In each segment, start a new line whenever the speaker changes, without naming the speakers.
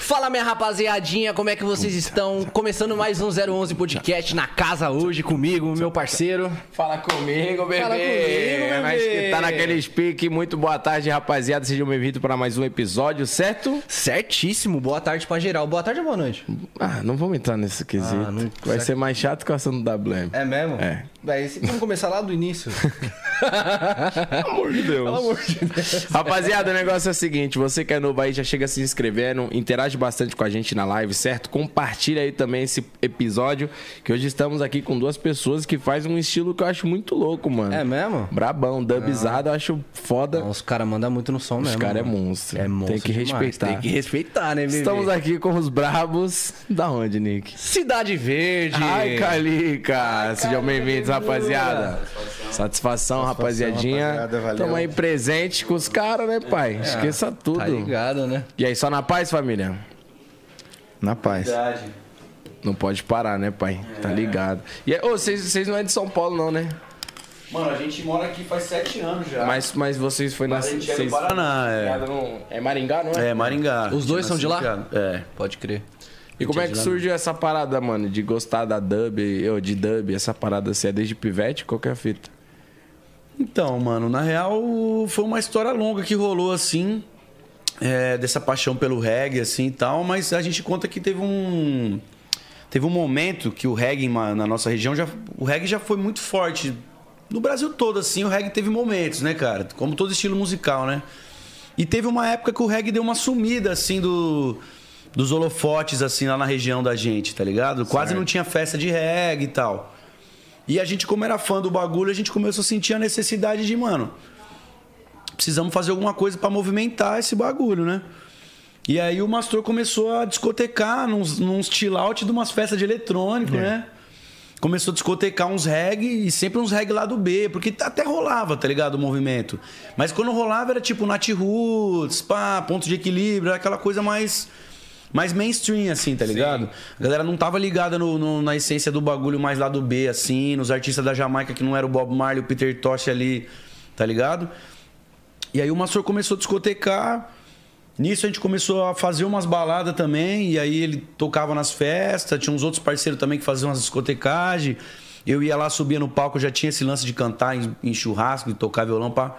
Fala minha rapaziadinha, como é que vocês estão? Começando mais um 011 podcast na casa hoje comigo, meu parceiro.
Fala comigo, bebê.
Fala comigo, bebê.
Mas que tá É, naquele speak. Muito boa tarde, rapaziada. Sejam bem-vindos para mais um episódio, certo?
Certíssimo, boa tarde pra geral. Boa tarde ou boa noite?
Ah, não vamos entrar nesse quesito.
Ah, não-
Vai ser mais chato que o assunto da Blame.
É mesmo?
É.
Véi, se- vamos começar lá do início.
Pelo amor de Deus.
É, Pelo amor de Deus.
Rapaziada, o negócio é o seguinte: você que é novo aí, já chega se inscrevendo, interage bastante com a gente na live, certo? Compartilha aí também esse episódio, que hoje estamos aqui com duas pessoas que fazem um estilo que eu acho muito louco, mano.
É mesmo?
Brabão, dubizado, eu acho foda.
Os caras mandam muito no som mesmo.
Os caras é
mano.
monstro.
É monstro
Tem que
demais.
respeitar.
Tem que respeitar, né, bebê?
Estamos aqui com os brabos. Da onde, Nick?
Cidade Verde.
Ai, Calica! Sejam bem-vindos, rapaziada. Satisfação, rapaziadinha.
rapaziada, valeu.
Tamo aí presente com os caras, né, pai? Esqueça tudo.
Tá ligado, né?
e aí, só na paz, família?
Na paz.
Não pode parar, né, pai? Tá ligado. E aí, ô, vocês vocês não é de São Paulo, não, né?
Mano, a gente mora aqui faz sete anos já.
Mas, mas vocês foi na.
Tá. a gente é
vocês-
do Paraná,
Criado
é.
no- É Maringá, assim, não é?
É, Maringá.
Os dois são de lá?
É.
Pode crer.
E como é que surgiu essa parada, mano? De gostar da dub, eu de dub, essa parada assim, é desde pivete, qualquer fita.
Então, mano, na real foi uma história longa que rolou assim, é, dessa paixão pelo reggae assim e tal, mas a gente conta que teve um teve um momento que o reggae ma- na nossa região já o reggae já foi muito forte no Brasil todo assim, o reggae teve momentos, né, cara? Como todo estilo musical, né? E teve uma época que o reggae deu uma sumida assim do dos holofotes assim lá na região da gente, tá ligado? Quase não tinha festa de reggae e tal. E a gente, como era fã do bagulho, a gente começou a sentir a necessidade de, mano, precisamos fazer alguma coisa pra movimentar esse bagulho, né? E aí o Mastor começou a discotecar nos, nos chill out de umas festas de eletrônico, né? Começou a discotecar uns reggae e sempre uns reggae lá do B, porque tá- até rolava, tá ligado? O movimento. Mas quando rolava era tipo Nat Roots, pá, ponto de equilíbrio, era aquela coisa mais. Mais mainstream, assim, tá ligado? A galera não tava ligada no- no- na essência do bagulho mais lá do B, assim, nos artistas da Jamaica que não era o Bob Marley, o Peter Tosh ali, tá ligado? E aí o Massor começou a discotecar. Nisso a gente começou a fazer umas baladas também. E aí ele tocava nas festas. Tinha uns outros parceiros também que faziam umas discotecagens. Eu ia lá, subia no palco, já tinha esse lance de cantar em, em churrasco, de tocar violão pra.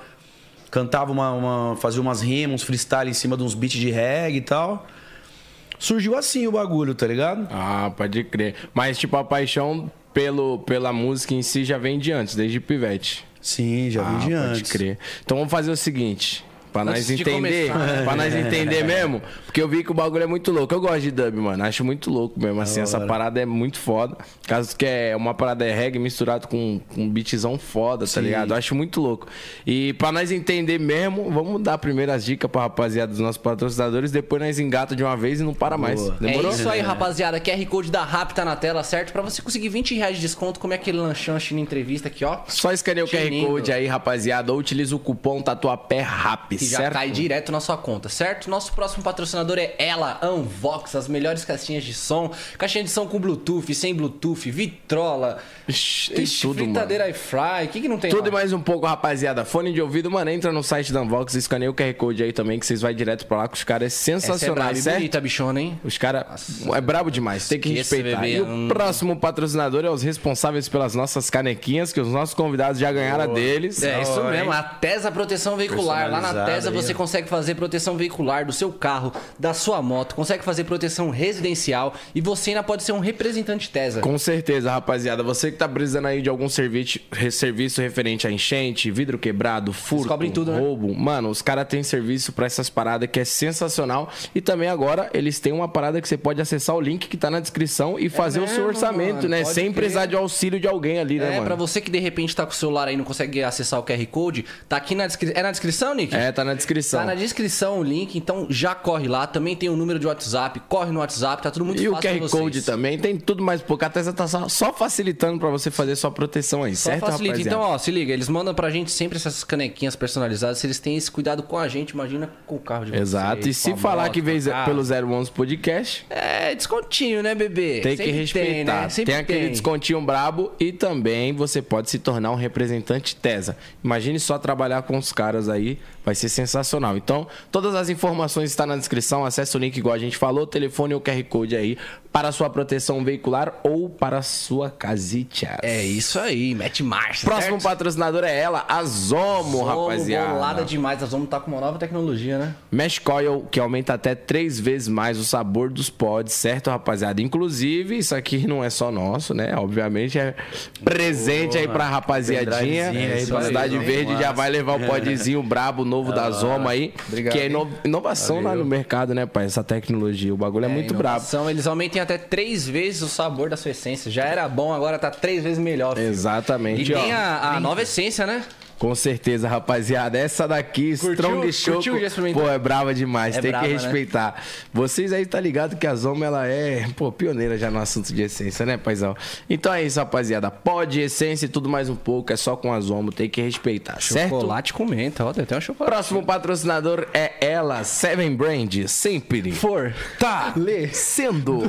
Cantava uma, uma- fazia umas rimas, uns freestyle em cima de uns beats de reggae e tal. Surgiu assim o bagulho, tá ligado?
Ah, pode crer. Mas, tipo, a paixão pelo, pela música em si já vem de antes, desde pivete.
Sim, já
Ah,
vim
pode
de antes.
crer. Então vamos fazer o seguinte. Pra
Antes
nós
de
entender,
começar. É.
pra nós entender mesmo, porque eu vi que o bagulho é muito louco. Eu gosto de dub, mano. Acho muito louco mesmo. Assim, essa parada é muito foda. Caso que é uma parada é reggae misturado com, com um beatzão foda, tá ligado? Eu acho muito louco. E pra nós entender mesmo, vamos dar primeiro as dicas pra rapaziada dos nossos patrocinadores, depois nós engata de uma vez e não para mais.
Boa.
Demorou?
É isso aí, rapaziada. QR Code da Rap tá na tela, certo? Pra você conseguir 20 reais de desconto, como é aquele lanchão China Entrevista aqui, ó.
Só escaneia o QR
Tinindo.
Code aí, rapaziada, ou utiliza o cupom Tatuapé Rap,
Que já
certo?
cai direto na sua conta, certo? Nosso próximo patrocinador é ela, Unvox, as melhores caixinhas de som. Caixinha de som com Bluetooth, sem Bluetooth, vitrola,
Ixi, tem
ixi,
tudo, mano.
fritadeira iFry, o que, que não tem
Tudo e
lá?
mais um pouco, rapaziada. Fone de ouvido, mano, entra no site da Unbox, escaneia o QR Code aí também, que vocês vai direto pra lá, que os caras é
Essa é
sensacional,
braba e
certo?
bonita, bichona, hein?
Os caras é brabo demais, tem que
Esqueça,
respeitar.
bebê.
E
Hum.
o próximo patrocinador é os responsáveis pelas nossas canequinhas, que os nossos convidados já ganharam a deles.
É isso
Ó,
mesmo, a TESA Proteção Veicular. Lá na
Personalizada
TESA
aí,
você
ó.
consegue fazer proteção veicular do seu carro, da sua moto, consegue fazer proteção residencial e você ainda pode ser um representante TESA.
Com certeza, rapaziada. Você que tá precisando aí de algum serviço, re- serviço referente a enchente, vidro quebrado, furto,
cobrem tudo, né?
roubo. Mano, os caras têm serviço pra essas paradas que é sensacional. E também agora eles têm uma parada que você pode acessar o link que tá na descrição e fazer o seu
É mesmo,
orçamento,
mano.
né?
Pode
Sem
crer.
precisar de auxílio de alguém ali, né,
É,
mano?
pra você que de repente tá com o celular aí e não consegue acessar o QR Code, tá aqui na descrição. É na descrição, Nick?
É, tá na descrição.
Tá na descrição o link, então já corre lá. Também tem o número de WhatsApp, corre no WhatsApp, tá tudo muito
E
fácil
o
pra
QR
vocês.
Code também, tem tudo mais um pouco. A Tesla tá só, só facilitando pra você fazer sua proteção aí,
Só
certo,
facilita.
rapaziada?
Então, ó, se liga, eles mandam pra gente sempre essas canequinhas personalizadas. Se eles têm esse cuidado com a gente, imagina com o carro de vocês,
Exato.
com
E se
a
falar
moto,
que
com
veio
o carro.
pelo 011 Podcast,
É, descontinho, né, bebê?
Tem que
Sempre
respeitar. Tem,
né? Sempre
aquele descontinho brabo e também você pode se tornar um representante TESA. Imagine só trabalhar com os caras aí, vai ser ser sensacional. Então, todas as informações estão na descrição. Acesse o link igual a gente falou, telefone ou QR Code aí para sua proteção veicular ou para sua casita.
É isso aí, mete marcha.
Próximo
certo?
patrocinador é ela, a Zomo,
Zomo,
rapaziada.
Bolada demais, nós vamos tá com uma nova tecnologia, né?
Mesh Coil, que aumenta até três vezes mais o sabor dos pods, certo, rapaziada? Inclusive, isso aqui não é só nosso, né? Obviamente é presente aí pra rapaziadinha.
pendrivezinho aí
pra
pra
Cidade
eles,
Verde
vamos
já
lá.
vai levar o podzinho brabo novo da Zoma aí.
Obrigado,
que é
hein?
ino- inovação lá no mercado, né, pai? Essa tecnologia. O bagulho é, muito brabo.
São, eles aumentem até três vezes o sabor da sua essência. Já era bom, agora tá três vezes melhor. filho. E
Exatamente, ó.
tem a, a nova essência, né?
Com certeza, rapaziada. Essa daqui,
Curtiu?
Strong Choco.
Curtiu? Já experimentou?
Pô, é brava demais.
É
tem
brava,
que
né?
respeitar. Vocês aí tá ligado que a Zoma, ela é, pô, pioneira já no assunto de essência, né, paizão? Então é isso, rapaziada. Pode, essência e tudo mais um pouco. É só com a Zoma. Tem que respeitar, certo?
Chocolate comenta, ó, tem até um chocolate.
Próximo patrocinador é ela, Seven Brand, sempre.
For.
Tá sendo.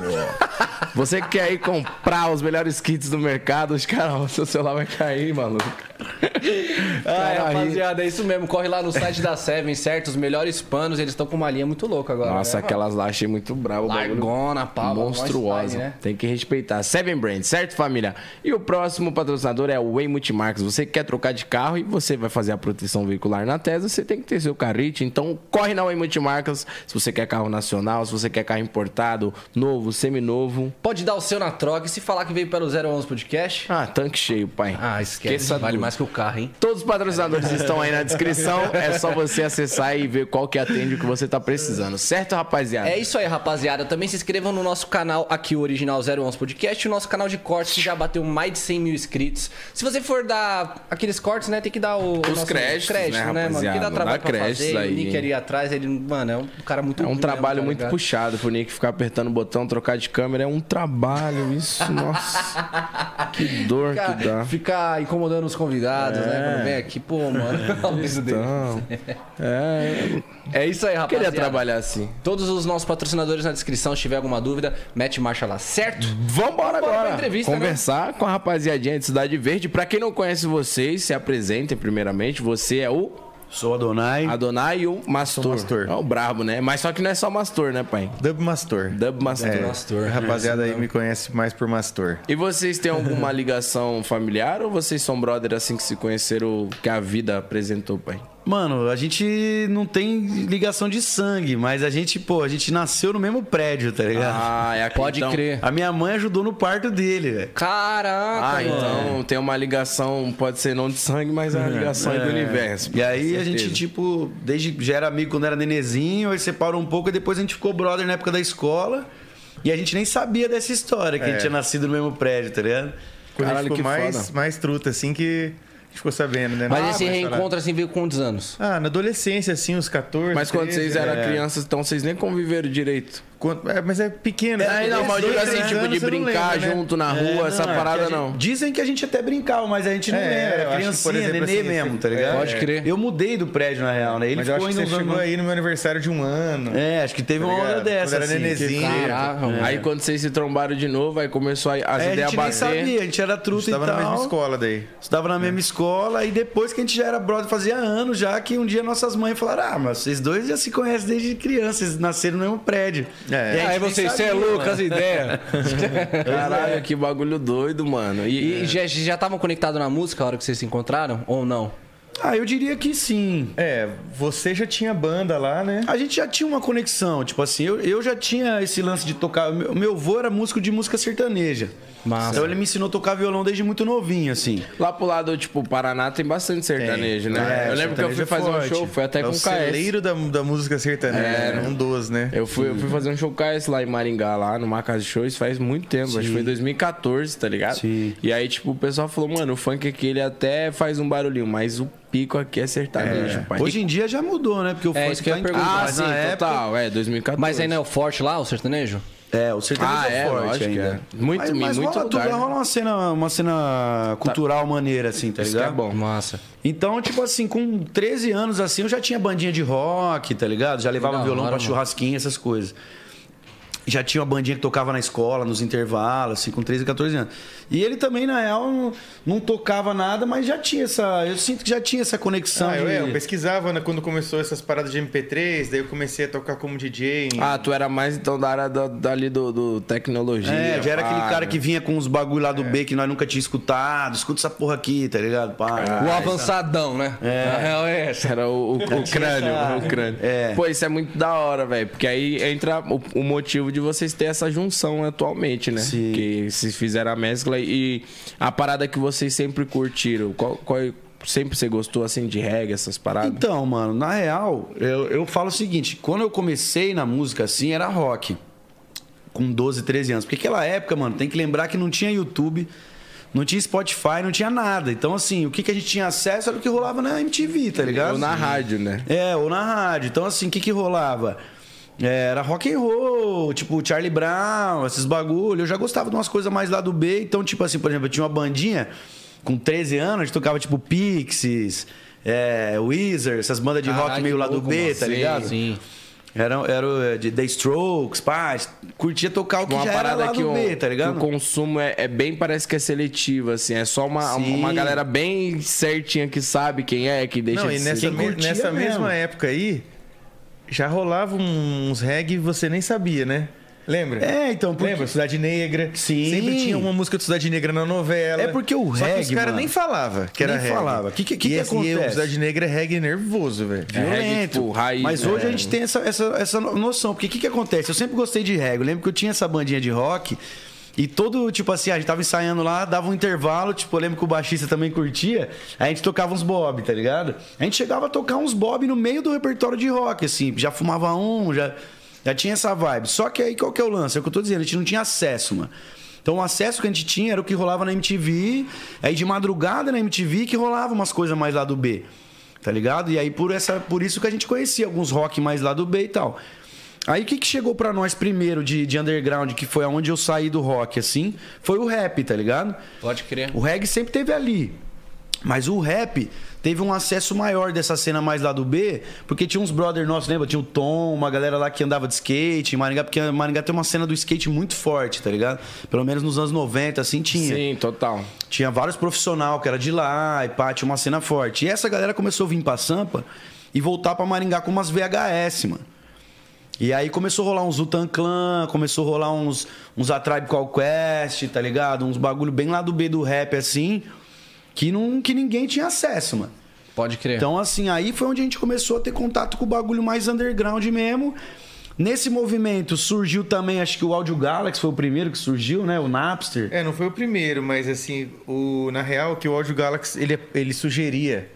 Você que quer aí comprar os melhores kits do mercado, os caras, seu celular vai cair, maluco.
Ai,
Cara,
rapaziada, é isso mesmo. Corre lá no site da Seven, certo? Os melhores panos, eles estão com uma linha muito louca agora.
Nossa,
né?
aquelas lá achei muito brava. o bagulho
Largona, pau.
monstruosa.
né?
Tem que respeitar. Seven Brand, certo, família? E o próximo patrocinador é o Way Multimarcas. Você quer trocar de carro e você vai fazer a proteção veicular na Tesla, você tem que ter seu carrite. Então, corre na Way Multimarcas se você quer carro nacional, se você quer carro importado, novo, seminovo.
Pode dar o seu na troca e se falar que veio pelo 011 Podcast.
Ah, tanque cheio, pai.
Ah, esquece.
Esqueça
vale
tudo.
mais que o carro, hein?
Todos os patrocinadores estão aí na descrição. É só você acessar e ver qual que atende o que você tá precisando. Certo, rapaziada?
É isso aí, rapaziada. Também se inscrevam no nosso canal aqui, o Original 011 Podcast, o nosso canal de cortes que já bateu mais de 100 mil inscritos. Se você for dar aqueles cortes, né, tem que dar o, o nosso
créditos, né,
mano? Que dá
rapaziada?
trabalho
Dá
pra
créditos
fazer.
aí.
O Nick ali atrás, ele, mano, é um cara muito
É um
humilde,
trabalho
né,
muito
cara?
puxado pro Nick ficar apertando o botão, trocar de câmera. É um trabalho, isso, nossa. Que dor
Ficar,
que dá.
ficar incomodando os convidados, né? Quando vem aqui, pô, mano. olha o piso dele.
É, Então, é,
É isso aí,
eu queria
rapaziada.
trabalhar assim.
Todos os nossos patrocinadores na descrição, se tiver alguma dúvida, mete marcha lá, certo?
Vambora
Vambora pra
agora.
entrevista, né?
Conversar com a rapaziadinha de Cidade Verde. Pra quem não conhece vocês, se apresentem primeiramente. Você é o
Sou Adonai.
Adonai e o Mastor.
Sou Mastor.
É o brabo, né? Mas só que não é só Mastor, né, pai?
Dub Mastor.
Dub Mastor.
É,
Mastor.
Rapaziada aí me conhece mais por Mastor.
E vocês têm alguma ligação familiar ou vocês são brother assim que se conheceram, que a vida apresentou, pai?
Mano, a gente não tem ligação de sangue, mas a gente, pô, a gente nasceu no mesmo prédio, tá ligado?
Ah, é aqui,
Pode
então.
crer.
A minha mãe ajudou no parto dele, velho.
Caraca,
Ah,
mano.
então tem uma ligação, pode ser não de sangue, mas é uma ligação aí do universo.
E aí
Com
a gente,
certeza.
tipo, desde já era amigo quando era nenezinho, aí separou um pouco e depois a gente ficou brother na época da escola. E a gente nem sabia dessa história, que a
É.
gente tinha nascido no mesmo prédio, tá ligado?
Quando a
Caralho,
gente ficou
que
mais,
foda.
mais truta, assim, que a gente ficou sabendo, né?
Mas
Ah,
esse
vai
reencontro assim veio com quantos anos?
chorar. Ah, na adolescência, assim, uns 14,
Mas quando vocês
13,
eram
é.
crianças, então vocês nem conviveram direito.
Quando- é, mas é pequeno. né?
Aí não, mas eu digo assim,
Dois,
tipo,
três
de
anos, você não
brincar
lembra, né?
junto na rua, essa
é
parada
que a
não.
gente- dizem que a gente até brincava, mas a gente não
É, eu
lembra.
acho que,
Era
por
criancinha,
exemplo,
nenê
assim,
mesmo,
você-
tá ligado?
Pode crer.
Eu mudei do prédio, na real, né? Ele
Mas eu
ficou
acho que
ainda
você
uns anos
chegou
mais-
aí no meu aniversário de um ano. tá
É, acho que teve uma hora
ligado?
dessa.
Quando era
assim, que-
nenezinho.
Caraca, mano.
Aí quando vocês se trombaram de novo, aí começou a- as
É, a
ideias
gente
a
nem
bater.
sabia, a gente era truta e
Estava na mesma
tal.
escola daí.
Estudava na
É.
mesma escola e depois que a gente já era brother, fazia anos já, que um dia nossas mães falaram: Ah, mas vocês dois já se conhecem desde criança, vocês nasceram no mesmo prédio.
É.
E a gente
Aí
nem
vocês, você
sabia, né?
é louco,
mano.
as ideias.
Caralho, que bagulho doido, mano.
E já- já estavam conectados na música a hora que vocês se encontraram? Ou não?
Ah, eu diria que sim.
É, você já tinha banda lá, né?
A gente já tinha uma conexão, tipo assim, eu, eu já tinha esse lance de tocar. Meu, meu avô era músico de música sertaneja.
Massa.
Então ele me ensinou a tocar violão desde muito novinho, assim.
Lá pro lado, tipo, Paraná tem bastante sertanejo, né?
É,
eu lembro que eu
sertanejo
fui
é
fazer um
forte.
show, foi até
é
com
o
o É. KS.
celeiro da, da música
Ah,
sertaneja, né? um dos, né?
Eu fui, eu fui fazer um show com a S lá em Maringá, lá numa casa de shows, faz muito tempo, acho que foi em 2014, tá ligado?
Sim.
E aí, tipo, o pessoal falou, mano, o funk aqui ele até faz um barulhinho, mas o pico aqui é sertanejo, pai.
Hoje em dia já mudou, né? Porque o
É,
funk
isso que eu
tá
ia
em
perguntar.
tudo,
Ah,
mas
sim,
na época-
total, é, 2014.
Mas ainda é o forte lá, o sertanejo?
É, o sertanejo
Ah, é,
é forte
lógico,
ainda.
é. Muito-
mas,
em
mas
muito
rola
lugar,
tudo,
né?
rola uma cena, uma cena cultural maneira assim, tá
Isso que
ligado?
é bom.
Massa.
Então, tipo assim, com 13 anos assim, eu já tinha bandinha de rock, tá ligado? Já levava
Da
violão
hora,
pra
mano.
churrasquinho, essas coisas. já tinha uma bandinha que tocava na escola, nos intervalos, assim, com 13, 14 anos. E ele também, na real, não, não tocava nada, mas já tinha essa. Eu sinto que já tinha essa conexão.
Ah, eu,
de-
é, eu pesquisava né, quando começou essas paradas de MP3, daí eu comecei a tocar como DJ. em-
Ah, tu era mais então da área da, dali do, do tecnologia.
É, já era
pá, É.
aquele cara
né?
que vinha com uns bagulho lá do B que nós nunca tinha escutado. Escuta essa porra aqui, tá ligado? Pá.
O avançadão, né? É. Na real é essa.
Era o, o- o crânio,
essa-
o crânio.
É.
Pô, isso é muito da hora, velho. Porque aí entra o, o motivo de vocês terem essa junção atualmente, né?
Sim.
Que vocês fizeram a mescla e a parada que vocês sempre curtiram. Qual, qual- sempre você gostou, assim, de reggae, essas paradas?
Então, mano, na real, eu, eu falo o seguinte: quando eu comecei na música assim, era rock. Com 12, 13 anos. Porque aquela época, mano, tem que lembrar que não tinha YouTube, não tinha Spotify, não tinha nada. Então, assim, o que, que a gente tinha acesso era o que rolava na MTV, tá ligado?
Ou na rádio, né?
É, ou na rádio. Então, assim, o que que rolava? É, Era rock and roll, tipo Charlie Brown, esses bagulho. Eu já gostava de umas coisas mais lá do B. Então, tipo assim, por exemplo, eu tinha uma bandinha com 13 anos, a gente tocava tipo Pixies, é, Weezer, essas bandas de rock
Caralho,
meio lá do
louco,
B,
mano.
tá
Sim,
ligado?
sim.
Era, era é, de The Strokes, pá, curtia tocar o É que
Tipo, Uma
já era
parada
lá
que,
do
o-
B, tá ligado?
que o consumo é, é bem, parece que é seletivo, assim. É só uma,
Sim.
uma galera bem certinha que sabe quem é, que deixa
Não,
de
e
ser.
nessa,
Quem
me-
curtia
nessa
mesmo.
mesma época aí, já rolava um, uns reggae e você nem sabia, né? Lembra?
É, então, porque-
Lembra? Cidade Negra.
Sim.
Sempre tinha uma música de Cidade Negra na novela.
É porque o
Só que os
reggae,
caras
mano,
nem falava que era
nem
reggae.
falava. Que que- que
e
que
esse- e
acontece?
o Cidade Negra é reggae nervoso, velho.
É reggae, tipo, raiz,
Mas
né?
hoje a gente tem essa, essa, essa no- noção. Porque o que, que acontece? Eu sempre gostei de reggae. Eu lembro que eu tinha essa bandinha de rock. E todo, tipo assim, a gente tava ensaiando lá, dava um intervalo, tipo, eu lembro que o baixista também curtia, a gente tocava uns bob, tá ligado? A gente chegava a tocar uns bob no meio do repertório de rock, assim, já fumava um, já, já tinha essa vibe. Só que aí qual que é o lance? É o que eu tô dizendo, a gente não tinha acesso, mano. Então o acesso que a gente tinha era o que rolava na MTV, aí de madrugada na MTV que rolava umas coisas mais lá do B. Tá ligado? E aí por essa por isso que a gente conhecia alguns rock mais lá do B e tal. Aí o que, que chegou pra nós primeiro de, de underground, que foi aonde eu saí do rock assim, foi o rap, tá ligado?
Pode crer.
O reggae sempre teve ali. Mas o rap teve um acesso maior dessa cena mais lá do B, porque tinha uns brother nossos, lembra? Tinha o Tom, uma galera lá que andava de skate em Maringá, porque Maringá tem uma cena do skate muito forte, tá ligado? Pelo menos nos anos 90, assim tinha.
Sim, total.
Tinha vários profissionais que era de lá, e pá, tinha uma cena forte. E essa galera começou a vir pra Sampa e voltar pra Maringá com umas VHS, mano. E aí começou a rolar uns Utan Clan, começou a rolar uns, uns A Tribe Call Quest, tá ligado? Uns bagulho bem lá do B do rap, assim, que, não, que ninguém tinha acesso, mano.
Pode crer.
Então, assim, aí foi onde a gente começou a ter contato com o bagulho mais underground mesmo. Nesse movimento surgiu também, acho que o Audio Galaxy foi o primeiro que surgiu, né? O Napster.
É, não foi o primeiro, mas assim, o, na real, que o Audio Galaxy ele, é, ele sugeria.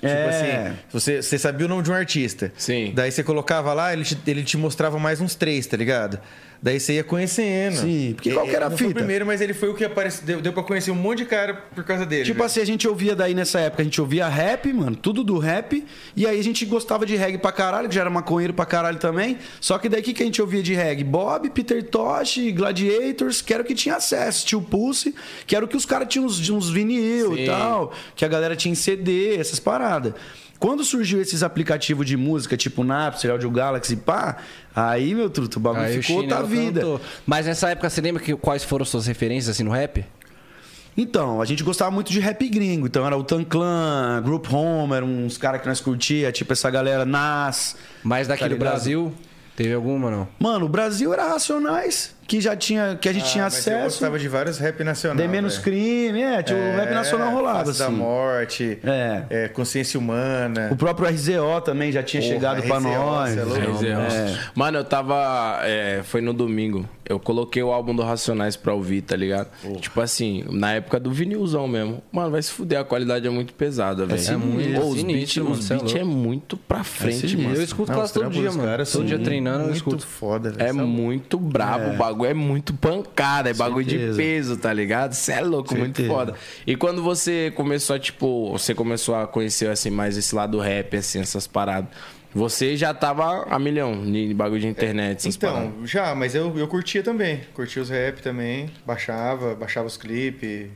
É.
Tipo assim, você, você sabia o nome de um artista.
Sim.
Daí você colocava lá, ele te, ele te mostrava mais uns três, tá ligado? Daí você ia conhecendo.
Sim, porque qual que era a
não foi o
fita?
primeiro, mas ele foi o que apareceu. Deu, deu pra conhecer um monte de cara por causa dele.
Tipo
velho.
assim, a gente ouvia daí nessa época, a gente ouvia rap, mano, tudo do rap. E aí a gente gostava de reggae pra caralho, que já era maconheiro pra caralho também. Só que daí o que, que a gente ouvia de reggae? Bob, Peter Tosh, Gladiators, que era o que tinha acesso. Tio Pulse, que era o que os caras tinham uns, uns vinil e tal, que a galera tinha em CD, essas paradas. Quando surgiu esses aplicativos de música, tipo Napster, Audio Galaxy, pá, aí, meu truto, o bagulho
Aí o
ficou outra
chinelo
vida.
cantou. Mas nessa época você lembra que, quais foram suas referências assim no rap?
Então, a gente gostava muito de rap gringo. Então era o Tanclan, Group Home, eram uns caras que nós curtia, tipo essa galera Nas.
Mas daqui
Tá
do
ligado?
Brasil, teve alguma não?
Mano, o Brasil era Racionais, que já tinha, que a gente
Ah,
tinha
mas Eu
acesso.
gostava de vários rap nacional.
Dê menos
velho.
crime, é, tinha o rap nacional rolava
Face da
assim.
morte,
É.
é, consciência humana.
O próprio RZO também já tinha
Porra,
chegado pra
RZO,
nós.
cê é louco.
Mas é, ó. Mano, eu tava. é, foi no domingo. Eu coloquei o álbum do Racionais pra ouvir, tá ligado? Tipo assim, na época do vinilzão mesmo. Mano, vai se fuder, a qualidade é muito pesada, velho.
sinistro,
Ô, os beats
sinistro, mano,
os
cê é
beats é,
louco.
muito pra frente,
sinistro.
Eu
mano.
escuto
Não, os
quase todo
trampos
dia,
dos
mano.
caras
todo
são
dia treinando, eu
muito
escuto.
foda, velho.
É
Sabe?
muito brabo, o bagulho é muito pancada, é bagulho
Certeza.
de peso, tá ligado? Você é louco,
Certeza.
muito foda. E quando você começou a, tipo, você começou a conhecer assim mais esse lado rap, assim, essas paradas. Você já tava a milhão de bagulho de internet, essas paradas.
né?
Então, já, mas eu, eu curtia também. Curtia os rap também. Baixava, baixava os clipes.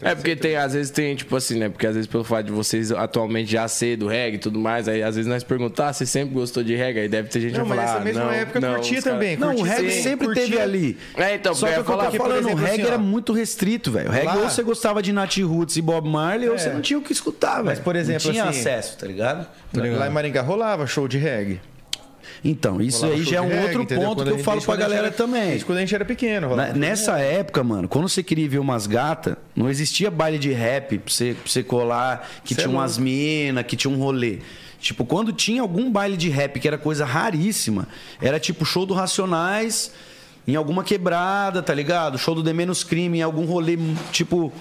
É porque tem, às vezes tem, tipo assim, né? Porque às vezes pelo fato de vocês atualmente já ser do reggae e tudo mais, aí às vezes nós perguntar, ah, você sempre gostou de reggae? Aí deve ter gente
Não,
que vai
mas
falar,
nessa
ah,
mesma
não,
época
não,
curtia
os cara-
também.
Não, o
curtia
reggae
sim,
sempre
curtia.
teve ali.
É, então,
Só
eu
que
ia
o que eu
falar
tô
que,
por
falando, o
exemplo,
reggae
assim, ó,
era muito restrito, velho. O reggae
lá- É.
ou você gostava de Nat Roots e Bob Marley, ou você não tinha o que escutar, velho.
por exemplo,
não tinha
assim-
acesso, tá ligado?
Lá em Maringá rolava show de reggae.
Então, isso
Rolava
aí
show
já é
de
um
reggae,
outro
entendeu?
ponto
Quando
que eu
gente-
falo pra
quando a gente
galera
era-
também.
Quando a gente era pequeno,
Na-
rolava.
nessa época, mano, quando você queria ver umas gatas, não existia baile de rap pra você, pra você colar, que
Cê é
tinha umas minas, que tinha um rolê. Tipo, quando tinha algum baile de rap, que era coisa raríssima, era tipo show do Racionais em alguma quebrada, tá ligado? Show do The Menos Crime em algum rolê, tipo,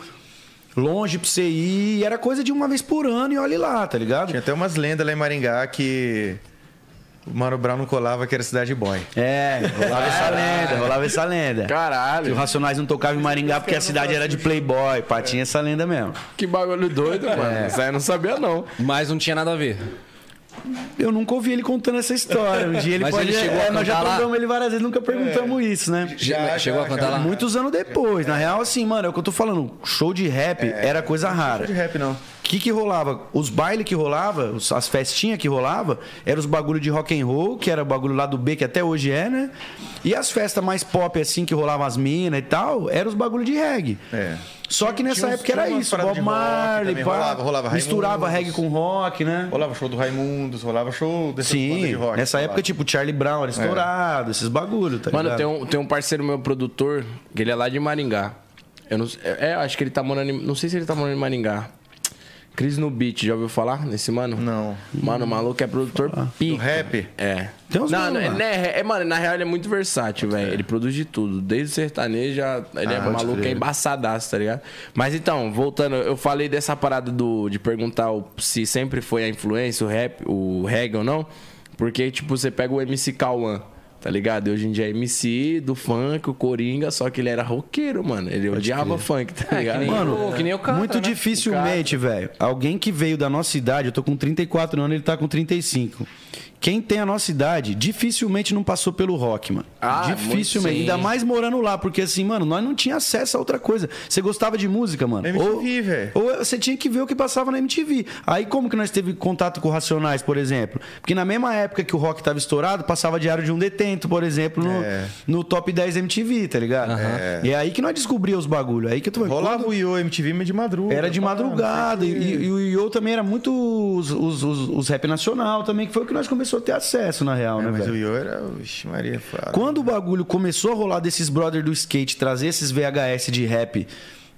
longe pra você ir. E era coisa de uma vez por ano e olha lá, tá ligado?
Tinha até umas lendas lá em Maringá que o Mano Brown não colava que era cidade boy.
É, rolava essa lenda, rolava essa lenda. Que o
Caralho,
Racionais não tocava em Maringá porque a cidade era de playboy, pá, tinha essa lenda mesmo.
que bagulho doido,
É.
mano. Isso aí eu não sabia, não.
Mas não tinha nada a ver.
Eu nunca ouvi ele contando essa história. Um dia ele
Mas
pode.
ele chegou a
é, nós já
cantar lá?
perguntamos ele várias vezes, nunca perguntamos
É.
isso, né?
Já, chegou a cantar lá?
Muitos anos depois. Na real, assim, mano, é o que eu tô falando. Show de rap era coisa
É. Show de
rara.
rap, não.
O que, que rolava? Os bailes que rolava, os- as festinhas que rolava, eram os bagulho de rock and roll, que era o bagulho lá do B, que até hoje é, né? E as festas mais pop, assim, que rolavam as minas e tal, eram os bagulho de reggae.
É.
Só que nessa
Tinha uns-
época era
tinha umas
isso,
paradas
Bob
de rock
Marley,
também,
pá,
rolava- rolava
misturava
Raimundos.
reggae com rock, né?
Rolava show do Raimundos, rolava show dessas bandas
Sim,
de rock. É.
nessa
rolava.
época, tipo, Charlie Brown era estourado, esses bagulho, tá
Mano,
ligado?
tem um, tem um parceiro meu produtor, que ele é lá de Maringá. Eu não, é, eu acho que ele tá morando em, Não sei se ele tá morando em Maringá. Cris no Beat, já ouviu falar nesse mano?
Não.
Mano, o maluco é produtor
Do
pica.
rap?
É.
Tem uns
não,
mano É.
não, é,
lá.
né, é, mano, na real ele é muito versátil, velho. Ele produz de tudo. Desde o sertanejo, a- ele é
Ah,
maluco, é embaçadaço, tá ligado? Mas então, voltando, eu falei dessa parada do, de perguntar o- se sempre foi a influência, o rap, o reggae ou não. Porque, tipo, você pega o MC Cauã, tá ligado? E hoje em dia é MC do funk, o Coringa, só que ele era roqueiro, mano. Ele odiava funk, tá ligado?
nem-
Mano,
Que nem o cara,
muito
né?
dificilmente, velho. Alguém que veio da nossa idade, eu tô com 34 anos, ele tá com 35. Quem tem a nossa idade, dificilmente não passou pelo rock, mano.
Ah,
dificilmente.
muito sim.
Ainda mais morando lá, porque assim, mano, nós não tinha acesso a outra coisa. Você gostava de música, mano?
MTV, velho.
ou, ou você tinha que ver o que passava na MTV. Aí como que nós teve contato com o Racionais, por exemplo? Porque na mesma época que o rock tava estourado, passava Diário de um Detento, por exemplo, no,
É.
no top 10 MTV, tá ligado? E é aí que nós descobria os bagulhos. Aí que eu tô
Rolava o Yo MTV, mas de madruga.
era de
pá,
madrugada.
não sei o quê.
E, e o Yo também era muito os, os, os- os rap nacional também, que foi o que nós começamos a ter acesso, na real,
É,
né,
mas o
velho?
Yo era. Vixe, Maria. fala.
Quando o bagulho começou a rolar desses brother do skate, trazer esses VHS de rap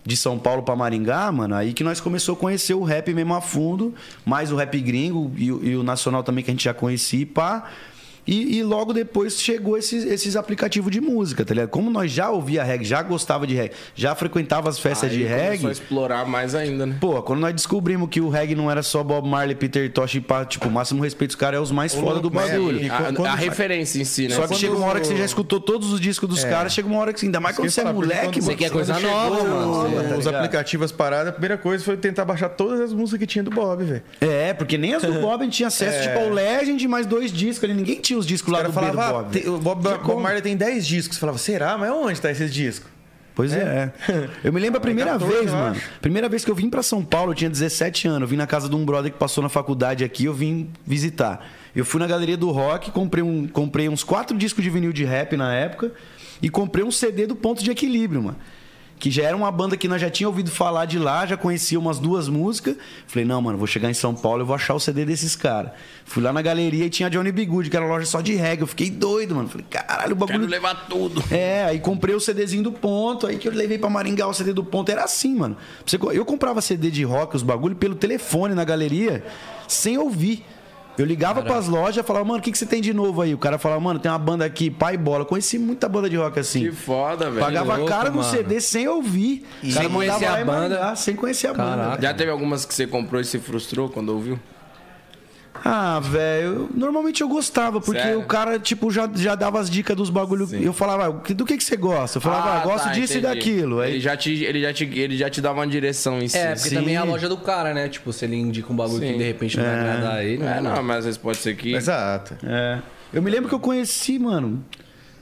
de São Paulo pra Maringá, mano, aí que nós começamos a conhecer o rap mesmo a fundo, mais o rap gringo e, o- e o nacional também que a gente já conhecia, e pá. E, e logo depois chegou esses, esses aplicativos de música, tá ligado? Como nós já ouvia reggae, já gostava de reggae, já frequentava as festas
Aí
de
começou
reggae.
a explorar mais ainda, né?
Pô, quando nós descobrimos que o reggae não era só Bob Marley, Peter Tosh e pá, tipo, o máximo respeito, os caras é os mais
Ô,
foda do
louco, mas
bagulho.
aí- E
A,
quando-
a referência em si, né?
Só que
quando
chega uma hora que você
o-
já escutou todos os discos dos caras, chega uma hora que ainda mais quando
Esqueci
você é
de falar,
moleque,
porque quando-
mano.
quer coisa
quando chegou
nova,
o-
mano.
Tá
Os
ligado?
aplicativos parados, a primeira coisa foi tentar baixar todas as músicas que tinha do Bob, velho.
É, porque nem as do Bob a gente tinha acesso, tipo, ao Legend e mais dois discos ali. Ninguém tinha os discos
O
lá
É. cara
do falava,
falava, ah,
Bob.
tem- o Bob, Bob Marley tem 10 discos. Você falava, será? Mas onde tá esses discos?
Pois é. Eu me lembro a primeira
14,
vez,
eu
mano.
acho.
Primeira vez que eu vim pra São Paulo, eu tinha 17 anos. Eu vim na casa de um brother que passou na faculdade aqui, eu vim visitar. Eu fui na galeria do rock, comprei, um, comprei uns quatro discos de vinil de rap na época e comprei um CD do Ponto de Equilíbrio, mano. Que já era uma banda que nós já tinha ouvido falar de lá, já conhecia umas duas músicas. Falei, não, mano, vou chegar em São Paulo eu vou achar o CD desses caras. Fui lá na galeria e tinha Johnny B. Good, que era loja só de reggae. Eu fiquei doido, mano. Falei, caralho, o bagulho.
Quero levar tudo.
É, aí comprei o CDzinho do ponto, aí que eu levei pra Maringá o CD do ponto. Era assim, mano. Você co- Eu comprava CD de rock, os bagulho, pelo telefone na galeria, sem ouvir. Eu ligava pras lojas falava, mano, o que, que você tem de novo aí? O cara falava, mano, tem uma banda aqui, pai bola. Eu conheci muita banda de rock assim.
Que foda, velho.
Pagava
louco,
cara no
mano.
CD sem ouvir. O cara
Sem
mandava
conhecer a
lá em
banda.
Maringá, sem conhecer a banda.
Caraca.
Já teve algumas que você comprou e se frustrou quando ouviu?
Ah, velho, normalmente eu gostava, porque
Sério?
o cara, tipo, já, já dava as dicas dos bagulho. Eu falava, "Ah, do que, que você gosta? Eu falava, ah,
tá,
gosto disso
entendi.
e daquilo. é Aí
Ele já, te, ele, já te, ele já te dava uma direção em assim. si.
É, porque
Sim.
também é a loja do cara, né? Tipo, se ele indica um bagulho que
Sim.
de repente não vai agradar ele,
É,
né?
ah,
não, mas às vezes pode ser que.
Exato.
É. Eu me lembro que eu conheci, mano.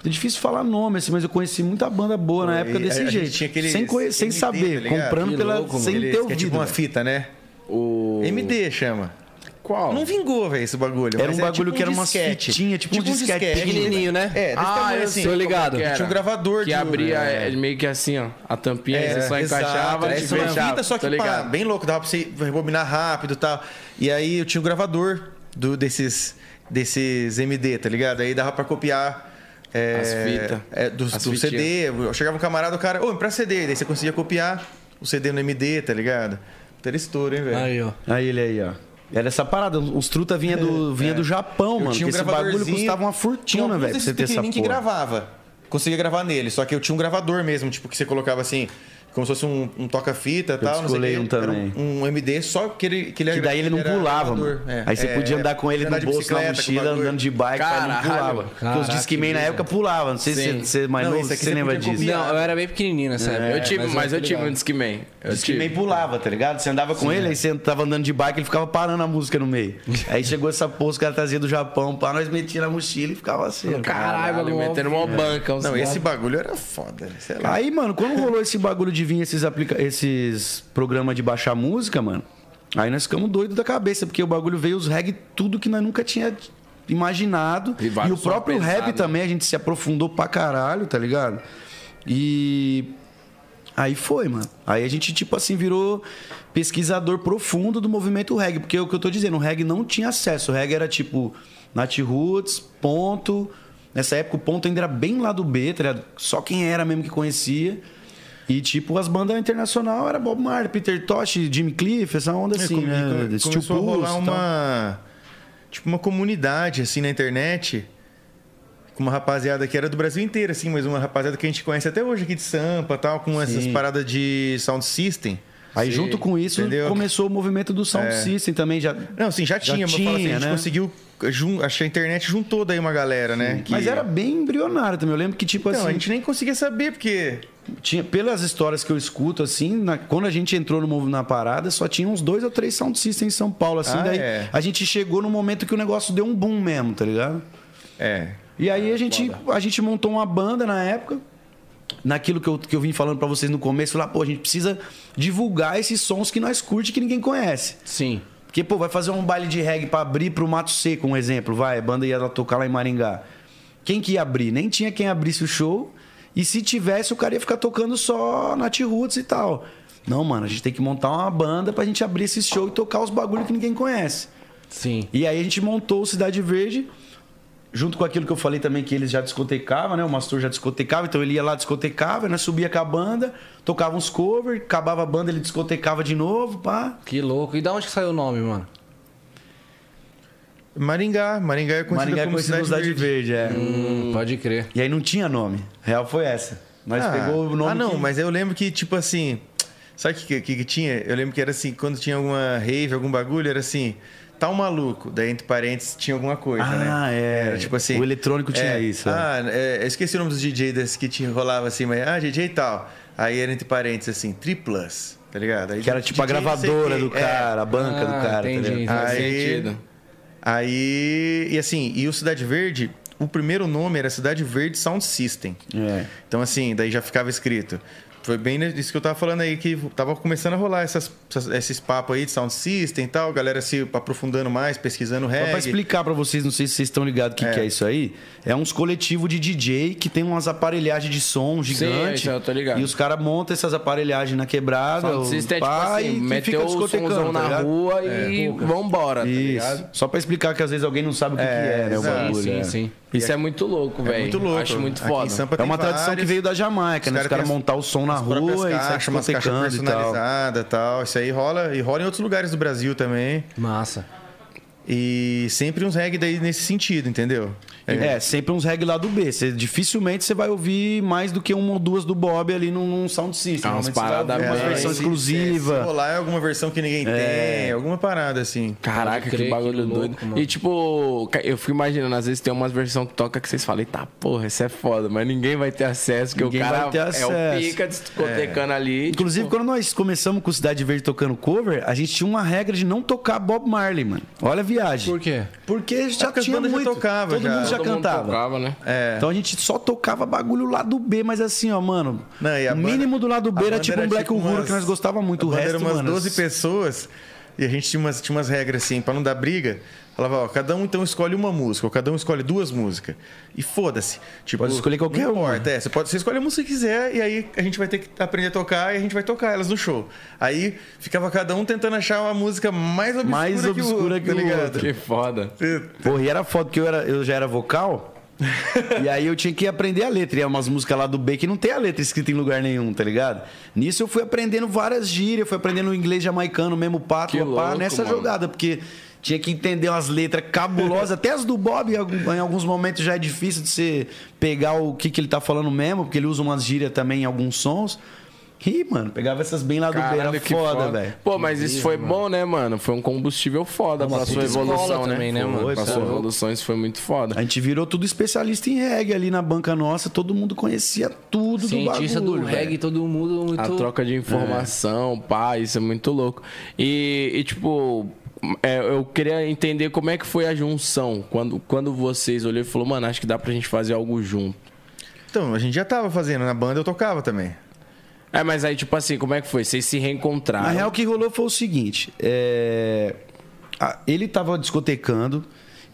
É difícil falar nome, assim, mas eu conheci muita banda boa na época
E
desse
é, a- a
jeito.
gente tinha aquele
sem, conhe- sem
MD, tá
saber,
ligado?
comprando
Que
pela.
louco, mano.
sem
Aquele-
ter
que é
ouvido.
tipo uma
velho.
fita, né?
O...
MD chama.
Qual?
Não vingou, velho, esse bagulho.
Era
mas é tipo
um bagulho que era umas
disquete.
fitinhas, tipo um disquete
pequenininho, né?
É, desse
Ah,
tamanho
eu
assim.
tô ligado.
Tinha
era?
um gravador
Que
de-
abria é, meio que assim, ó. A tampinha
É,
você só
exato,
encaixava.
era
e
isso, uma
fechava,
fita, só
tá
que pá,
ligado?
bem louco, dava pra você rebobinar rápido e tal. E aí eu tinha um gravador do, desses, desses MD, tá ligado? Aí dava pra copiar. É,
As fita.
é, do,
As
do
fitinha.
CD. Eu chegava um camarada, o cara, ô, me empresta CD. Daí você conseguia copiar o CD no MD, tá ligado? Puta, Era estouro, hein, velho?
Aí, ó.
Aí ele aí, ó. Era essa parada, os truta vinha do, vinha do Japão, mano.
É, tinha um
que esse bagulho
gravadorzinho.
custava uma
Tinha
fortuna,
alguns
velho, pra você
desses
ter essa porra.
pequenininhos que gravava. Conseguia gravar nele, só que eu tinha um gravador mesmo, tipo, que você colocava assim, como se fosse um, um toca-fita e tal. não sei o
descolei
quê.
um também.
Era um, um MD, só que ele Que, ele
Que
era-
daí ele não
era
pulava,
gravador.
mano.
É.
Aí você
É,
podia
é.
andar com ele
Podia
no
andar de
bolso, na
bicicleta, com o
mochila,
bagulho.
andando de bike, mas não
Caralho.
pulava. Porque os
Caraca,
Discman na
que
época pulavam, não sei
Sim.
se você é mais
Não,
novo,
isso aqui
você
você
lembra
podia
disso.
copiar.
Não, eu era bem pequenininho nessa época.
Eu tive, É, mas, eu
tô
tive um
ligado.
Discman. Eu
Discman
tive.
pulava, tá ligado? Você andava com ele, aí você tava andando de bike, ele ficava parando a música no meio. aí chegou essa porra, os caras traziam do Japão, pá, nós metia na mochila e ficava assim. ó.
Caralho,
Caralho,
bagulho
metendo
mó
uma banca. uns
Não,
caras.
esse bagulho era foda, né? sei lá.
Aí, mano, quando rolou esse bagulho de vir esses, aplica... esses programas de baixar música, mano, aí nós ficamos doidos da cabeça, porque o bagulho veio os reggae, tudo que nós nunca tinha imaginado.
E
E,
vários
o próprio
sons
rap
pesados, né?
também, a gente se aprofundou pra caralho, tá ligado? E. Aí foi, mano. Aí a gente, tipo assim, virou pesquisador profundo do movimento reggae. Porque é o que eu tô dizendo, o reggae não tinha acesso. O reggae era tipo Nat Roots, ponto. Nessa época o ponto ainda era bem lá do B, tá ligado? Só quem era mesmo que conhecia. E tipo, as bandas internacionais era Bob Marley, Peter Tosh, Jimmy Cliff, essa onda
E
assim,
É, come-
né?
e come-
Steel
começou a
Pulse
rolar
e tal.
uma. Tipo, uma comunidade, assim, na internet. Com uma rapaziada que era do Brasil inteiro, assim, mas uma rapaziada que a gente conhece até hoje aqui de Sampa tal, com essas paradas de sound system.
Aí junto com isso
entendeu? É.
começou o movimento do Sound System também já.
Não, assim, já tinha, mas eu falo assim,
tinha,
a gente
né?
conseguiu. jun- acho que a internet juntou daí uma galera, né? que-
Mas era bem embrionário também. Eu lembro que, tipo
Não,
assim.
a gente nem conseguia saber, porque.
tinha pelas histórias que eu escuto assim na- quando a gente entrou no mov- na parada só tinha uns dois ou três sound systems em São Paulo assim
Ah,
daí
é.
a gente chegou no momento que o negócio deu um boom mesmo tá ligado
É.
e aí a gente a gente montou uma banda na época naquilo que eu, que eu vim falando pra vocês no começo lá pô a gente precisa divulgar esses sons que nós curte que ninguém conhece
Sim.
porque, pô, vai fazer um baile de reggae pra abrir pro Mato Seco, um exemplo, vai, a banda ia lá tocar lá em Maringá. Quem que ia abrir? Nem tinha quem abrisse o show. E se tivesse, o cara ia ficar tocando só Nat Roots e tal. Não, mano, a gente tem que montar uma banda pra gente abrir esse show e tocar os bagulho que ninguém conhece.
Sim.
E aí a gente montou o Cidade Verde, junto com aquilo que eu falei também que eles já discotecavam, né? O Mastur já discotecava, então ele ia lá, discotecava, nós subia com a banda, tocava uns covers, acabava a banda, ele discotecava de novo, pá.
Que louco. E da onde que saiu o nome, mano?
Maringá. Maringá é conhecida
Maringá é
como
conhecida
cidade,
como Cidade
verde.
Verde, é.
Hum, pode crer.
E aí não tinha nome. Real foi essa. Nós
ah,
pegou o nome.
ah, não,
que-
mas eu lembro que, tipo assim. Sabe o que, que, que tinha? Eu lembro que era assim, quando tinha alguma rave, algum bagulho, era assim, tal maluco. Daí, entre parênteses, tinha alguma coisa, né?
Ah, é.
Era tipo assim.
O eletrônico tinha
é,
isso, é.
Ah, é, eu esqueci o nome dos DJ desse que tinha, rolava assim, mas. Ah, DJ e tal. Aí era entre parênteses, assim, triplas, tá ligado? Aí,
Que era tipo a
DJ não sei é.
gravadora
quem.
do cara, a banca do
Ah,
cara. tá
entendi.
ligado?
Faz
Aí-
sentido.
Aí, e assim, e o Cidade Verde, o primeiro nome era Cidade Verde Sound System.
É.
Então, assim, daí já ficava escrito. Foi bem isso que eu tava falando aí, que tava começando a rolar essas- essas- esses papos aí de Sound System e tal, galera se aprofundando mais, pesquisando
Só pra
reggae.
explicar pra vocês, não sei se vocês estão ligados o que, que é isso aí. É uns coletivos de DJ que tem umas aparelhagens de som gigante.
isso eu tô ligado.
E os caras montam essas aparelhagens na quebrada.
Sound system é tipo
pá,
assim,
e que
meteu
fica
o
discotecando,
somzão
tá
na
ligado?
rua e vambora, tá
Isso.
ligado?
Só pra explicar que às vezes alguém não sabe o que que é, né? O
exato.
bagulho.
sim,
é.
sim.
Isso é muito louco, velho.
Muito louco.
Acho muito
Aqui em
foda.
Sampa
É
tem
uma tradição
vários.
que veio da Jamaica,
Os
né?
cara
os caras
tem as-
montar o som na
as
rua
próprias
e sair
caixas, umas caixas
discotecando e tal.
personalizadas e tal. Isso aí rola e rola em outros lugares do Brasil também.
Massa.
E sempre uns reggae daí nesse sentido, entendeu?
É, sempre uns reggae lá do B. Cê- dificilmente você vai ouvir mais do que uma ou duas do Bob ali num, num sound system.
Ah, umas
Normalmente cê vai
paradas
ouvir
mais-
uma versão
É, Se- Se
exclusiva. É.
rolar é alguma versão que ninguém tem, alguma parada assim.
Caraca,
Pode crer,
que bagulho
que louco,
doido.
mano.
E tipo, ca- eu fico imaginando, às vezes tem umas versões que toca que vocês falam, eita porra, isso é foda, mas ninguém vai ter acesso, porque
Ninguém
o cara
vai ter
é o
acesso.
pica discotecando ali. tipo,
Inclusive, quando nós começamos com Cidade Verde tocando cover, a gente tinha uma regra de não tocar Bob Marley, mano. Olha a viagem.
Por quê?
Porque já
porque as
tinha
bandas já
muito.
tocavam
Todo
já.
mundo já
todo mundo
cantava.
tocava, né?
É.
Então a gente só tocava bagulho lá do B, mas assim, ó, mano.
Não, e a
o
banda-
mínimo do lado
a
B era
banda
tipo um Black Uhuru
umas-
que nós gostava muito.
a
O
banda
resto,
era umas
mano,
12 pessoas e a gente tinha umas, tinha umas regras assim, pra não dar briga. Falava, ó, cada um então escolhe uma música, ou cada um escolhe duas músicas. E foda-se. Tipo,
Pode escolher qualquer
não
uma.
importa, é, você, pode, você escolhe a música que quiser e aí a gente vai ter que aprender a tocar e a gente vai tocar elas no show. Aí ficava cada um tentando achar uma música mais obscura,
Mais obscura que
que o
o
outro, tá
outro.
Que foda.
ligado?
Porra, e era foda que eu, era, eu já era vocal. e aí eu tinha que aprender a letra. E é umas músicas lá do B que não tem a letra escrita em lugar nenhum, tá ligado? Nisso eu fui aprendendo várias gírias, fui aprendendo inglês jamaicano mesmo, pato,
Que
pá,
louco,
nessa
mano.
jogada, porque tinha que entender umas letras cabulosas, até as do Bob, em algum- em alguns momentos já é difícil de você pegar o que, que ele tá falando mesmo, porque ele usa umas gírias também em alguns sons. Ih, mano, pegava essas bem lá do B,
Caralho,
era
que
foda, velho.
Pô, mas isso foi bom, né, mano? Foi um combustível foda pra sua
puta
evolução,
escola
né?
também, né, mano?
Foi, pra
Tá
sua
louco.
evolução, isso foi muito foda.
A gente virou tudo especialista em reggae ali na banca nossa, todo mundo conhecia tudo
Cientista
do
do,
bagulho.
reggae,
velho.
todo mundo muito...
A troca de informação, pá, isso é muito louco. E, e, tipo, é, eu queria entender como é que foi a junção. Quando, quando vocês olharam e falaram, mano, acho que dá pra gente fazer algo junto.
Então, a gente já tava fazendo, na banda eu tocava também.
É, mas aí, tipo assim, como é que foi? Vocês se reencontraram.
Na real, o que rolou foi o seguinte: é, a- ele tava discotecando.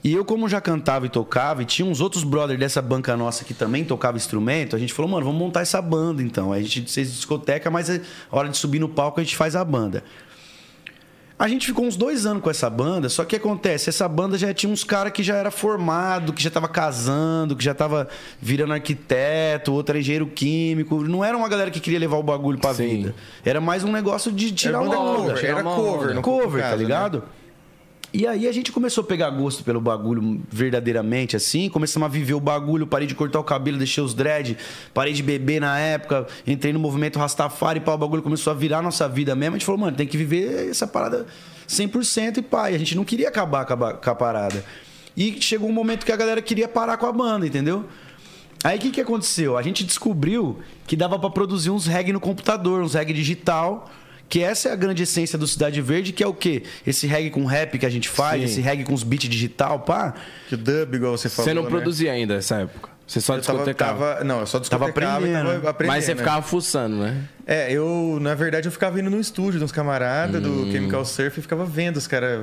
E eu, como já cantava e tocava, e tinha uns outros brother dessa banca nossa que também tocava instrumento, a gente falou, mano, vamos montar essa banda então. Aí A gente fez discoteca, mas a hora de subir no palco a gente faz a banda. A gente ficou uns dois anos com essa banda, só que acontece, essa banda já tinha uns caras que já era formado, que já tava casando, que já tava virando arquiteto, outro era engenheiro químico. Não era uma galera que queria levar o bagulho pra
Sim.
vida. Era mais um negócio de tirar
Era
uma
banda
onda.
É cover, era
uma
cover, no
cover, tá
caso, né?
ligado? E aí a gente começou a pegar gosto pelo bagulho verdadeiramente, assim. Começamos a viver o bagulho, parei de cortar o cabelo, deixei os dread, parei de beber na época, entrei no movimento Rastafari, pá, o bagulho começou a virar nossa vida mesmo. A gente falou, mano, tem que viver essa parada 100% e pá. E a gente não queria acabar com a, ba- com a parada. E chegou um momento que a galera queria parar com a banda, entendeu? Aí o que, que aconteceu? A gente descobriu que dava pra produzir uns reggae no computador, uns reggae digital. Que essa é a grande essência do Cidade Verde, que é o quê? Esse reggae com rap que a gente faz, esse reggae com os beats digital, pá.
Que o dub, igual você falou.
Você não
né?
produzia ainda nessa época. Você só
Eu tava,
discotecava.
tava, não, eu só
Tava
discotecava
aprendendo. Mas
e tava
você
aprendendo.
Mas você ficava fuçando, né?
É, eu, na verdade, eu ficava indo no estúdio dos camaradas
Hum.
do Chemical Surf e ficava vendo os caras.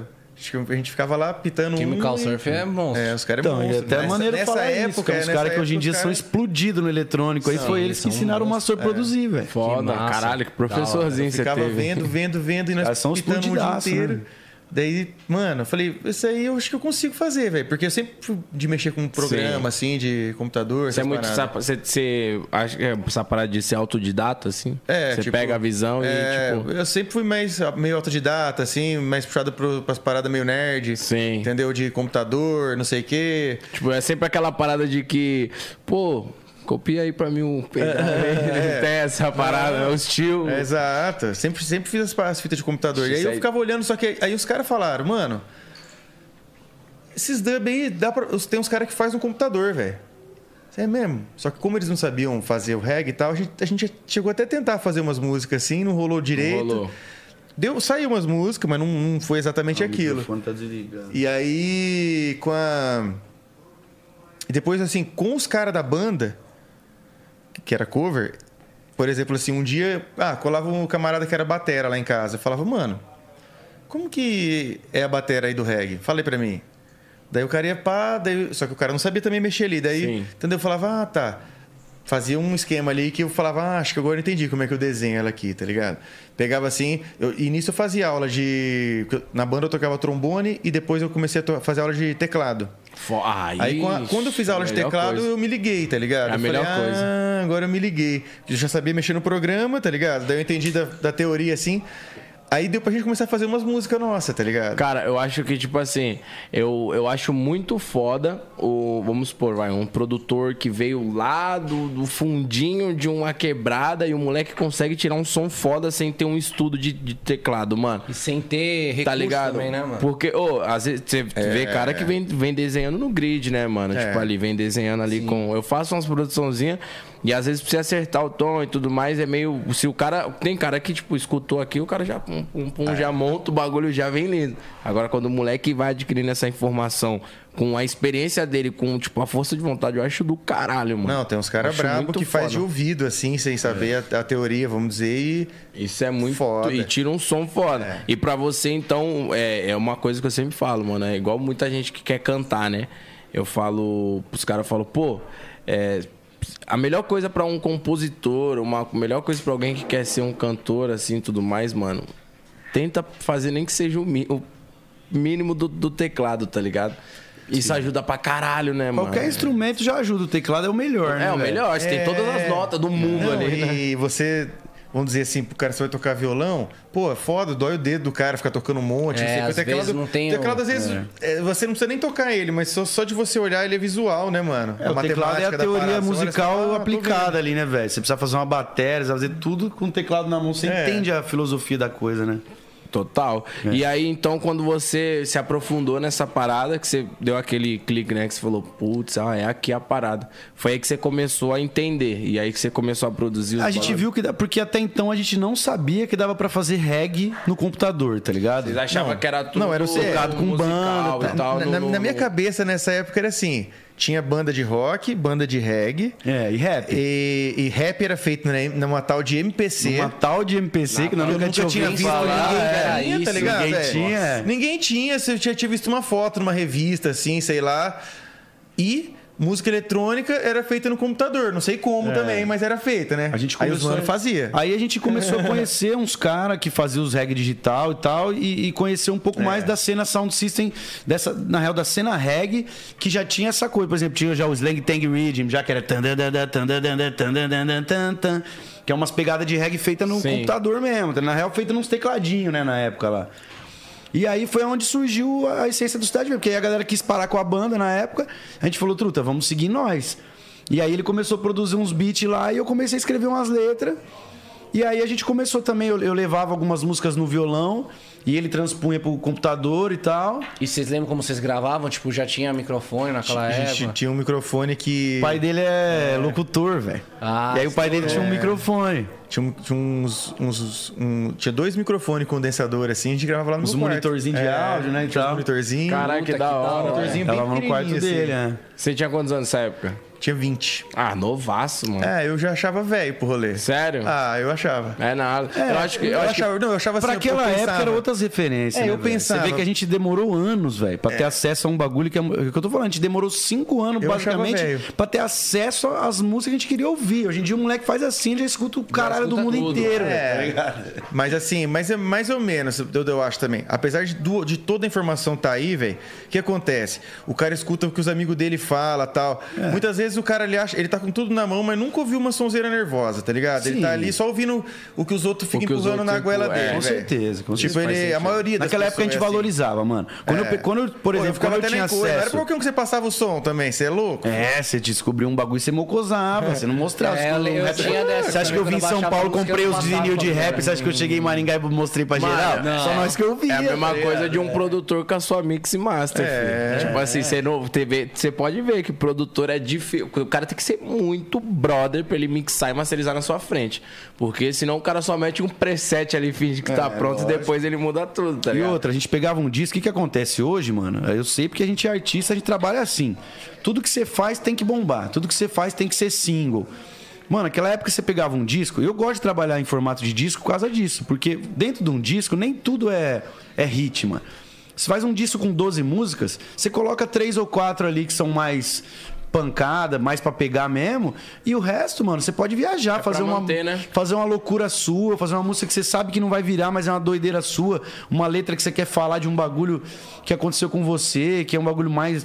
A gente ficava lá pitando
Chemical
um. e-
Surf é monstro.
É, os caras
Então,
é
e
monstro.
até
Nessa-
maneiro
nessa
falar
época,
isso, que é uns
nessa
caras que hoje em
época,
dia
os
são
caras-
explodidos no eletrônico. Aí foi eles que
são
ensinaram uma a
É.
produzir, velho.
Foda,
massa.
caralho, que
Da hora.
professorzinho
Eu
você
ficava
teve.
vendo, vendo, vendo, e
Elas
nós
são
pitando o dia
explodidaço,
inteiro.
né?
Daí, mano, eu falei, isso aí eu acho que eu consigo fazer, velho. Porque eu sempre fui de mexer com um programa, assim, de computador.
Você é
essas
muito.
paradas.
sap- Você, você acha que é essa parada de ser autodidata, assim?
É,
Você
tipo,
pega a visão
é,
e, tipo.
Eu sempre fui mais ah, meio autodidata, assim, mais puxado pro, pras paradas meio nerd.
Sim.
Entendeu? De computador, não sei o quê.
Tipo, é sempre aquela parada de que. Pô, copia aí pra mim um. É, Tem essa parada, é hostil.
É, exato. Sempre, sempre fiz as, pa- as fitas de computador.
Isso
E aí eu
aí-
ficava olhando, só que aí os caras falaram, mano. Esses dub aí, dá pra, os- tem uns caras que faz no computador, velho. Isso É mesmo. Só que como eles não sabiam fazer o reggae e tal, a gente, a gente chegou até a tentar fazer umas músicas assim, não rolou direito.
rolou.
Deu, saiu umas músicas, mas não, não foi exatamente aquilo.
tá desligado.
E aí, com a. E depois, assim, com os caras da banda, que era cover, por exemplo, assim, um dia, ah, colava um camarada que era batera lá em casa. Eu falava, mano, como que é a batera aí do reggae? Falei pra mim. Daí o cara ia pá, daí... só que o cara não sabia também mexer ali. Daí,
Sim.
entendeu? Eu falava, ah, tá. Fazia um esquema ali que eu falava, ah, acho que agora eu entendi como é que eu desenho ela aqui, tá ligado? Pegava assim, eu, e nisso eu fazia aula de. porque eu- Na banda eu tocava trombone e depois eu comecei a to- fazer aula de teclado.
Fo- Aí,
Aí com a- quando eu fiz aula de
é melhor
teclado,
coisa.
eu me liguei, tá ligado?
É a
Eu
melhor
falei,
coisa.
Ah, agora eu me liguei. Eu já sabia mexer no programa, tá ligado? Daí eu entendi da, da teoria assim. Aí deu pra gente começar a fazer umas músicas nossas, tá ligado?
Cara, eu acho que, tipo assim, eu, eu acho muito foda o, vamos supor, vai, um produtor que veio lá do, do fundinho de uma quebrada e o moleque consegue tirar um som foda sem ter um estudo de, de teclado, mano.
E sem ter recurso
Tá ligado?
também, né, mano?
Porque, ô, às vezes você vê cara que vem, vem desenhando no grid, né, mano?
É.
Tipo ali, vem desenhando ali com. Eu faço umas produçãozinhas e às vezes pra você acertar o tom e tudo mais, é meio. Se o cara. Tem cara que, tipo, escutou aqui, o cara já. Hum, pum, pum, pum, já monta o bagulho, já vem lindo. Agora, quando o moleque vai adquirindo essa informação com a experiência dele, com, tipo, a força de vontade, eu acho do caralho, mano.
Não, tem uns caras
Acho
bravos
muito
que faz de
foda.
ouvido, assim, sem saber a, a teoria, vamos dizer, e.
Isso é muito
Foda.
E tira um som foda. E pra você, então, é, é uma coisa que eu sempre falo, mano. É igual muita gente que quer cantar, né? Eu falo, os caras falam, pô, é, a melhor coisa pra um compositor, uma a melhor coisa pra alguém que quer ser um cantor, assim, tudo mais, mano. Tenta fazer nem que seja o, mi- o mínimo do, do teclado, tá ligado? Isso ajuda pra caralho, né, mano?
é.
Qualquer instrumento já ajuda, o teclado é o melhor, né?
É o
velho?
melhor, você tem todas as notas do mundo
É. né? Não,
ali, né?
e você. Vamos dizer assim, pro cara só vai tocar violão, pô, é foda, dói o dedo do cara ficar tocando um monte.
É,
não sei o quê.
às vezes não tem o-
teclado, às vezes, é, você não precisa nem tocar ele, mas só, só de você olhar ele é visual, né, mano?
É, o teclado é a
matemática da
teoria
parada, você olha e
musical
fala, ah, tô
aplicada ali, né, velho? Você precisa fazer uma bateria, você precisa fazer tudo com o teclado na mão. Você
É.
entende a filosofia da coisa, né?
Total. E aí, então, quando você se aprofundou nessa parada, que você deu aquele clique, né? Que você falou, putz, ah, é aqui a parada. Foi aí que você começou a entender. E aí que você começou a produzir os
A gente
bagulho.
viu que... dá- Porque até então a gente não sabia que dava pra fazer reggae no computador, tá ligado?
Vocês achavam
Não.
que era tudo
Não, era o CD,
tocado
com
musical
banda,
e tal.
Tá, na,
no-
na-
no-
na minha cabeça, nessa época, era assim: tinha banda de rock, banda de reggae,
É, e rap.
e, e rap era feito na- numa tal de MPC.
Uma tal de MPC que nós
Eu
nunca, tinha ouvido falar.
ninguém
é.
cara.
tinha, tá
isso,
ligado?
ninguém
É.
tinha.
Ninguém tinha, se eu já tinha visto uma foto numa revista, assim, sei lá. E música eletrônica era feita no computador, não sei como também, mas era feita, né?
A gente
Aí
começou,
os mano fazia.
Aí a gente começou a conhecer uns caras que faziam os reggae digital e tal, e, e conhecer um
É.
pouco mais da cena Sound System, dessa, na real, da cena reggae, que já tinha essa coisa. Por exemplo, tinha já o Slang Tang Rhythm, já que era. tan, dan, dan, dan, tan, dan, dan, dan, tan, dan, dan, dan, tan, tan, Que é umas pegadas de reggae feita no
Sim.
computador mesmo. tá? Na real, feita nos tecladinhos, né, na época lá. E aí foi onde surgiu a essência do Cidade Verde, porque aí a galera quis parar com a banda na época, a gente falou, truta, vamos seguir nós. E aí ele começou a produzir uns beats lá e eu comecei a escrever umas letras. E aí a gente começou também, eu, eu levava algumas músicas no violão e ele transpunha pro computador e tal.
E vocês lembram como vocês gravavam? Tipo, já tinha microfone naquela
a gente
época?
tinha um microfone que.
O pai dele é, locutor, velho.
Ah,
e aí o pai dele
é.
tinha um microfone.
Tinha, um- tinha uns. uns- um- tinha dois microfones condensador assim, a gente gravava lá no
Os
meu quarto. É,
monitorzinho de áudio, né, e
Tinha
tal.
uns monitorzinho.
Caraca, que
Puta,
da hora. velho.
monitorzinho bem
Tava no quarto
pequenininho,
dele,
assim.
né?
Você tinha quantos anos nessa época?
Tinha 20.
Ah, novaço, mano.
É, eu já achava velho pro rolê.
Sério?
Ah, eu achava.
É nada. eu acho que. Eu acho que...
achava, não, eu achava
Pra
assim, eu- eu
aquela época
pensava.
eram outras referências.
É,
né,
eu
velho?
pensava.
Você vê que a gente demorou anos, velho, pra ter acesso a um bagulho que é, é o que eu tô falando. A gente demorou cinco anos,
Eu achava velho.
basicamente, pra ter acesso às músicas que a gente queria ouvir. Hoje em dia o moleque faz assim, já escuta o caralho do
escuta
mundo
tudo.
inteiro. velho.
É, mas assim, mas é mais ou menos, eu, eu acho também. Apesar de, do- de toda a informação tá aí, velho, o que acontece? O cara escuta o que os amigos dele falam tal.
É.
Muitas vezes o cara ele acha, ele tá com tudo na mão, mas nunca ouviu uma sonzeira nervosa, tá ligado? Ele
Sim.
tá ali só ouvindo o que os outros ficam
que os
empurrando na
outros
goela
empurram,
dele.
é.
Com
velho.
certeza, com
Tipo,
certeza.
ele- a maioria das
Naquela época a
pessoas
gente
é assim.
valorizava, mano. Quando,
É.
eu, pe- quando eu, por
Pô,
exemplo,
eu
quando
ficava
eu
até
tinha
na encolha, não era
acesso.
pra qualquer um que você passava o som também, você é louco?
É, você descobriu um bagulho, você mocosava, você não mostrava.
É,
você não-
eu
não-
tinha dessa
você acha que eu
também,
vim em
quando
São
eu
Paulo,
baixava
comprei
a
os
música, eu
vinil de
matava
rap, você acha que eu cheguei em Maringá e mostrei pra
Mano,
geral?
não.
Só nós que eu vi.
É a mesma coisa de um produtor com a sua mix e master,
É.
filho. Tipo assim, você não TV, você pode ver que o produtor é difícil. O cara tem que ser muito brother pra ele mixar e masterizar na sua frente. Porque senão o cara só mete um preset ali, finge que tá pronto e depois ele muda tudo, tá
E
ligado?
outra, a gente pegava um disco, o que, que acontece hoje, mano? Eu sei porque a gente é artista, a gente trabalha assim. Tudo que você faz tem que bombar, tudo que você faz tem que ser single. Mano, naquela época você pegava um disco, eu gosto de trabalhar em formato de disco por causa disso, porque dentro de um disco nem tudo é, é hit, mano. Você faz um disco com 12 músicas, você coloca três ou quatro ali que são mais pancada, mais pra pegar mesmo, e o resto, mano, você pode viajar, fazer uma
manter, né?
fazer uma loucura sua, fazer uma música que você sabe que não vai virar, mas é uma doideira sua, uma letra que você quer falar de um bagulho que aconteceu com você, que é um bagulho mais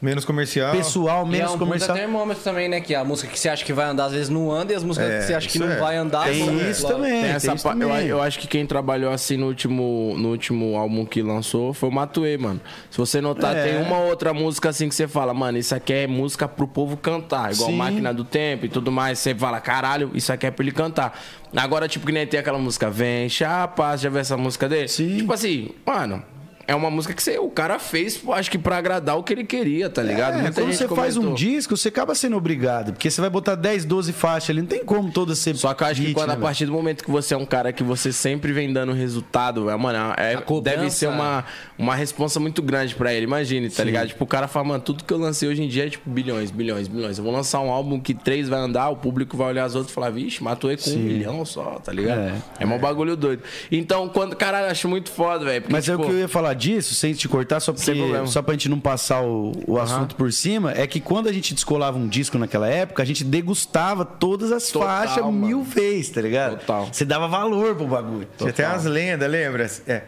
Menos comercial.
pessoal,
E é
menos
um puta
comercial.
termômetro também, né? Que a música que você acha que vai andar, às vezes não anda, e as músicas
É,
que você acha que
isso
não
é.
vai andar...
Tem
só-
isso
logo.
também,
Tem
tem,
essa
isso
pa- eu,
também.
eu acho que quem trabalhou assim no último, no último álbum que lançou foi o Matuê, mano. Se você notar,
É.
tem uma outra música assim que você fala, mano, isso aqui é música pro povo cantar, igual
Sim.
Máquina do Tempo e tudo mais. Você fala, caralho, isso aqui é pra ele cantar. Agora, tipo, que nem tem aquela música, vem, chapa, já viu essa música dele?
Sim.
Tipo assim, mano. é uma música que você- o cara fez, acho que pra agradar o que ele queria, tá ligado?
É,
Muita
quando
gente
você faz um
comentou.
disco, você acaba sendo obrigado. Porque você vai botar 10, 12 faixas ali. Não tem como todas ser.
Só que eu acho que
hit,
quando
né,
a partir do momento que você é um cara que você sempre vem dando resultado, é, mano, é-
A cobrança-
deve ser uma, uma responsa muito grande pra ele, imagine, tá ligado? Tipo, o cara fala, mano, tudo que eu lancei hoje em dia é tipo bilhões, bilhões, bilhões. Eu vou lançar um álbum que três vai andar, o público vai olhar as outras e falar, vixe, matou ele com um milhão só, tá ligado? É,
É.
mó bagulho doido. Então, quando, caralho, eu acho muito foda, velho. porque,
Mas é o
tipo,
que eu ia falar disso, sem te cortar, só, porque,
Sem problema.
só pra gente não passar o, o assunto por cima, é que quando a gente descolava um disco naquela época, a gente degustava todas as
Total,
faixas
mano.
mil vezes, tá ligado?
Total.
Você dava valor pro bagulho.
Tinha até as lendas, lembra? É.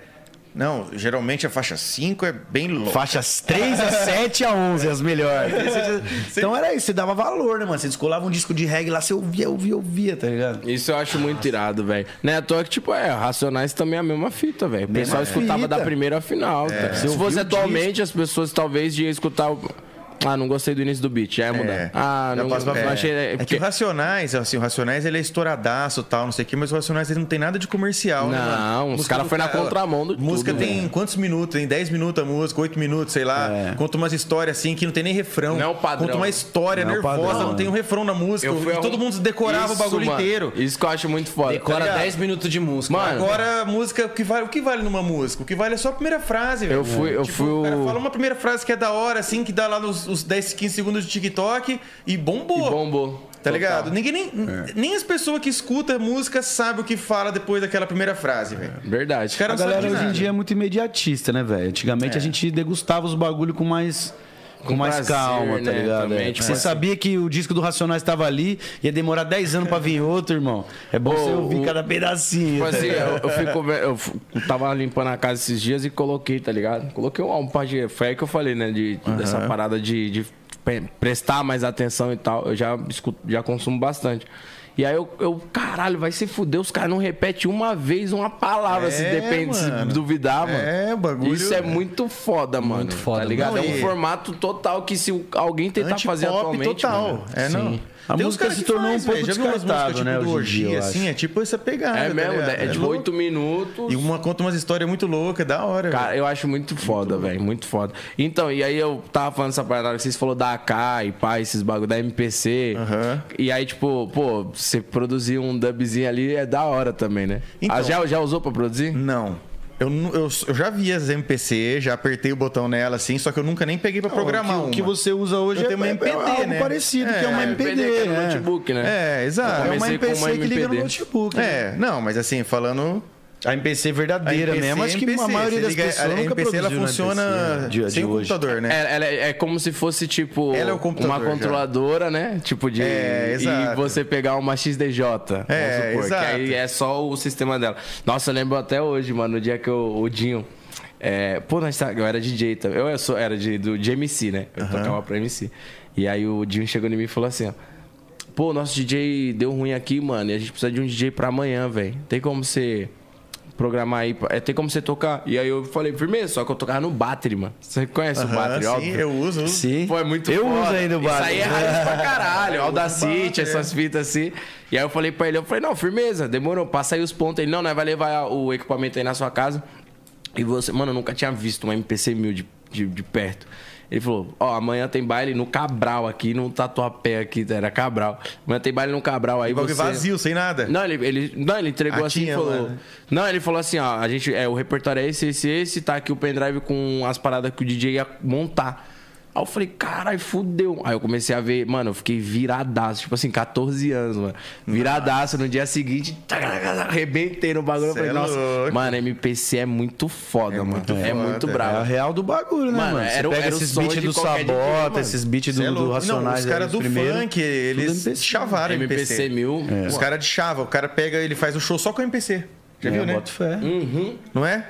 Não, geralmente a faixa 5 é bem louca.
Faixas 3 a 7 a 11, as melhores. Então era isso, você dava valor, né, mano? Você descolava um disco de reggae lá, você ouvia, ouvia, ouvia, tá ligado?
Isso eu acho muito irado, velho. Né, à toa que, tipo, é, Racionais também é a mesma fita, velho. O pessoal escutava
fita.
da primeira à
É.
final. cara. Se
ouviu
fosse
o
atualmente, as pessoas talvez iam escutar. o- Ah, não gostei do início do beat. É, mudar. Ah,
Da
não,
próxima-
não
é.
achei.
né? É, que
porque-
o Racionais, assim, o Racionais ele é estouradaço tal, não sei o quê, mas o Racionais ele não tem nada de comercial, né, mano?
Não, os
Música
cara
do
foi na contramão do
Música
tudo, né?
tem quantos minutos? Tem 10 minutos a música, 8 minutos, sei lá. Conta umas histórias assim que não tem nem refrão.
É. Não é o padrão.
Conta uma história
Não é o
nervosa,
padrão,
não
né?
tem um refrão na música.
Eu fui
e
a um-
todo mundo decorava o
Isso,
bagulho
mano.
inteiro.
Isso que eu acho muito foda.
Decora
ligado?
10 minutos de música.
Mano,
Agora, a música, o que, vale, o que vale numa música? O que vale é só a primeira frase, velho.
Eu fui- eu fui
Tipo, o cara
o-
fala uma primeira frase que é da hora, assim, que dá lá nos os 10, 15 segundos de TikTok e bombou.
E bombou.
Tá
Total.
ligado? Ninguém, nem, nem as pessoas que escutam música sabem o que fala depois daquela primeira frase, velho.
Verdade.
Os caras
A
não
galera
sabem de
hoje em
nada.
dia é muito imediatista, né, velho? Antigamente a gente degustava os bagulho com mais. Com, mais
prazer,
calma,
né,
tá ligado?
também,
É.
tipo
você
assim.
sabia que o disco do Racionais estava ali, ia demorar 10 anos pra vir outro, irmão. É bom você ouvir
o-
cada pedacinho.
Tipo
tá
assim,
ligado?
eu, eu fico ve- eu f- tava limpando a casa esses dias e coloquei, tá ligado? Coloquei um, um par de. Foi aí que eu falei, né? De, Dessa parada de, de pre- prestar mais atenção e tal. Eu já escuto, já consumo bastante. E aí eu, eu, caralho, vai se fuder, os caras não repetem uma vez uma palavra, se
É,
depende, se
mano.
duvidar, mano.
É, o bagulho-
Isso é muito foda, mano. Muito
foda,
tá ligado?
mano.
é um
E-
formato total que se o- alguém
tá
tentar fazer
Antipop
atualmente.
total.
mano,
É, não.
né? A
Tem uns
música
cara
se
que
tornou um pouco
velho. Já viu umas
descartável,
músicas,
né,
tipo, do
hoje em dia,
orgia,
eu
assim,
acho. né?
é tipo essa pegada.
É
tá
mesmo,
ligado?
é de
louco.
oito minutos.
E uma conta umas histórias muito loucas, da hora.
Cara, eu acho muito foda, velho. Muito foda. Então, e aí eu tava falando essa parada que vocês falaram da AK e pá, esses bagulho da MPC.
Aham.
E aí, tipo, pô, você produzir um dubzinho ali é da hora também, né?
Então.
Ah, já, já usou pra produzir?
Não. Eu, nu- eu, eu já vi as MPC, já apertei o botão nela, assim, só que eu nunca nem peguei pra programar
É o
uma.
que você usa hoje
Eu
é,
tenho uma
é- é
MPD,
algo
né?
parecido, que é uma
É,
MPD,
MPD, que é no
né?
notebook, né?
É, exato.
É uma
Comecei com
MPC
uma
que liga no
MPD.
notebook. né?
É, não, mas assim, falando
A MPC é verdadeira
MPC,
mesmo, acho que a
MPC,
maioria
você
das
liga-
pessoas
A
nunca
MPC ela
produziu na
funciona
MPC, né? Dia de
sem o
hoje.
computador, né?
É, ela é, é como se fosse, tipo,
Ela é o computador,
uma
já.
controladora, né? Tipo de.
É,
E
exato.
você pegar uma XDJ.
É,
vamos supor,
exato.
Que aí é só o sistema dela. Nossa, eu lembro até hoje, mano, no dia que eu, o Dinho. É, pô, nós tá, eu era DJ também. Eu, eu sou, era de, do, de MC, né? Eu tocava pra MC. E aí o Dinho chegou em mim e falou assim, ó. Pô, o nosso DJ deu ruim aqui, mano. E a gente precisa de um DJ pra amanhã, velho. Tem como você programar aí? pra- É, tem como você tocar? E aí eu falei, firmeza, só que eu tocava no Battery, mano. Você conhece o
Ah,
Battery,
sim,
óbvio.
eu uso. uso.
Sim.
Pô, é muito
Eu
foda.
uso ainda o né?
Isso
Batman.
aí é raiz pra caralho. Audacity,
Batman.
essas fitas assim. E aí eu falei pra ele, eu falei, não, firmeza, demorou, passa aí os pontos. Ele, não, nós vai levar o equipamento aí na sua casa. E você, mano, eu nunca tinha visto um uma MPC 1000 de, de, de perto. Ele falou, ó, amanhã tem baile no Cabral aqui, no Tatuapé aqui, era Cabral. Amanhã tem baile no Cabral aí,
O bagulho
você...
vazio, sem nada.
Não, ele, ele- não, ele entregou
Ah,
assim
tinha,
e falou.
mano.
Não, ele falou assim: ó, a gente, é, o repertório é esse, esse, esse, tá aqui o pendrive com as paradas que o DJ ia montar. Aí eu falei, caralho, fudeu. Aí eu comecei a ver, mano, eu fiquei viradaço, tipo assim, 14 anos, mano. Viradaço no dia seguinte, arrebentei no bagulho. Eu
Cê
falei,
é
nossa,
louco.
mano, MPC é muito foda, mano.
muito
é
foda,
muito
é.
É a
brabo.
real do bagulho, né,
Mano,
mano? Você
era o-
pega
era o
esses
som
beats
de
do
qualquer DJ,
Sabota,
mano.
esses beats
Cê
do,
é
do
louco. Não,
Racionais
os
aí,
caras do
primeiros.
funk,
Tudo
eles
MPC.
chavaram MPC.
MPC 1000.
É.
Os caras de chava, o cara pega, ele faz o show só com MPC. Já
É,
viu, né?
boto fé.
Não é?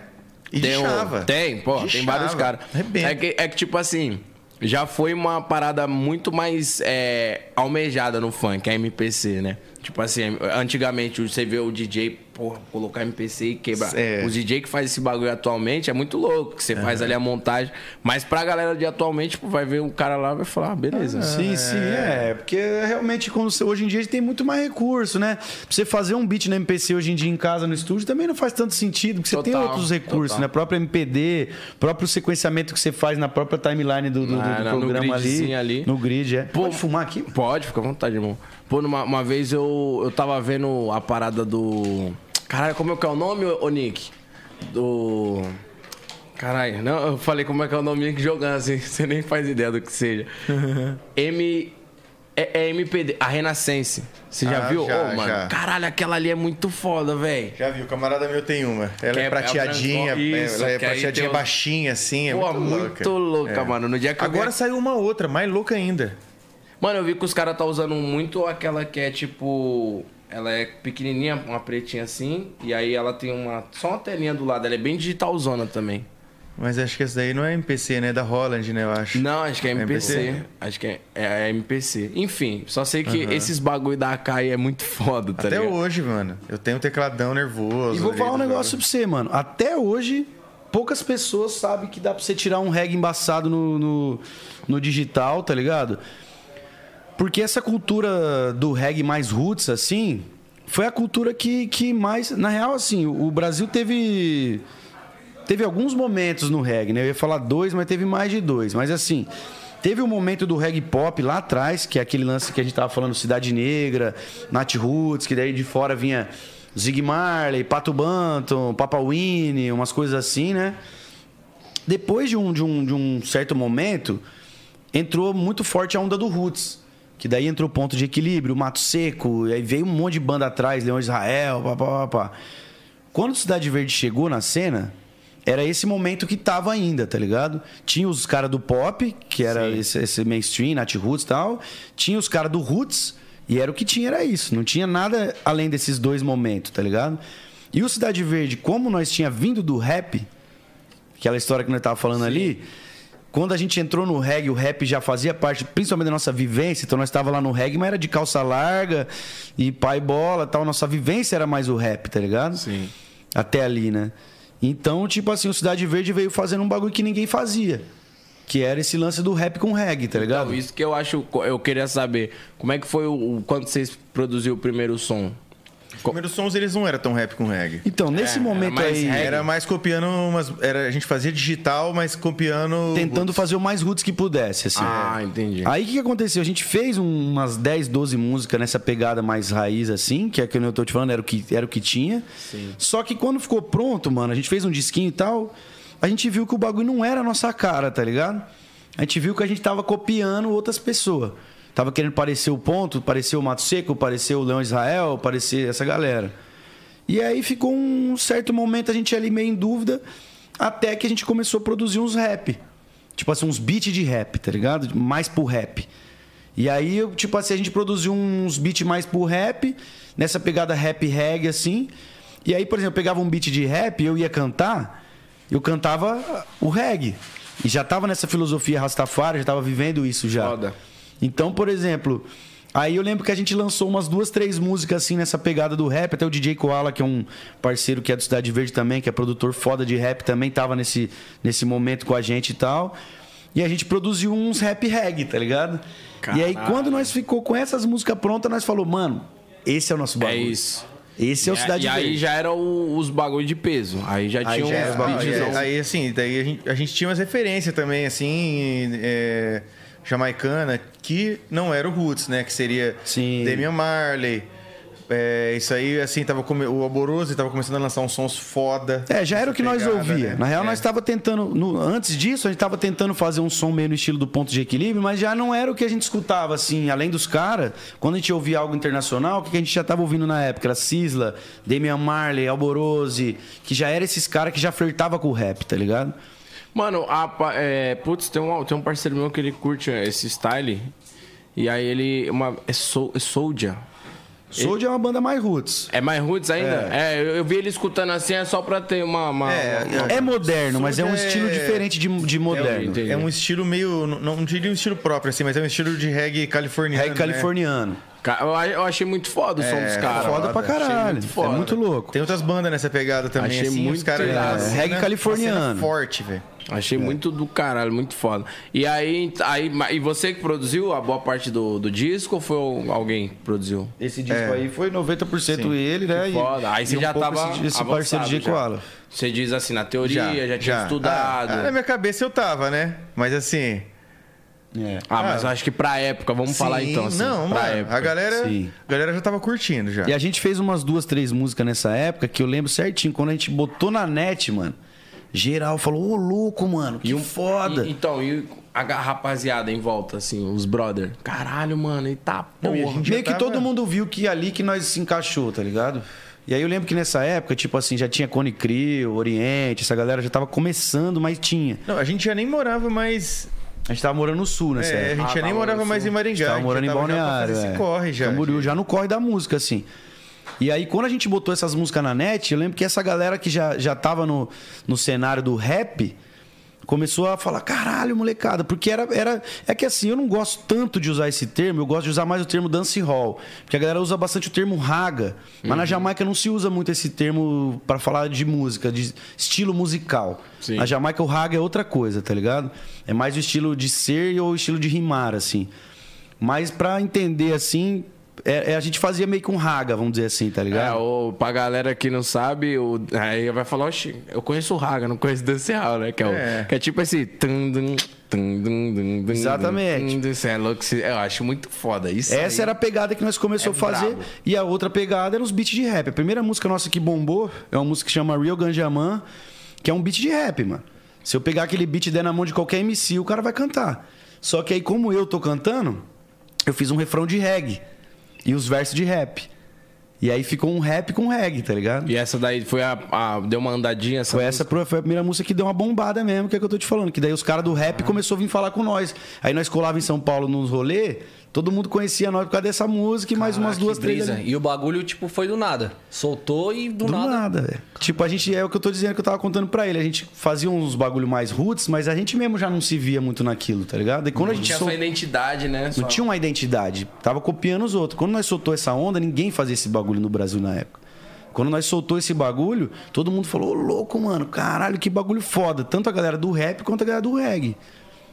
E de
um-
chava.
Tem, pô, tem
De
vários
chava.
caras.
Arrebenta.
É que, é que, tipo assim, já foi uma parada muito mais é, almejada no funk, a MPC, né? Tipo assim, antigamente você vê o DJ, porra, colocar MPC e quebrar.
É.
Os DJ que faz esse bagulho atualmente é muito louco, que você faz ali a montagem. Mas pra galera de atualmente, tipo, vai ver um cara lá e vai falar, ah, beleza.
Sim, sim, é. Porque realmente, quando você, hoje em dia, a gente tem muito mais recurso, né? Pra você fazer um beat na MPC hoje em dia em casa, no estúdio, também não faz tanto sentido, porque você tem
Total,
outros recursos,
total.
né? Próprio MPD, próprio sequenciamento que você faz na própria timeline do, do- do-
Na-
do
na- no
programa ali,
gridzinho ali.
No grid, é.
Pô,
Pode fumar aqui?
Pode, fica à vontade, irmão. Pô, numa, uma vez eu, eu tava vendo a parada do. Caralho, como é que é o nome, ô ô Nick? Do. Caralho, não, eu falei como é que é o nome Nick jogando assim, você nem faz ideia do que seja. M. É, é MPD, a Renascense. Você já
Ah,
viu?
já,
Ô, mano,
já.
caralho, aquela ali é muito foda, velho.
Já vi, o camarada meu tem uma. Ela
Que
é,
é-
prateadinha,
é branco-
é-
Isso,
ela é
que aí tem
prateadinha
um-
baixinha, assim. É
Pô,
muito,
muito louca,
É.
mano. No dia que eu
Agora
vi-
saiu uma outra, mais louca ainda.
Mano, eu vi que os caras tá usando muito aquela que é tipo. Ela é pequenininha, uma pretinha assim, e aí ela tem uma só uma telinha do lado, ela é bem digitalzona também.
Mas acho que essa daí não é MPC, né? É da Holland, né? Eu acho.
Não, acho que é MPC.
MPC?
Acho que é, é, é MPC. Enfim, só sei que esses bagulho da Akai é muito foda, tá
Até
ligado?
hoje, mano. Eu tenho um tecladão nervoso.
E vou
ali,
falar um
do-
negócio pra você, mano. Até hoje, poucas pessoas sabem que dá pra você tirar um reggae embaçado no, no, no digital, tá ligado? Porque essa cultura do reggae mais roots, assim, foi a cultura que, que mais. Na real, assim, o o Brasil teve. Teve alguns momentos no reggae, né? Eu ia falar dois, mas teve mais de dois. Mas assim, teve o momento do reggae pop lá atrás, que é aquele lance que a gente tava falando, Cidade Negra, Nat Roots, que daí de fora vinha Zig Marley, Pato Banton, Papa Winnie, umas coisas assim, né? Depois de um, de um, de um certo momento, entrou muito forte a onda do Roots. Que daí entrou o ponto de equilíbrio, o Mato Seco, e aí veio um monte de banda atrás, Leão Israel, pá, pá, pá, pá. Quando Cidade Verde chegou na cena, era esse momento que tava ainda, tá ligado? Tinha os caras do pop, que era esse, esse mainstream, Nat Roots e tal. Tinha os caras do Roots, e era o que tinha, era isso. Não tinha nada além desses dois momentos, tá ligado? E o Cidade Verde, como nós tinha vindo do rap, aquela história que nós tava falando ali. Quando a gente entrou no reggae, o rap já fazia parte, principalmente da nossa vivência. Então nós estava lá no reggae, mas era de calça larga e pai bola, tal. Nossa vivência era mais o rap, tá ligado? Sim. Até ali, né? Então, tipo assim, o Cidade Verde veio fazendo um bagulho que ninguém fazia, que era esse lance do rap com reggae, tá ligado?
Então, isso que eu acho, eu queria saber, como é que foi o, o- quando vocês produziu o primeiro som?
Os primeiros sons, eles não eram tão rap com reggae.
Então, nesse
é, era
momento
mais
aí,
reggae.
Era mais copiando umas... Era, a gente fazia digital, mas copiando...
tentando fazer o mais roots que pudesse, assim.
Ah, entendi.
Aí o que, que aconteceu? A gente fez um- umas 10, 12 músicas nessa pegada mais raiz, assim, que é que eu tô te falando, era o que, era o que tinha. Só que quando ficou pronto, mano, a gente fez um disquinho e tal, a gente viu que o bagulho não era a nossa cara, tá ligado? A gente viu que a gente tava copiando outras pessoas. Tava querendo parecer o Ponto, parecer o Mato Seco, parecer o Leão Israel, parecer essa galera. E aí ficou um certo momento a gente ali meio em dúvida, até que a gente começou a produzir uns rap. Tipo assim, uns beats de rap, tá ligado? Mais pro rap. E aí, eu, tipo assim, a gente produziu uns beats mais pro rap, nessa pegada rap reggae, assim. E aí, por exemplo, eu pegava um beat de rap, eu ia cantar, eu cantava o reggae. E já tava nessa filosofia Rastafari, já tava vivendo isso já.
Foda.
Então, por exemplo, aí eu lembro que a gente lançou umas duas, três músicas assim nessa pegada do rap. Até o DJ Koala, que é um parceiro que é do Cidade Verde também, que é produtor foda de rap, também tava nesse, nesse momento com a gente e tal. E a gente produziu uns rap reggae, tá ligado? E aí,
Caralho.
quando nós ficou com essas músicas prontas, nós falou, mano, esse é o nosso
é
bagulho.
isso.
Esse é o
E a-
Cidade
e
Verde.
aí já era o- os bagulho de peso. Aí já
Aí
tinha
já era
uns
os bagulho de
beatzão.
peso.
Aí, assim, daí a gente, a gente tinha umas referências também, assim, é, jamaicana, que não era o Roots, né? Que seria
Sim.
Damian Marley. É, isso aí, assim, tava come- o Alboroso tava começando a lançar uns sons foda.
É, já era o que nós
Pegada,
ouvia.
né?
Na real,
É.
nós estava tentando. no- antes disso, a gente estava tentando fazer um som meio no estilo do ponto de equilíbrio, mas já não era o que a gente escutava, assim, além dos caras. Quando a gente ouvia algo internacional, o que que a gente já estava ouvindo na época? Era Sisla, Damian Marley, Alborose, que já era esses caras que já flertava com o rap, tá ligado?
Mano, a pa- é, putz, tem um, tem um parceiro meu que ele curte é, esse style. E aí ele. Uma, é, Sol, é Soldier.
Soldier é uma banda mais roots.
É mais roots ainda? É, eu, eu vi ele escutando assim, é só pra ter uma. uma-
É,
uma-
É moderno, mas é um
Soulja
estilo
é-
diferente de, de moderno.
entendi.
É um estilo meio. Não, não diria um estilo próprio, assim, mas é um estilo de reggae californiano.
Reggae
né?
californiano.
Ca- Eu a- eu achei muito foda o
É,
som dos caras.
Foda pra
Achei
caralho.
muito foda.
É muito louco.
Tem outras bandas nessa pegada também,
Achei
assim, os
muito
caras...
irado.
uma
É,
cena-
reggae californiano.
uma cena forte, velho.
Achei
É.
muito do caralho, muito foda. E aí, aí ma- e você que produziu a boa parte do, do disco ou foi o- alguém que produziu?
Esse disco aí foi 90%
Sim.
ele, né? E-
Foda. Aí você
e um
já
pouco
tava
Esse, esse
avançado
parceiro de
já.
Koala.
Você diz assim, na teoria, já, tinha estudado.
Ah, na
Ah,
minha cabeça eu tava, né? Mas assim...
Ah, mas eu acho que pra época, vamos falar
ah. sim,
então assim.
Não,
pra
mano,
época.
a galera,
Sim.
a galera já tava curtindo já.
E a gente fez umas duas, três músicas nessa época que eu lembro certinho. Quando a gente botou na net, mano, geral falou, ô louco, mano, que foda.
E- então, e a ga- rapaziada em volta, assim, os brother. Caralho, mano, e tá
Não, e a
porra.
gente já
Meio que
tava-
todo mundo viu que é ali que nós se encaixou, tá ligado? E aí eu lembro que nessa época, tipo assim, já tinha Cone Crio, Oriente, essa galera já tava começando, mas tinha.
Não, a gente já nem morava mais...
A gente tava morando no sul nessa
É, a
época.
gente já nem
tava
morava
no
mais em
sul.
Maringá.
tava
a gente
morando
já
em
já pra
Balneário.
fazer
é.
Esse corre já.
Camboriú, já no corre da música, assim. E aí, quando a gente botou essas músicas na net, eu lembro que essa galera que já, já tava no, no cenário do rap começou a falar: caralho, molecada. Porque era, era. É que assim, eu não gosto tanto de usar esse termo, eu gosto de usar mais o termo dance hall. Porque a galera usa bastante o termo raga. Mas
Uhum.
na Jamaica não se usa muito esse termo pra falar de música, de estilo musical.
Sim.
Na Jamaica, o raga é outra coisa, tá ligado? É mais o estilo de ser ou o estilo de rimar, assim. Mas pra entender assim, é- é a gente fazia meio que um raga, vamos dizer assim, tá
É,
ligado?
o, pra galera que não sabe, o, aí vai falar, oxi, eu conheço o Raga, não conheço Dance Hall, né? Que é, o-
É.
que é tipo esse. tum, dum, tum, dum, dum, dum,
Exatamente.
dum, dum, Isso é louco, isso- eu acho muito foda. Isso
Essa
aí- É
era a pegada que nós começamos a fazer.
brabo.
E a outra pegada era os beats de rap. A primeira música nossa que bombou é uma música que chama Real Ganjaman, que é um beat de rap, mano. Se eu pegar aquele beat e der na mão de qualquer MC, o cara vai cantar. Só que aí, como eu tô cantando, eu fiz um refrão de reggae e os versos de rap. E aí ficou um rap com reggae, tá ligado?
E essa daí foi a. a- deu uma andadinha. Essa
Foi essa pro- foi a primeira música que deu uma bombada mesmo, que é o que eu tô te falando. Que daí os caras do rap começou a vir falar com nós. Aí nós colava em São Paulo nos rolê, todo mundo conhecia nós por causa dessa música e mais umas duas,
Que
três.
brisa.
ali.
E o bagulho, tipo, foi do nada. Soltou e do,
Do
nada.
nada, velho. Tipo, a gente, é o que eu tô dizendo que eu tava contando pra ele. A gente fazia uns bagulho mais roots, mas a gente mesmo já não se via muito naquilo, tá ligado? E quando a
Não
gente
tinha
sol-
sua identidade, né?
Não tinha uma identidade. Tava copiando os outros. Quando nós soltou essa onda, ninguém fazia esse bagulho no Brasil na época. Quando nós soltou esse bagulho, todo mundo falou, ô louco, mano, caralho, que bagulho foda. Tanto a galera do rap quanto a galera do reggae.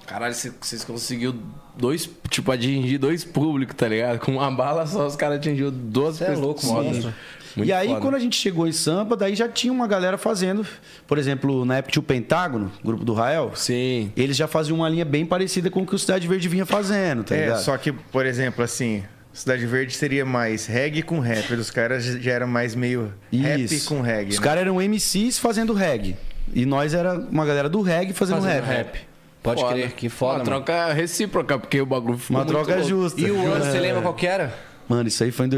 Caralho, cê- vocês conseguiu dois. Tipo, atingir dois públicos, tá ligado? Com uma bala só, os caras atingiu duas
Cê é louco, monstro.
e aí,
foda.
quando a gente chegou em Sampa, daí já tinha uma galera fazendo. Por exemplo, na época tinha o Pentágono, grupo do Rael.
Sim.
Eles já faziam uma linha bem parecida com o que o Cidade Verde vinha fazendo, tá
É,
ligado?
só que, por exemplo, assim, Cidade Verde seria mais reggae com rap. Os caras já eram mais meio rap
Isso.
com reggae.
Os
né?
caras eram MCs fazendo reggae. E nós era uma galera do reggae fazendo,
Fazendo
rap.
rap. Pode crer, que
Uma
foda, mano.
troca recíproca, porque o bagulho ficou
Uma
muito
troca
louco.
justa.
E o ano,
É.
você lembra qual que era?
Mano, isso aí foi em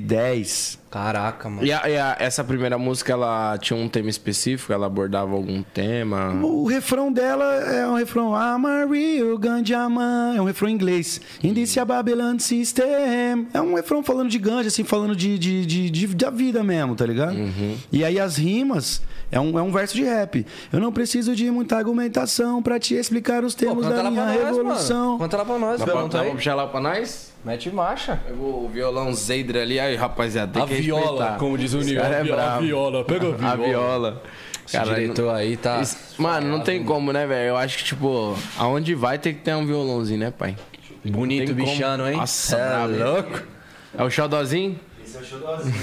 2010.
Caraca, mano.
E, a- e a- essa primeira música, ela tinha um tema específico? Ela abordava algum tema?
O refrão dela é um refrão I'm a real ganja man. É um refrão em inglês. In this a Babylon system. É um refrão falando de ganja, assim, falando de, de, de, de- da vida mesmo, tá ligado?
Uhum.
E aí as rimas é um, é um verso de rap. Eu não preciso de muita argumentação pra te explicar os
Pô,
termos
canta
da
lá
minha
pra nós,
revolução.
mano. Canta lá pra nós,
Dá pra, um
violão,
dá
tá
pra
aí?
puxar lá pra nós?
Mete marcha.
Pegou o violão Zeidra ali. Aí, rapaziada, tem
A
que
viola,
respeitar.
como diz o
Esse
Nil,
cara
a
é
viola,
bravo.
a viola, pega a
A viola. é
Esse
Cara,
diretor aí tá...
Isso- Mano, não tem como, né, velho? Eu acho que, tipo, aonde vai tem que ter um violãozinho, né, pai? Não
Bonito
tem como.
bichano, hein? Cê
Nossa, brabo, hein? É o Xodozinho? Esse é o Xodozinho.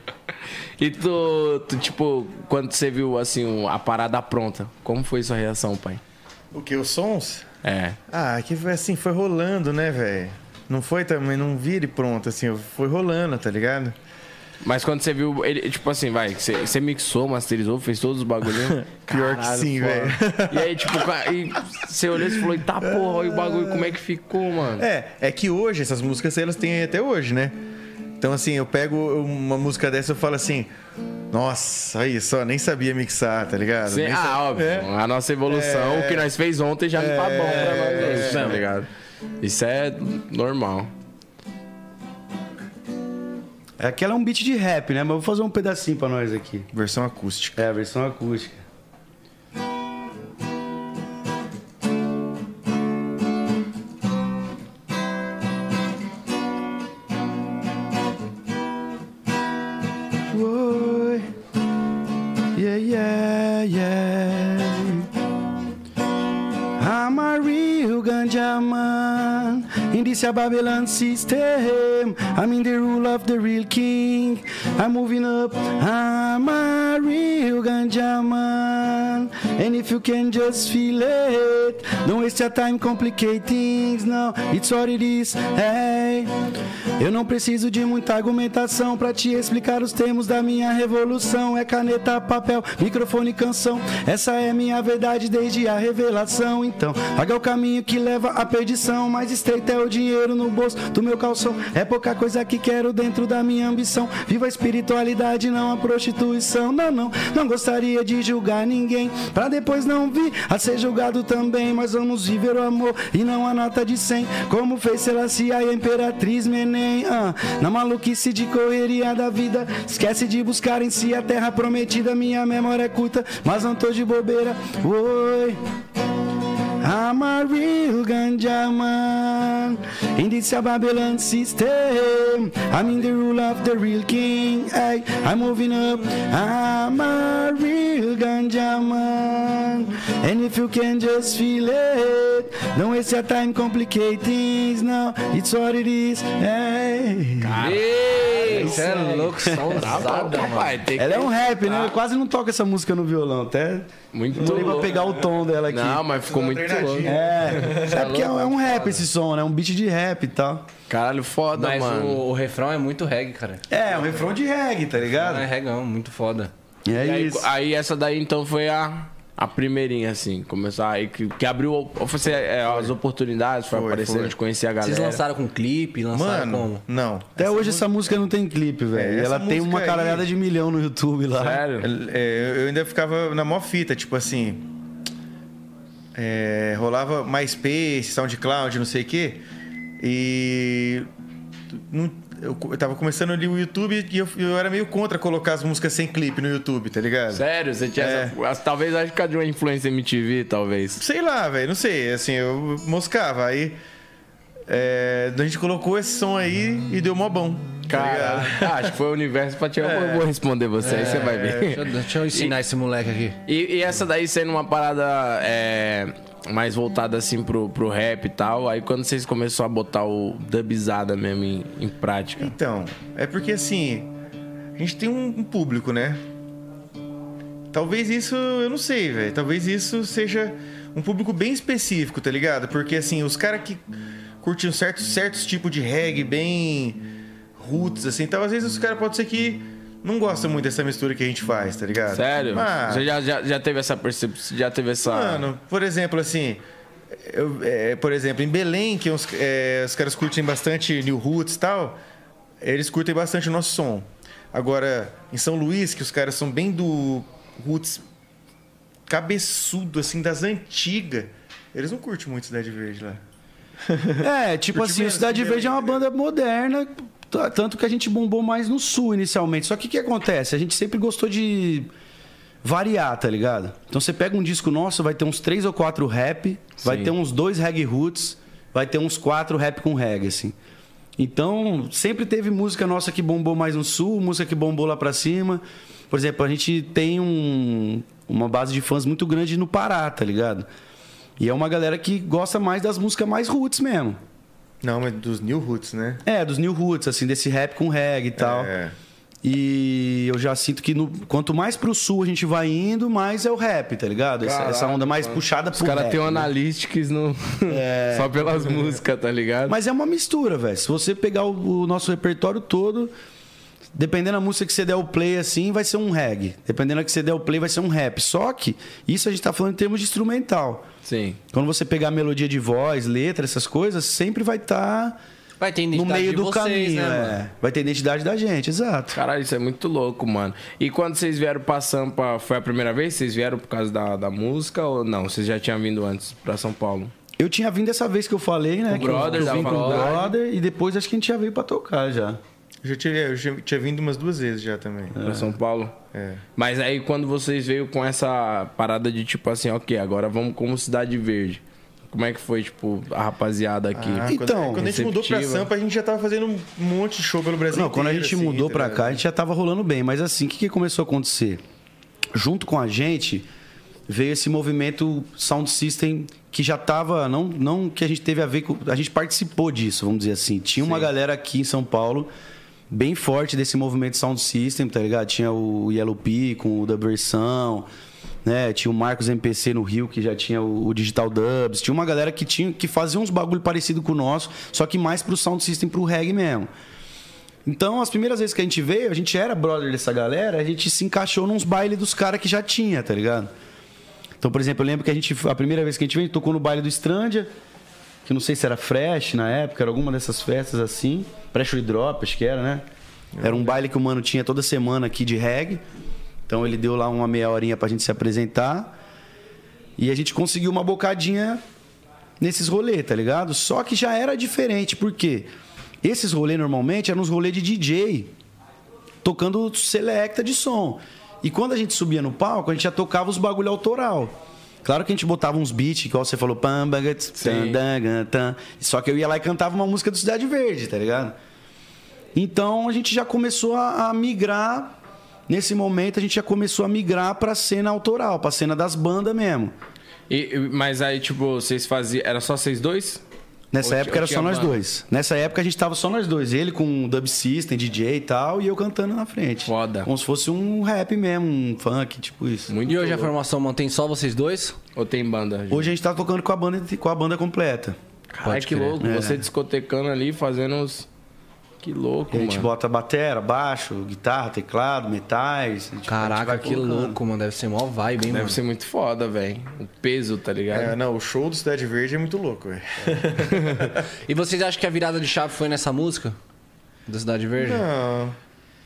e tu, tu, tipo, quando você viu, assim, o- a parada pronta, como foi sua reação, pai?
O que? Os sons?
É.
Ah, que foi assim, foi rolando, né, velho? Não foi também, não vire pronto, assim, foi rolando, tá ligado?
Mas quando você viu, ele, tipo assim, vai, você, você mixou, masterizou, fez todos os bagulhinhos.
Pior que sim, velho.
E aí, tipo, ca- e você olhou e você falou, eita porra, olha o bagulho, como é que ficou, mano?
É, é que hoje, essas músicas elas têm até hoje, né? Então, assim, eu pego uma música dessa e eu falo assim, nossa, aí só, nem sabia mixar, tá ligado?
Cê-
Nem
ah,
sa-
óbvio.
É.
A nossa evolução, o que nós fez ontem já não tá bom pra
É.
nós hoje, tá ligado? Isso é normal.
É, Aquela é um beat de rap, né? Mas eu vou fazer um pedacinho pra nós aqui.
Versão acústica.
É, a versão acústica. is a Babylon system. I'm in the rule of the real king. I'm moving up. I'm a real ganja man. And if you can just feel it, don't waste your time complicate things. Now it's what it is. Hey. Eu não preciso de muita argumentação pra te explicar os termos da minha revolução. É caneta, papel, microfone, canção. Essa é minha verdade desde a revelação. Então, paga o caminho que leva à perdição. Mais estreito é o dinheiro no bolso do meu calção. É pouca coisa que quero dentro da minha ambição. Viva a espiritualidade, não a prostituição. Não, não, não gostaria de julgar ninguém. Pra depois não vir a ser julgado também. Mas vamos viver o amor e não a nota de 100. Como fez Selassie a imperatriz Menem. ah. na maluquice de correria da vida, esquece de buscar em si a terra prometida. Minha memória é curta, mas não tô de bobeira. Oi. I'm a real ganja man in this a Babylon system. I'm in the rule of the real king. Hey, I'm moving up. I'm a real ganja man, and if you can just feel it, don't waste your time complicate things. Now it's what it is. Hey.
Ei, Você é louco, só usada, mano.
Rapaz, tem que...
Ela é um rap, né? Eu quase não toco essa música no violão, até
Muito
não dei pra
louco.
pegar o tom dela aqui.
Não, mas ficou muito louco.
É, é porque é um é um rap esse som, né? Um beat de rap e tal.
Caralho, foda,
Mas o,
mano.
o refrão é muito reggae, cara.
É, um refrão de reggae, tá
Não
ligado?
é regão, muito foda.
E é
E aí,
isso.
aí essa daí então foi a, a primeirinha, assim. Começar aí, que, que abriu o- você, é, as oportunidades, foi,
Foi,
aparecendo
foi.
de conhecer a galera.
Vocês lançaram com clipe, lançaram
Mano,
como?
não.
Até hoje essa música não tem clipe, velho.
É,
E ela
essa
tem uma
música aí-
caralhada de milhão no YouTube lá.
Sério?
É, eu ainda ficava na mó fita, tipo assim. É, rolava MySpace, SoundCloud, não sei o quê. E. não- eu, co- eu tava começando ali o YouTube e eu, eu era meio contra colocar as músicas sem clipe no YouTube, tá ligado?
Sério? Você tinha
É.
essa- as- Talvez acho que é de uma influência MTV, talvez.
Sei lá, velho, não sei. Assim, eu moscava. Aí. é, a gente colocou esse som aí e deu mó bom. tá
Cara,
ligado?
acho que foi o universo pra tirar. Eu vou responder você, aí você vai ver.
Deixa eu, deixa eu ensinar esse moleque aqui.
E, e essa daí sendo uma parada é, mais voltada assim pro, pro rap e tal, aí quando vocês começaram a botar o dubizada mesmo em, em prática?
Então, é porque assim, a gente tem um, um público, né? Talvez isso, eu não sei, velho. Talvez isso seja um público bem específico, tá ligado? Porque assim, os caras que curtiam certos, certos tipos de reggae bem roots, assim, então às vezes os caras pode ser que não gostam muito dessa mistura que a gente faz, tá ligado?
Sério?
Ah,
Você já, já, já teve essa percepção? Já teve essa.
Mano, por exemplo, assim. eu- é, por exemplo, em Belém, que os, é, os caras curtem bastante New Roots e tal, eles curtem bastante o nosso som. Agora, em São Luís, que os caras são bem do Roots cabeçudo, assim, das antigas, eles não curtem muito Cidade Verde lá.
É, tipo
Curti
assim, o
mesmo,
Cidade
entendeu?
Verde é uma banda moderna, t- tanto que a gente bombou mais no sul inicialmente. Só que o que acontece? A gente sempre gostou de variar, tá ligado? Então você pega um disco nosso, vai ter uns três ou quatro rap, vai
Sim.
ter uns dois reggae roots, vai ter uns quatro rap com reggae, assim. Então, sempre teve música nossa que bombou mais no sul, música que bombou lá pra cima. Por exemplo, a gente tem um- uma base de fãs muito grande no Pará, tá ligado? E é uma galera que gosta mais das músicas mais roots mesmo.
Não, mas dos New Roots, né?
É, dos new roots, assim, desse rap com reggae e tal.
É.
E eu já sinto que no- quanto mais pro sul a gente vai indo, mais é o rap, tá ligado? Essa, essa onda mais puxada
Os
pro
caras
rap,
têm
né?
um analytics no... só pelas músicas, tá ligado?
Mas é uma mistura, velho. Se você pegar o, o nosso repertório todo, dependendo da música que você der o play, assim, vai ser um reggae. Dependendo da que você der o play, vai ser um rap. Só que isso a gente tá falando em termos de instrumental.
Sim.
Quando você pegar melodia de voz, letra, essas coisas, sempre vai estar
Vai ter
no
identidade
meio
de
do
vocês,
caminho.
né,
é.
mano?
Vai ter identidade da gente, exato.
Caralho, isso é muito louco, mano. E quando vocês vieram pra Sampa, foi a primeira vez? Vocês vieram por causa da, da música ou não? Vocês já tinham vindo antes pra São Paulo?
Eu tinha vindo essa vez que eu falei, né?
O
que eu-
brother
que eu
da
vim com o
faculdade.
brother e depois acho que a gente já veio pra tocar já.
Eu já tinha, eu já tinha vindo umas duas vezes já também.
Pra São Paulo?
É.
Mas aí quando vocês veio com essa parada de tipo assim, ok, agora vamos como Cidade Verde. Como é que foi, tipo, a rapaziada aqui?
Ah, quando-
Então,
quando, a gente mudou pra
receptiva.
Sampa, a gente já tava fazendo um monte de show pelo Brasil
Não, quando a
inteiro,
gente
assim,
mudou
tá
pra
ligado?
cá, a gente já tava rolando bem, mas assim, o que, que começou a acontecer? Junto com a gente, veio esse movimento Sound System que já estava não não que a gente teve a ver com, a gente participou disso, vamos dizer assim. Tinha uma galera aqui em São Paulo bem forte desse movimento Sound System, tá ligado? Tinha o Yellow P com o Dubversão, né? Tinha o Marcos MPC no Rio que já tinha o, o Digital Dubs. Tinha uma galera que tinha que fazia uns bagulho parecido com o nosso, só que mais pro Sound System, pro reggae mesmo. Então, as primeiras vezes que a gente veio, a gente era brother dessa galera, a gente se encaixou nos bailes dos caras que já tinha, tá ligado? Então, por exemplo, eu lembro que a gente, a primeira vez que a gente veio, a gente tocou no baile do Strandia, que eu não sei se era Fresh na época, era alguma dessas festas assim, Pressure Drop, acho que era, né? Era um baile que o mano tinha toda semana aqui de reggae. Então ele deu lá uma meia horinha pra gente se apresentar. E a gente conseguiu uma bocadinha nesses rolês, tá ligado? Só que já era diferente, por quê? Esses rolês normalmente eram uns rolês de DJ, tocando selecta de som. E quando a gente subia no palco, a gente já tocava os bagulho autoral. Claro que a gente botava uns beats, igual você falou, pam, baga, tz, tan, dan, gan, tan. só que eu ia lá e cantava uma música do Cidade Verde, tá ligado? Então a gente já começou a, a migrar, nesse momento a gente já começou a migrar pra cena autoral, pra cena das bandas mesmo.
E- e- mas aí, tipo, vocês faziam. Era só vocês dois?
Nessa
Ou ti-
época era
ou
só
tinha
nós
banda?
dois. Nessa época a gente tava só nós dois. Ele com o dub system, DJ e tal, e eu cantando na frente.
Foda.
Como se fosse um rap mesmo, um funk, tipo isso.
Muito
E hoje a
louco.
formação mantém só vocês dois?
Ou tem banda? gente?
Hoje a gente tá tocando com a banda, com a banda completa.
Caralho, que
crer.
É,
louco.
né?
Você discotecando ali, fazendo os. Que louco,
E a gente
mano.
bota batera, baixo, guitarra, teclado, metais. a gente- a
Caraca,
gente vai
que
colocando.
louco, mano. Deve ser mó vibe, hein,
Deve
mano.
ser muito foda, velho. O peso, tá ligado?
É, não, o show do Cidade Verde é muito louco, velho.
E vocês acham que a virada de chave foi nessa música? Da Cidade
É.
Verde?
Não. Ah,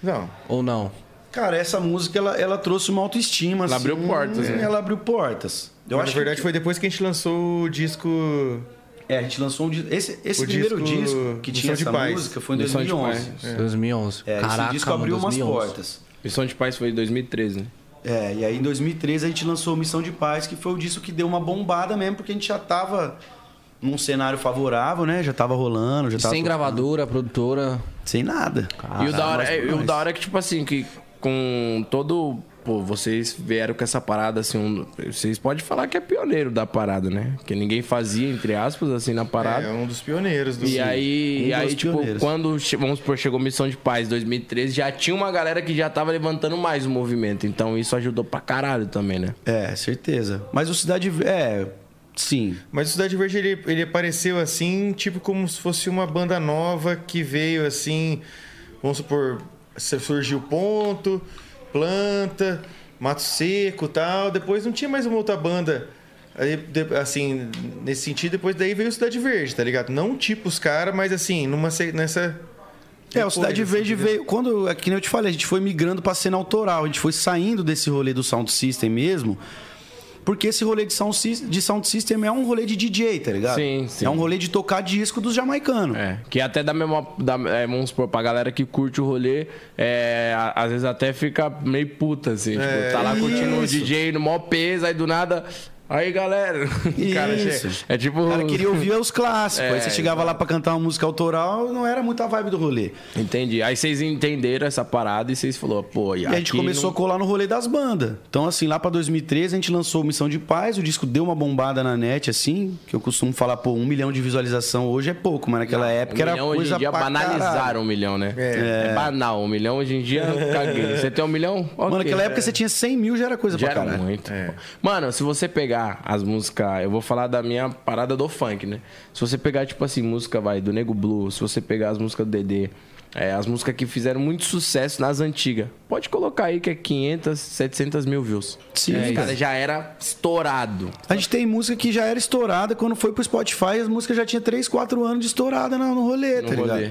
Não.
Ou não?
Cara, essa música ela, ela trouxe uma autoestima. assim.
Ela abriu portas, né?
Ela abriu portas. Eu
Na
acho
verdade,
que...
foi depois que a gente lançou o disco
É, a gente lançou um disco. Esse, esse
O
primeiro
disco-
disco que tinha
Lição de
essa
Paz.
música foi em
Lição de
2011.
Paz.
2011.
É,
Caraca,
esse disco
mano,
abriu umas
2011.
portas.
Missão de Paz foi em 2013, né?
É, e aí em 2013 a gente lançou Missão de Paz, que foi o disco que deu uma bombada mesmo, porque a gente já tava num cenário favorável, né? Já tava rolando, já
E
tava.
sem gravadora, produtora.
Sem nada.
e o da, hora,
nós
é, e
por
o
nós.
da hora é que, tipo assim, que com todo. Pô, vocês vieram com essa parada, assim. um- vocês podem falar que é pioneiro da parada, né? Que ninguém fazia, entre aspas, assim, na parada.
É um dos pioneiros do
E aí,
um
e aí
dos
tipo,
pioneiros.
quando, che- vamos supor, chegou Missão de Paz 2013, já tinha uma galera que já tava levantando mais o movimento. Então isso ajudou pra caralho também, né?
É, certeza. Mas o Cidade. É, sim.
Mas o Cidade Verde, ele, ele apareceu assim, tipo como se fosse uma banda nova que veio assim, vamos supor, se- surgiu Ponto, Planta, Mato Seco e tal. Depois não tinha mais uma outra banda, aí, de- assim, nesse sentido. Depois daí veio o Cidade Verde, tá ligado? Não tipo os caras, mas assim, numa, se- nessa...
É, o Cidade
Depois,
Verde
assim,
veio. Quando, é que nem eu te falei, a gente foi migrando pra cena autoral, a gente foi saindo desse rolê do Sound System mesmo. Porque esse rolê de sound, sys- de sound System é um rolê de DJ, tá ligado?
Sim, sim.
É um rolê de tocar disco dos jamaicanos.
É, que até da mesma. Da, é, vamos supor, pra galera que curte o rolê, é, a- às vezes até fica meio puta, assim.
É,
tipo, tá lá curtindo o DJ no maior peso, aí do nada. Aí, galera. Cara,
Isso.
é, é tipo.
O cara queria ouvir os clássicos.
É,
aí você chegava lá pra cantar uma música autoral, não era muito a vibe do rolê.
Entendi. Aí vocês entenderam essa parada e vocês falaram, pô, e
E a gente começou a colar no rolê das bandas. Então, assim, lá pra 2013, a gente lançou Missão de Paz, o disco deu uma bombada na net, assim, que eu costumo falar, pô, um milhão de visualização hoje é pouco, mas naquela
Um
época era
milhão hoje
coisa
em dia
pra caralho.
banalizaram um milhão, né? É. banal. Um milhão hoje em dia eu caguei. Você tem um milhão?
Mano,
Ok. é.
naquela época você tinha 100 mil, já era coisa
Já
pra
era
caralho. É.
muito. Mano, se você pegar as músicas, eu vou falar da minha parada do funk, né? Se você pegar, tipo assim, música, vai, do Nego Blue, se você pegar as músicas do Dedê, é, as músicas que fizeram muito sucesso nas antigas, pode colocar aí que é 500, 700 mil views.
Sim,
é,
cara.
cara já era estourado.
A gente tem música que já era estourada, quando foi pro Spotify, as músicas já tinha 3, 4 anos de estourada no, no rolê, tá
no
ligado?
rolê.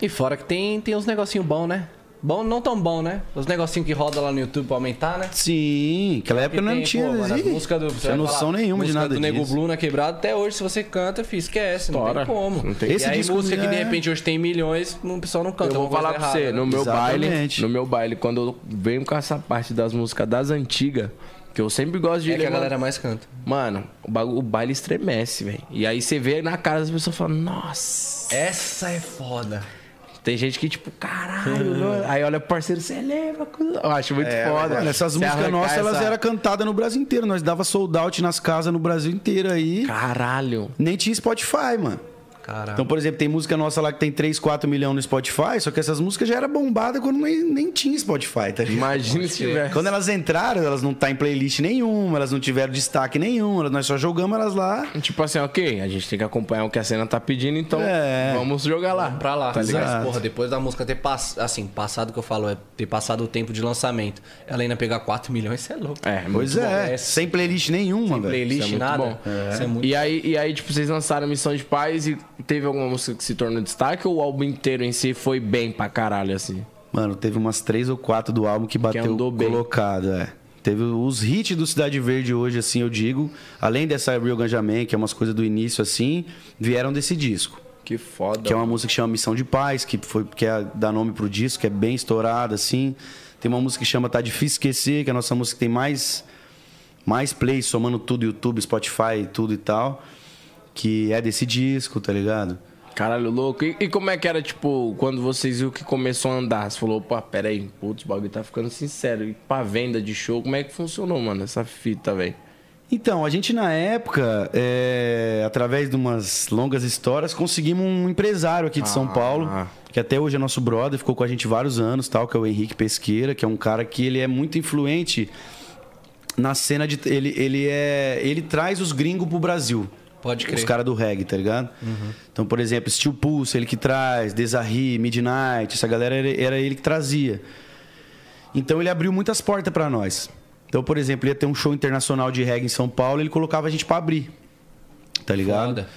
E fora que tem, tem uns negocinhos bons, né? Bom, não tão bom, né? Os negocinhos que roda lá no YouTube pra aumentar, né?
Sim, aquela época não
Tem,
tinha,
pô, mano, as
Ih,
músicas do, você
tinha
vai
noção
falar,
nenhuma de
música
nada
do Nego
disso.
Blue na quebrada, até hoje, se você canta, filho, esquece, não
Estoura.
tem como.
Não tem-
E
Esse
aí,
disco
música que de
é-
repente hoje tem milhões, não- o pessoal não
Então,
canta.
Eu vou
alguma
falar
coisa
pra você,
errada,
no
né?
meu baile,
Exatamente.
no meu baile, quando eu venho com essa parte das músicas das antigas, que eu sempre gosto de
É que a
levantar-
galera mais canta.
Mano, o, bagu- o baile estremece, velho. E aí você vê na cara das pessoas falando, nossa.
Essa é foda.
Tem gente que, tipo, caralho, mano. aí olha pro parceiro, você lembra? Eu acho muito foda.
Olha, essas
Você
músicas
arrancar
nossas, elas
essa-
eram cantadas no Brasil inteiro. Nós dava sold out nas casas no Brasil inteiro aí.
Caralho.
Nem tinha Spotify, mano.
Caralho.
Então, por exemplo, tem música nossa lá que tem 3, 4 milhões no Spotify, só que essas músicas já eram bombadas quando nem, nem tinha Spotify, tá ligado?
Imagina se tiver.
Quando elas entraram, elas não tá em playlist nenhuma, elas não tiveram destaque nenhum, elas- nós só jogamos elas lá.
Tipo assim, ok, a gente tem que acompanhar o que a cena tá pedindo, então
É.
vamos jogar lá.
Pra lá,
Tá
Mas,
ligado?
porra, depois da música ter passado, assim, passado que eu falo, é ter passado o tempo de lançamento, ela ainda pegar 4 milhões, isso é louco.
É, muito
Pois é,
é.
sem playlist nenhuma, velho.
Playlist,
Isso é muito
nada.
bom.
Isso é muito
E aí, e aí, tipo, vocês lançaram Missão de Paz e teve alguma música que se tornou destaque ou o álbum inteiro em si foi bem pra caralho, assim?
Mano, teve umas três ou quatro do álbum que bateu
andou bem.
colocado, é. Teve os hits do Cidade Verde hoje, assim, eu digo. Além dessa Real Ganja Man, que é umas coisas do início, assim, vieram desse disco.
Que foda.
Que é uma música que chama Missão de Paz, que foi que é, dá nome pro disco, que é bem estourada, assim. Tem uma música que chama Tá Difícil Esquecer, que é a nossa música que tem mais, mais plays, somando tudo, YouTube, Spotify, tudo e tal. Que é desse disco, tá ligado?
Caralho, louco. E, e como é que era, tipo, quando vocês viu que começou a andar? Você falou, pô, pera aí, putz, o bagulho tá ficando sincero. E pra venda de show, como é que funcionou, mano, essa fita, velho?
Então, a gente na época, é, através de umas longas histórias, conseguimos um empresário aqui de
Ah.
São Paulo, que até hoje é nosso brother, ficou com a gente vários anos, tal, que é o Henrique Pesqueira, que é um cara que ele é muito influente na cena de ele ele é ele traz os gringos pro Brasil.
Pode crer. Uhum.
Os caras do reggae, tá ligado? Então, por exemplo, Steel Pulse, ele que traz, Desarri, Midnight, essa galera era- era ele que trazia. Então ele abriu muitas portas pra nós. Então, por exemplo, ia ter um show internacional de reggae em São Paulo, ele colocava a gente pra abrir. Tá ligado?
foda.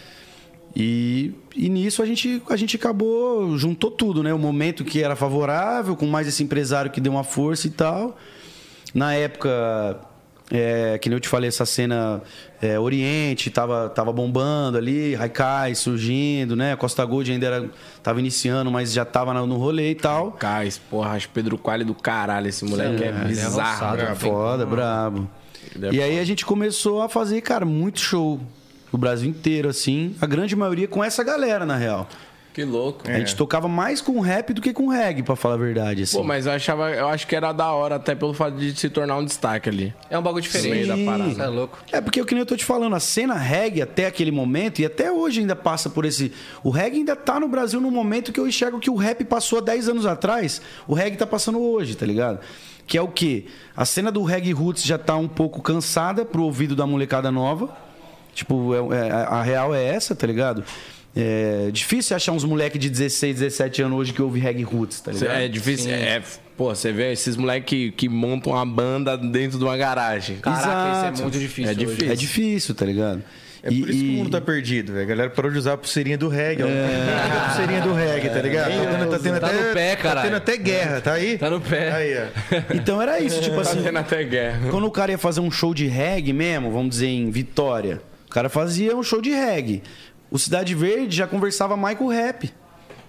E, e nisso a gente, a gente acabou, juntou tudo, né? O momento que era favorável, com mais esse empresário que deu uma força e tal. Na época, é, que nem eu te falei, essa cena é, Oriente tava, tava bombando ali, Haikai surgindo, né? Costa Gold ainda era, tava iniciando, mas já tava na- no rolê e tal.
Cais, porra, acho Pedro Quali do caralho, esse moleque é, bizarro.
avançado,
velho.
não tem
Foda, brabo.
é
E aí a gente começou a fazer, cara, muito show. O Brasil inteiro, assim. A grande maioria com essa galera, na real.
Que louco.
A gente tocava mais com rap do que com reggae, pra falar a verdade, assim.
Pô, mas eu achava, eu acho que era da hora, até pelo fato de se tornar um destaque ali.
É um bagulho diferente.
Sim.
Isso é louco.
É porque, que nem eu tô te falando, a cena reggae até aquele momento, e até hoje ainda passa por esse... O reggae ainda tá no Brasil num momento que eu enxergo que o rap passou há 10 anos atrás, o reggae tá passando hoje, tá ligado? Que é o quê? A cena do reggae roots já tá um pouco cansada pro ouvido da molecada nova. Tipo, é- é- a real é essa, tá ligado? É difícil achar uns moleque de 16, 17 anos hoje que ouve reggae roots, tá
Cê-
ligado?
É difícil. É, f- pô, você vê esses moleque que, que montam uma banda dentro de uma garagem.
Caraca, isso
Exato.
é muito difícil.
É
hoje.
difícil.
É difícil, tá ligado?
É por isso que o mundo tá perdido, velho. A galera parou de usar a pulseirinha do reggae. ó. A pulseirinha do reggae, tá ligado? Tá tendo- tá tendo
Tá no
até,
pé,
Tá
caralho.
tendo até guerra, tá aí?
Tá no pé.
Aí, ó.
Então era isso, tipo
Tá
assim,
tendo até guerra.
Quando o cara ia fazer um show de reggae mesmo, vamos dizer em Vitória, o cara fazia um show de reggae. O Cidade Verde já conversava mais com o rap,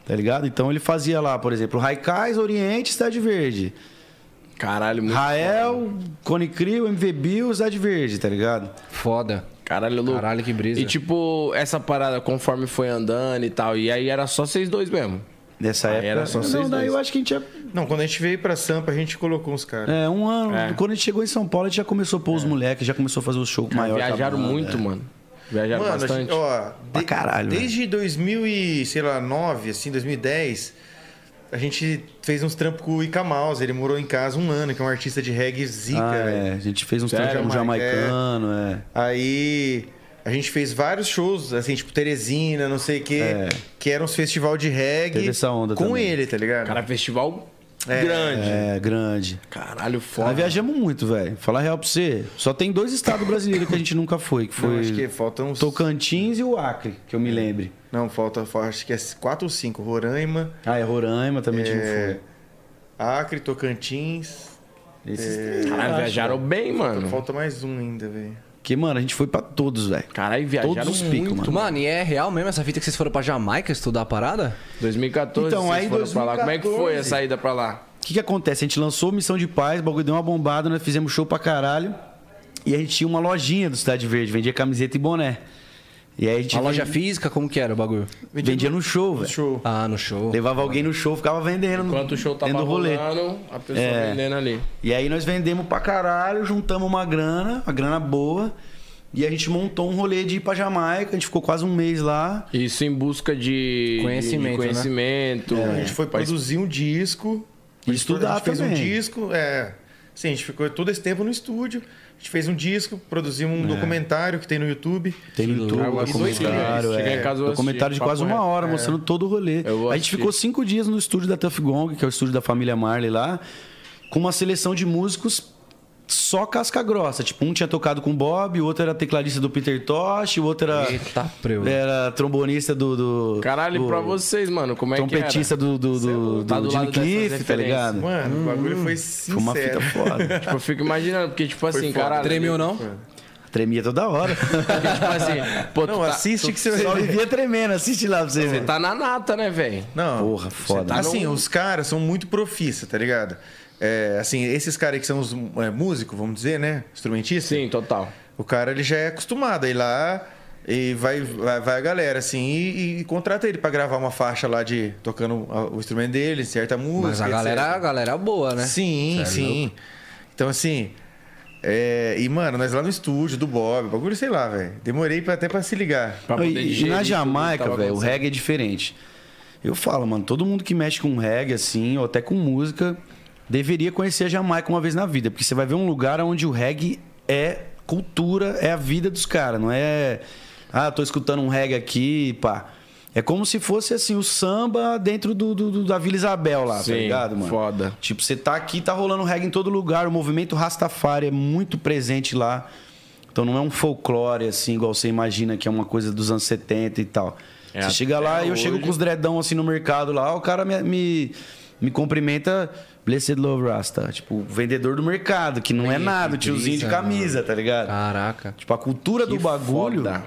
tá ligado? Então ele fazia lá, por exemplo, Raikais, Oriente, Cidade Verde.
Caralho, muito.
Rael, Cone Crew, MV Bill, Cidade Verde, tá ligado?
É Foda.
Caralho, é louco.
Caralho, que brisa.
E tipo, essa parada, conforme foi andando e tal, e aí era só vocês dois mesmo.
Nessa época.
era só
não,
vocês
daí
dois.
eu acho que a gente ia
Não, quando a gente veio pra Sampa, a gente colocou uns caras.
É, um ano.
É.
Quando a gente chegou em São Paulo, a gente já começou a pôr os moleques, já começou a fazer o show maior. com a
Ah, Viajaram
banda,
muito,
é.
mano. Viajaram
Mano, a
bastante.
gente- ó,
Pra caralho,
Desde 2009, assim, 2010, a gente fez uns trampos com o Ica Mouse. Ele morou em casa um ano, que é um artista de reggae zica,
Ah,
velho.
é. A gente fez uns
Sério,
trancos
Mike?
jamaicano, é.
Aí a gente fez vários shows, assim, tipo Teresina, não sei o quê, que eram uns festival de reggae
É. Teve essa onda
com
também.
ele, tá ligado?
Cara, festival grande.
É, grande.
Caralho,
Nós
foda.
viajamos muito, velho. Falar a real pra você. Só tem dois estados brasileiros que a gente nunca foi, que foi
Não, acho que é faltam uns...
Tocantins e o Acre, que eu me lembre.
Não, falta, fa- acho que é quatro ou cinco. Roraima,
Ah, é Roraima também a gente
É.
não
Acre, Tocantins...
foi. Esses três.
Caralho, viajaram bem, mano.
Falta mais um ainda, velho.
Que, mano, a gente foi pra todos, velho.
Caralho, viajaram
Todos os
muito.
picos, mano.
Mano, e é real mesmo essa fita que vocês foram pra Jamaica estudar a parada?
2014,
Então,
vocês
aí
foram pra lá. Como é que foi
2014?
a saída pra lá?
O que, que acontece? A gente lançou Missão de Paz, o bagulho deu uma bombada, nós fizemos show pra caralho. E a gente tinha uma lojinha do Cidade Verde, vendia camiseta e boné. E aí a gente
A loja física, como que era o bagulho?
vendia, vendia no show, velho.
Show.
Ah, no show.
Levava alguém no show, ficava vendendo.
Enquanto o show tava
dentro do rolê.
rolando, a pessoa
É.
vendendo ali.
E aí nós vendemos pra caralho, juntamos uma grana, uma grana boa. E a gente montou um rolê de ir pra Jamaica. A gente ficou quase um mês lá.
Isso em busca de
Conhecimento,
de conhecimento.
É,
A gente foi
Mas-
produzir um disco.
E
A gente
estudar
a gente fez um
também.
disco, é. Sim, a gente ficou todo esse tempo no estúdio. A gente fez um disco, produzimos um documentário que tem no YouTube.
É. Tem no YouTube, um
eu gosto
documentário.
muito. Cheguei
é.
em casa, eu
documentário de
assisti,
quase
papo
uma
reto. É.
hora, mostrando todo o rolê.
Eu vou
A gente
assistir.
ficou cinco dias no estúdio da Tuff Gong, que é o estúdio da família Marley lá, com uma seleção de músicos só casca grossa. Tipo, um tinha tocado com o Bob, o outro era tecladista do Peter Tosh, o outro era,
Eita, preu.
era trombonista do. do
Caralho,
do,
pra vocês, mano, como é que era?
trompetista do, do,
Cê é
do,
louco. Tá
do
do
Jimmy
lado dessas
Cliff, tá
referências.
ligado?
Mano, o bagulho foi
Foi
sincero.
uma fita foda.
Tipo, eu fico imaginando, porque, tipo assim,
foda.
caralho.
Tremeu não?
Tremia toda hora.
Porque, tipo assim, pô, tu
Não,
tá,
assiste que você
Só
vai ver.
vivia tremendo, assiste lá pra você ver.
tu tá na nata, né, velho?
Não.
Porra, foda.
Tá assim, os caras são muito profissa, tá ligado? É, assim, esses caras aí que são os é, músicos, vamos dizer, né? Instrumentistas.
Sim, total.
O cara ele já é acostumado a ir lá e vai, vai, vai a galera, assim, e, e contrata ele pra gravar uma faixa lá de tocando a- o instrumento dele, certa música.
Mas a
etc.
galera, a galera boa, né?
Sim, sim. Então, assim. é, e, mano, nós lá no estúdio do Bob, bagulho, sei lá, velho. Demorei pra- até pra se ligar.
Pra
Não,
poder
e- e,
digerir tudo
na
que
Jamaica,
tava
velho, o
acontecendo.
reggae é diferente. Eu falo, mano, todo mundo que mexe com reggae, assim, ou até com música, deveria conhecer a Jamaica uma vez na vida. Porque você vai ver um lugar onde o reggae é cultura, é a vida dos caras. Não é, ah, tô escutando um reggae aqui, pá. É como se fosse, assim, o samba dentro do, do- do- da Vila Isabel lá,
Sim,
tá ligado, mano?
foda.
Tipo, você tá aqui, tá rolando reggae em todo lugar. O movimento Rastafari é muito presente lá. Então não é um folclore, assim, igual você imagina que é uma coisa dos anos 70 e tal.
É,
você chega lá
até
e eu chego
hoje-
com os dreadão, assim, no mercado lá, o cara me, me, me cumprimenta... Blessed Love Rasta. Tipo, o vendedor do mercado, que não é nada, o tiozinho de
brisa,
camisa, tá ligado?
Caraca.
Tipo, a cultura do bagulho...
Foda.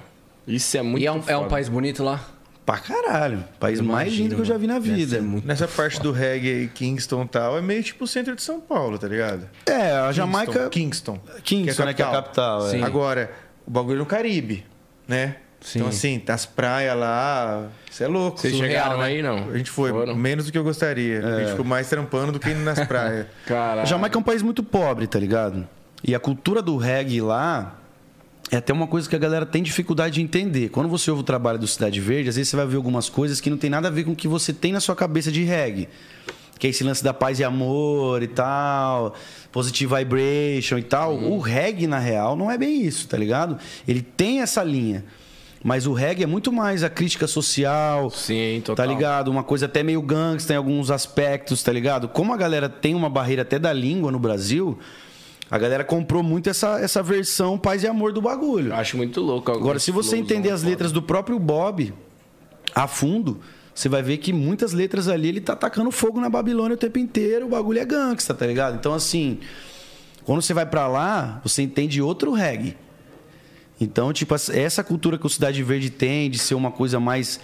Isso é muito
E é um, é um
foda.
país bonito lá?
Pra caralho. País mais
Imagino,
lindo que eu já vi na
mano. Deve
vida.
ser muito
Nessa parte do reggae, Kingston e tal, é meio tipo o centro de São Paulo, tá ligado?
É, a Jamaica...
Kingston.
Kingston, né, que é a capital, é.
Sim.
Agora, o bagulho é no Caribe, né?
Sim.
Então, assim, tá as praias lá, isso é louco.
Vocês
surreal,
chegaram
né?
aí, não?
A gente foi,
Foram?
menos do que eu gostaria. A
É.
gente ficou mais trampando do que indo nas praias.
Caralho.
A Jamaica é um país muito pobre, tá ligado? E a cultura do reggae lá é até uma coisa que a galera tem dificuldade de entender. Quando você ouve o trabalho do Cidade Verde, às vezes você vai ver algumas coisas que não tem nada a ver com o que você tem na sua cabeça de reggae. Que é esse lance da paz e amor e tal, positive vibration e tal.
Uhum.
O reggae, na real, não é bem isso, tá ligado? Ele tem essa linha. Mas o reggae é muito mais a crítica social,
Sim, total.
Tá ligado? Uma coisa até meio gangsta em alguns aspectos, tá ligado? Como a galera tem uma barreira até da língua no Brasil, a galera comprou muito essa, essa versão paz e amor do bagulho.
Eu acho é muito louco.
Agora, se você entender as letras do próprio Bob a fundo, você vai ver que muitas letras ali ele tá tacando fogo na Babilônia o tempo inteiro, o bagulho é gangsta, tá ligado? Então, assim, quando você vai pra lá, você entende outro reggae. Então, tipo, as- essa cultura que o Cidade Verde tem de ser uma coisa mais.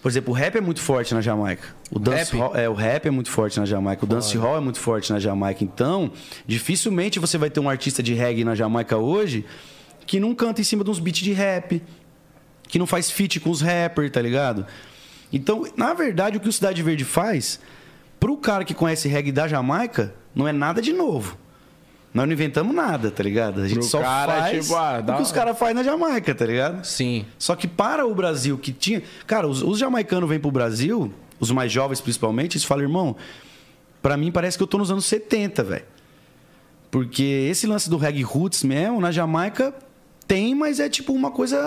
Por exemplo, o rap é muito forte na Jamaica. O dance hall, é, o rap é muito forte na Jamaica. O dance hall é muito forte na Jamaica. Então, dificilmente você vai ter um artista de reggae na Jamaica hoje que não canta em cima de uns beats de rap, que não faz feat com os rappers, tá ligado? Então, na verdade, o que o Cidade Verde faz, pro cara que conhece reggae da Jamaica, não é nada de novo. Nós não inventamos nada, tá ligado? A gente
Pro
só
cara,
faz
tipo, ah, dá
o que os
uma-
caras fazem na Jamaica, tá ligado?
Sim.
Só que para o Brasil, que tinha. Cara, os, os jamaicanos vêm pro Brasil, os mais jovens principalmente, eles falam, irmão, pra mim parece que eu tô nos anos 70, velho. Porque esse lance do reggae roots mesmo, na Jamaica, tem, mas é tipo uma coisa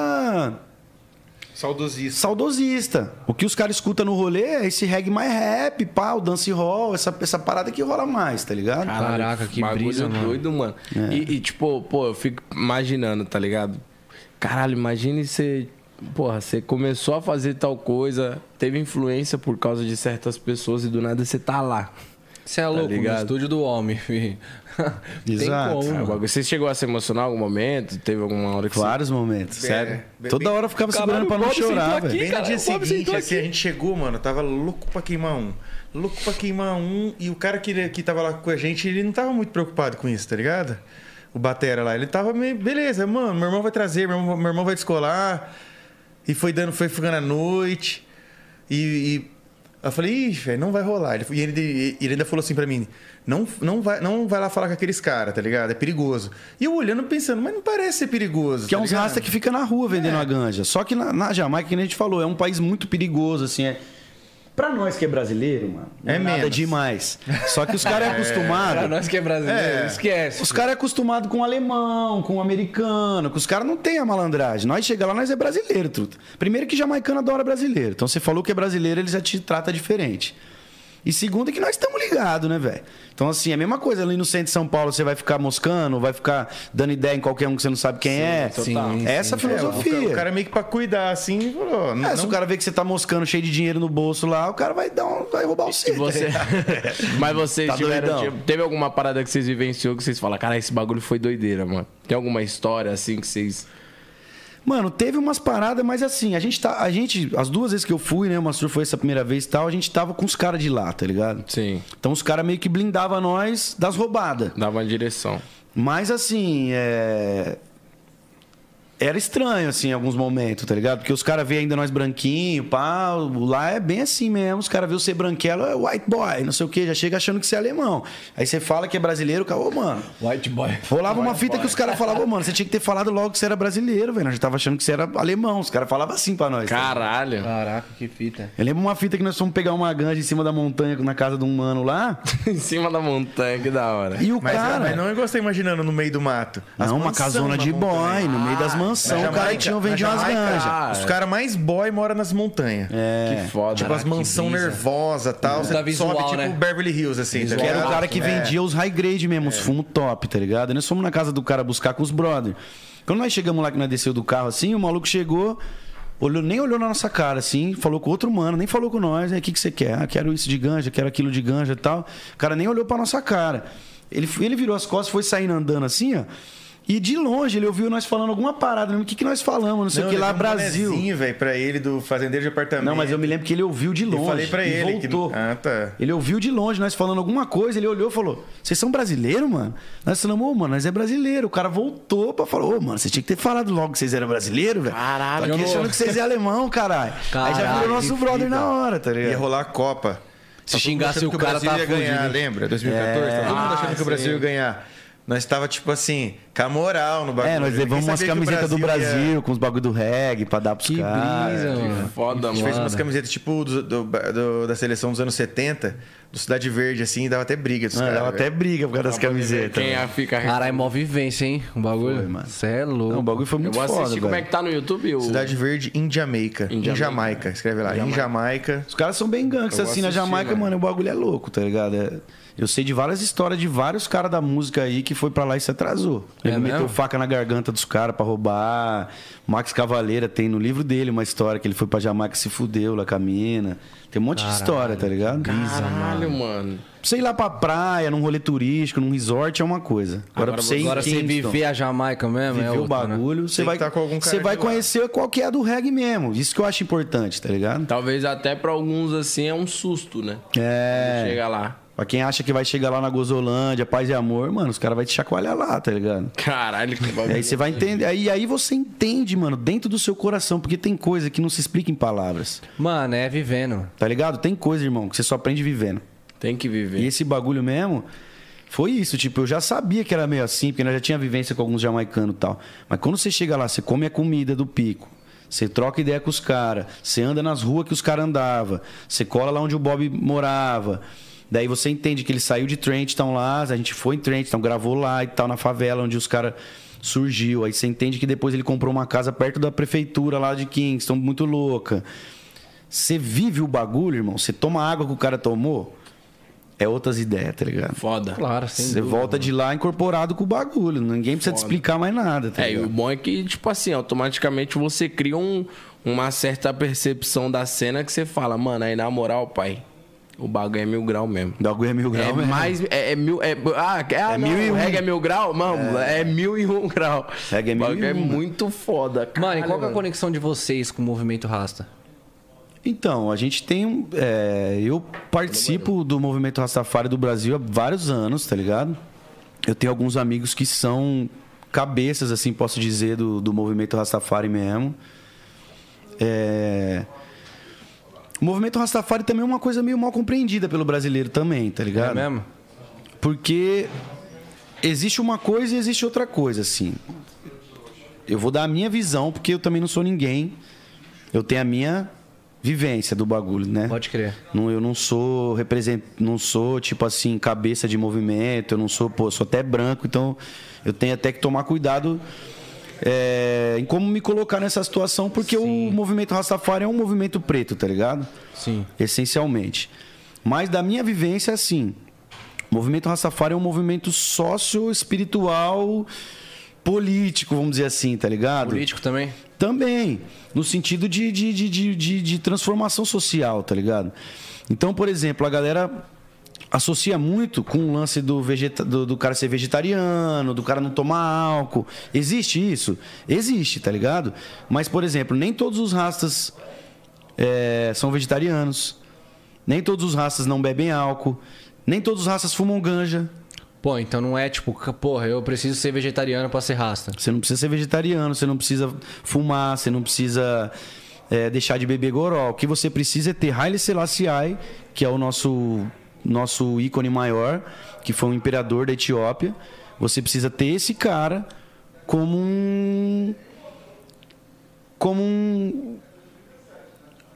Saudosista.
saudosista. O que os caras escutam no rolê é esse reggae mais rap, pá, o dance hall, essa, essa parada que rola mais, tá ligado?
Caraca, que
bagulho
brisa, mano.
doido, mano.
É.
E, e, tipo, pô, eu fico imaginando, tá ligado? Caralho, imagine você. Porra, você começou a fazer tal coisa, teve influência por causa de certas pessoas e do nada você tá lá.
Você é louco, no
ligado?
estúdio do homem, fi. Tem
Exato.
como,
Aí É, o
mano.
bagulho- Você chegou a se emocionar em algum momento? Teve alguma hora que
Vários momentos.
Sério?
Toda hora eu ficava segurando pra não
Bob sentou
chorar,
aqui.
velho.
Bem
Ih, cara,
no dia
o Bob
seguinte,
sentou
assim,
aqui.
a gente chegou, mano, tava louco pra queimar um. Louco pra queimar um. E o cara que, que tava lá com a gente, ele não tava muito preocupado com isso, tá ligado? O Batera lá, ele tava meio. Beleza, mano, meu irmão vai trazer, meu irmão, meu irmão vai descolar. E foi dando, foi ficando à noite. E, e eu falei, ih, velho, não vai rolar. Ele, e ele, e ele ainda falou assim pra mim: não, não, vai, não vai lá falar com aqueles caras, tá ligado? É perigoso. E eu olhando pensando, mas não parece ser perigoso.
Que é
tá
uns
ligado? É.
rasta que fica na rua vendendo a ganja. Só que na, na Jamaica, que nem a gente falou, é um país muito perigoso, assim. É... Pra nós que é brasileiro, mano, não
É
nada
menos.
demais. Só que os caras é
Pra
acostumado.
nós que é brasileiro,
É.
esquece.
Os caras é acostumado com alemão, com americano, que os caras não tem a malandragem. Nós chega lá, nós é brasileiro, truta. Primeiro que jamaicano adora brasileiro. Então você falou que é brasileiro, eles já te trata diferente. E segundo é que nós estamos ligados, né, velho? Então, assim, é a mesma coisa ali no centro de São Paulo, você vai ficar moscando, vai ficar dando ideia em qualquer um que você não sabe quem é.
sim,
é essa a
É, o,
filosofia.
ca- o cara meio que pra cuidar, assim, falou, não,
É, se o cara vê que você tá moscando cheio de dinheiro no bolso lá, o cara vai dar um, vai roubar o
E
seu.
você... Mas vocês
Tá
tiveram. tipo,
doidão.
Teve alguma parada que vocês vivenciou que vocês falam, cara, esse bagulho foi doideira, mano. Tem alguma história assim que vocês.
Mano, teve umas paradas, mas assim, a gente tá. A gente, as duas vezes que eu fui, né? Uma surf foi essa primeira vez e tal, a gente tava com os caras de lá, tá ligado?
Sim.
Então os caras meio que blindavam nós das roubadas.
Dava uma direção.
Mas assim, é. Era estranho, assim, em alguns momentos, tá ligado? Porque os caras veem ainda nós branquinho, pá, lá é bem assim mesmo. Os caras veem você branquelo, é white boy, não sei o quê, já chega achando que você é alemão. Aí você fala que é brasileiro, o cara, ô, mano.
White boy.
Rolava uma fita que os caras falavam, "Ô, mano, você tinha que ter falado logo que você era brasileiro, velho. Nós já tava achando que você era alemão. Os caras falavam assim pra nós.
Caralho.
Caraca, que fita.
Eu lembro uma fita que nós fomos pegar uma ganja em cima da montanha na casa de um mano lá.
em cima da montanha, que da hora.
E é o
Mas, é,
cara.
mas não eu gostei imaginando no meio do mato. As
não, uma
mansão
casona
na
de
montanha. Ah,
boy, no meio das mansões. O cara
Jamaica-
tinha
na
vendido umas É.
Jamaica, Ah,
ganjas.
ganjas.
Os caras mais boy moram nas montanhas.
Que foda.
Tipo, as mansão nervosa e tal. Você
Da visual,
sobe tipo
né?
Beverly Hills, assim.
Que era o cara que vendia os high grade mesmo, os fumos top, tá ligado? E nós fomos na casa do cara buscar com os brother. Quando nós chegamos lá, que nós desceu do carro assim, o maluco chegou, olhou, nem olhou na nossa cara assim, falou com outro mano, nem falou com nós. Aí, o que, que você quer? Ah, quero isso de ganja, quero aquilo de ganja e tal. O cara nem olhou pra nossa cara. Ele, ele virou as costas, foi saindo andando assim, ó. E de longe ele ouviu nós falando alguma parada, não lembro o que, que nós falamos, não sei o que
um
lá, Brasil.
velho, pra ele do fazendeiro de apartamento.
Não, mas eu me lembro que ele ouviu de longe.
Eu falei pra
e
ele. que-
voltou.
Ah, tá.
Ele ouviu de longe nós falando alguma coisa, ele olhou e falou: Vocês são brasileiro, mano? Nós falamos, ô, mano, nós é brasileiro. O cara voltou pra falar: Ô, mano, você tinha que ter falado logo que vocês eram brasileiro, velho.
Caralho,
Tô aqui
eu não-
achando que vocês é alemão, caralho. Aí já
Caralho,
virou nosso
que
brother
fita.
na hora, tá
um Ia
ligado?
rolar a Copa.
Se
Todo mundo
xingasse
achando
o
que
cara,
Brasil é
tava
ia ganhar,
fudido.
lembra?
É,
2014,
É.
tava
Ah,
todo mundo achando
Ah,
que o Brasil é ia ganhar. Nós tava, tipo assim, com a moral no bagulho.
É, nós
Ninguém
levamos umas
sabia que o
camisetas do
ia-
Brasil, com os bagulho do reggae pra dar pros
Que
caras.
brisa, mano.
Foda,
A gente
mano.
fez umas camisetas tipo do- do- do- da seleção dos anos 70, do Cidade Verde, assim, dava até briga dos
Mano,
caras.
É,
é um
dava até
velho.
briga por causa das camisetas. né?
Quem a fica.
Caralho, é mó vivência, hein? O bagulho. Você é louco.
Não, o bagulho foi
Eu
muito
vou assistir
foda,
como é
velho.
que tá no YouTube. O...
Cidade Verde em Jamaica. Em
Jamaica.
Jamaica. Escreve lá. Em Jamaica.
Os caras são bem ganks,
Eu
assim, na
assisti,
Jamaica,
mano.
mano, o bagulho é louco, tá ligado? É- Eu sei de várias histórias de vários caras da música aí que foi pra lá e se atrasou. Ele
É
meteu
mesmo?
faca na garganta dos caras pra roubar. Max Cavaleira tem no livro dele uma história que ele foi pra Jamaica e se fudeu lá com a mina. Tem um monte de história, tá ligado?
Caralho, mano.
Sei lá pra praia, num rolê turístico, num resort é uma coisa.
Agora
Agora, pra você ir
Agora
em
você
Kingston,
viver a Jamaica mesmo,
viver
é
o
outra, né?
bagulho, você
Tem que
vai,
tá com algum
você
cara
vai
de lá.
conhecer qual que é a do reggae mesmo. Isso que eu acho importante, tá ligado?
Talvez até pra alguns assim é um susto, né?
É.
Quando Chega lá.
Pra quem acha que vai chegar lá na Gozolândia, paz e amor, mano, os caras vão te chacoalhar lá, tá ligado?
Caralho, que
E aí
bagulho.
você vai entender. Aí, aí você entende, mano, dentro do seu coração, porque tem coisa que não se explica em palavras,
Mano, é vivendo.
tá ligado? Tem coisa, irmão, que você só aprende vivendo.
Tem que
E
viver.
esse bagulho mesmo. Foi isso, tipo, eu já sabia que era meio assim, porque nós já tinha vivência com alguns jamaicanos e tal. Mas quando você chega lá, você come a comida do pico, você troca ideia com os caras, você anda nas ruas que os caras andavam, você cola lá onde o Bob morava. Daí você entende que ele saiu de Trenton lá, a gente foi em Trenton, gravou lá e tal, na favela onde os caras surgiu. Aí você entende que depois ele comprou uma casa perto da prefeitura lá de Kingston, muito louca. Você vive o bagulho, irmão, você toma a água que o cara tomou, é outras ideias, tá ligado?
Foda.
Claro, sem
Você volta de lá incorporado com o bagulho. Ninguém precisa te explicar mais nada, tá
É, e o
ligado?
bom é que, tipo assim, automaticamente você cria um- uma certa percepção da cena que você fala, mano, aí na moral, pai, o bagulho é mil grau mesmo.
O bagulho é mil
É
graus mesmo.
mais. É, é mil. É, ah, é, ah, não,
mil e
o
um.
reggae é mil grau? Mano, é. mil e um grau.
Reggae é
O
mil e
bagulho
um,
é
mano.
muito foda, cara.
Mano, e qual que é a conexão de vocês com o movimento rasta?
Então, a gente tem um. é, eu participo do movimento Rastafari do Brasil há vários anos, tá ligado? Eu tenho alguns amigos que são cabeças, assim, posso dizer, do, do movimento Rastafari mesmo. É, O movimento Rastafari também é uma coisa meio mal compreendida pelo brasileiro também, tá ligado?
É mesmo?
Porque existe uma coisa e existe outra coisa, assim. Eu vou dar a minha visão, porque eu também não sou ninguém. Eu tenho a minha vivência do bagulho, né?
Pode crer.
Não, eu não sou represent... não sou tipo assim cabeça de movimento, eu não sou, pô, eu sou até branco, então eu tenho até que tomar cuidado é, em como me colocar nessa situação, porque o movimento Rastafari é um movimento preto, tá ligado?
Sim.
essencialmente. Mas da minha vivência, assim, o movimento Rastafari é um movimento sócio-espiritual político, vamos dizer assim, tá ligado?
Político também?
Também, no sentido de, de, de, de, de- de transformação social, tá ligado? Então, por exemplo, a galera associa muito com o lance do, vegeta, do, do cara ser vegetariano, do cara não tomar álcool. Existe isso? Existe, tá ligado? Mas, por exemplo, nem todos os rastas é, são vegetarianos, nem todos os rastas não bebem álcool, nem todos os rastas fumam ganja.
Pô, então não é tipo, c- porra, eu preciso ser vegetariano pra ser rasta.
Você não precisa ser vegetariano, você não precisa fumar, você não precisa é, deixar de beber goró. O que você precisa é ter Haile Selassie, que é o nosso, nosso ícone maior, que foi um imperador da Etiópia. Você precisa ter esse cara como um. Como um.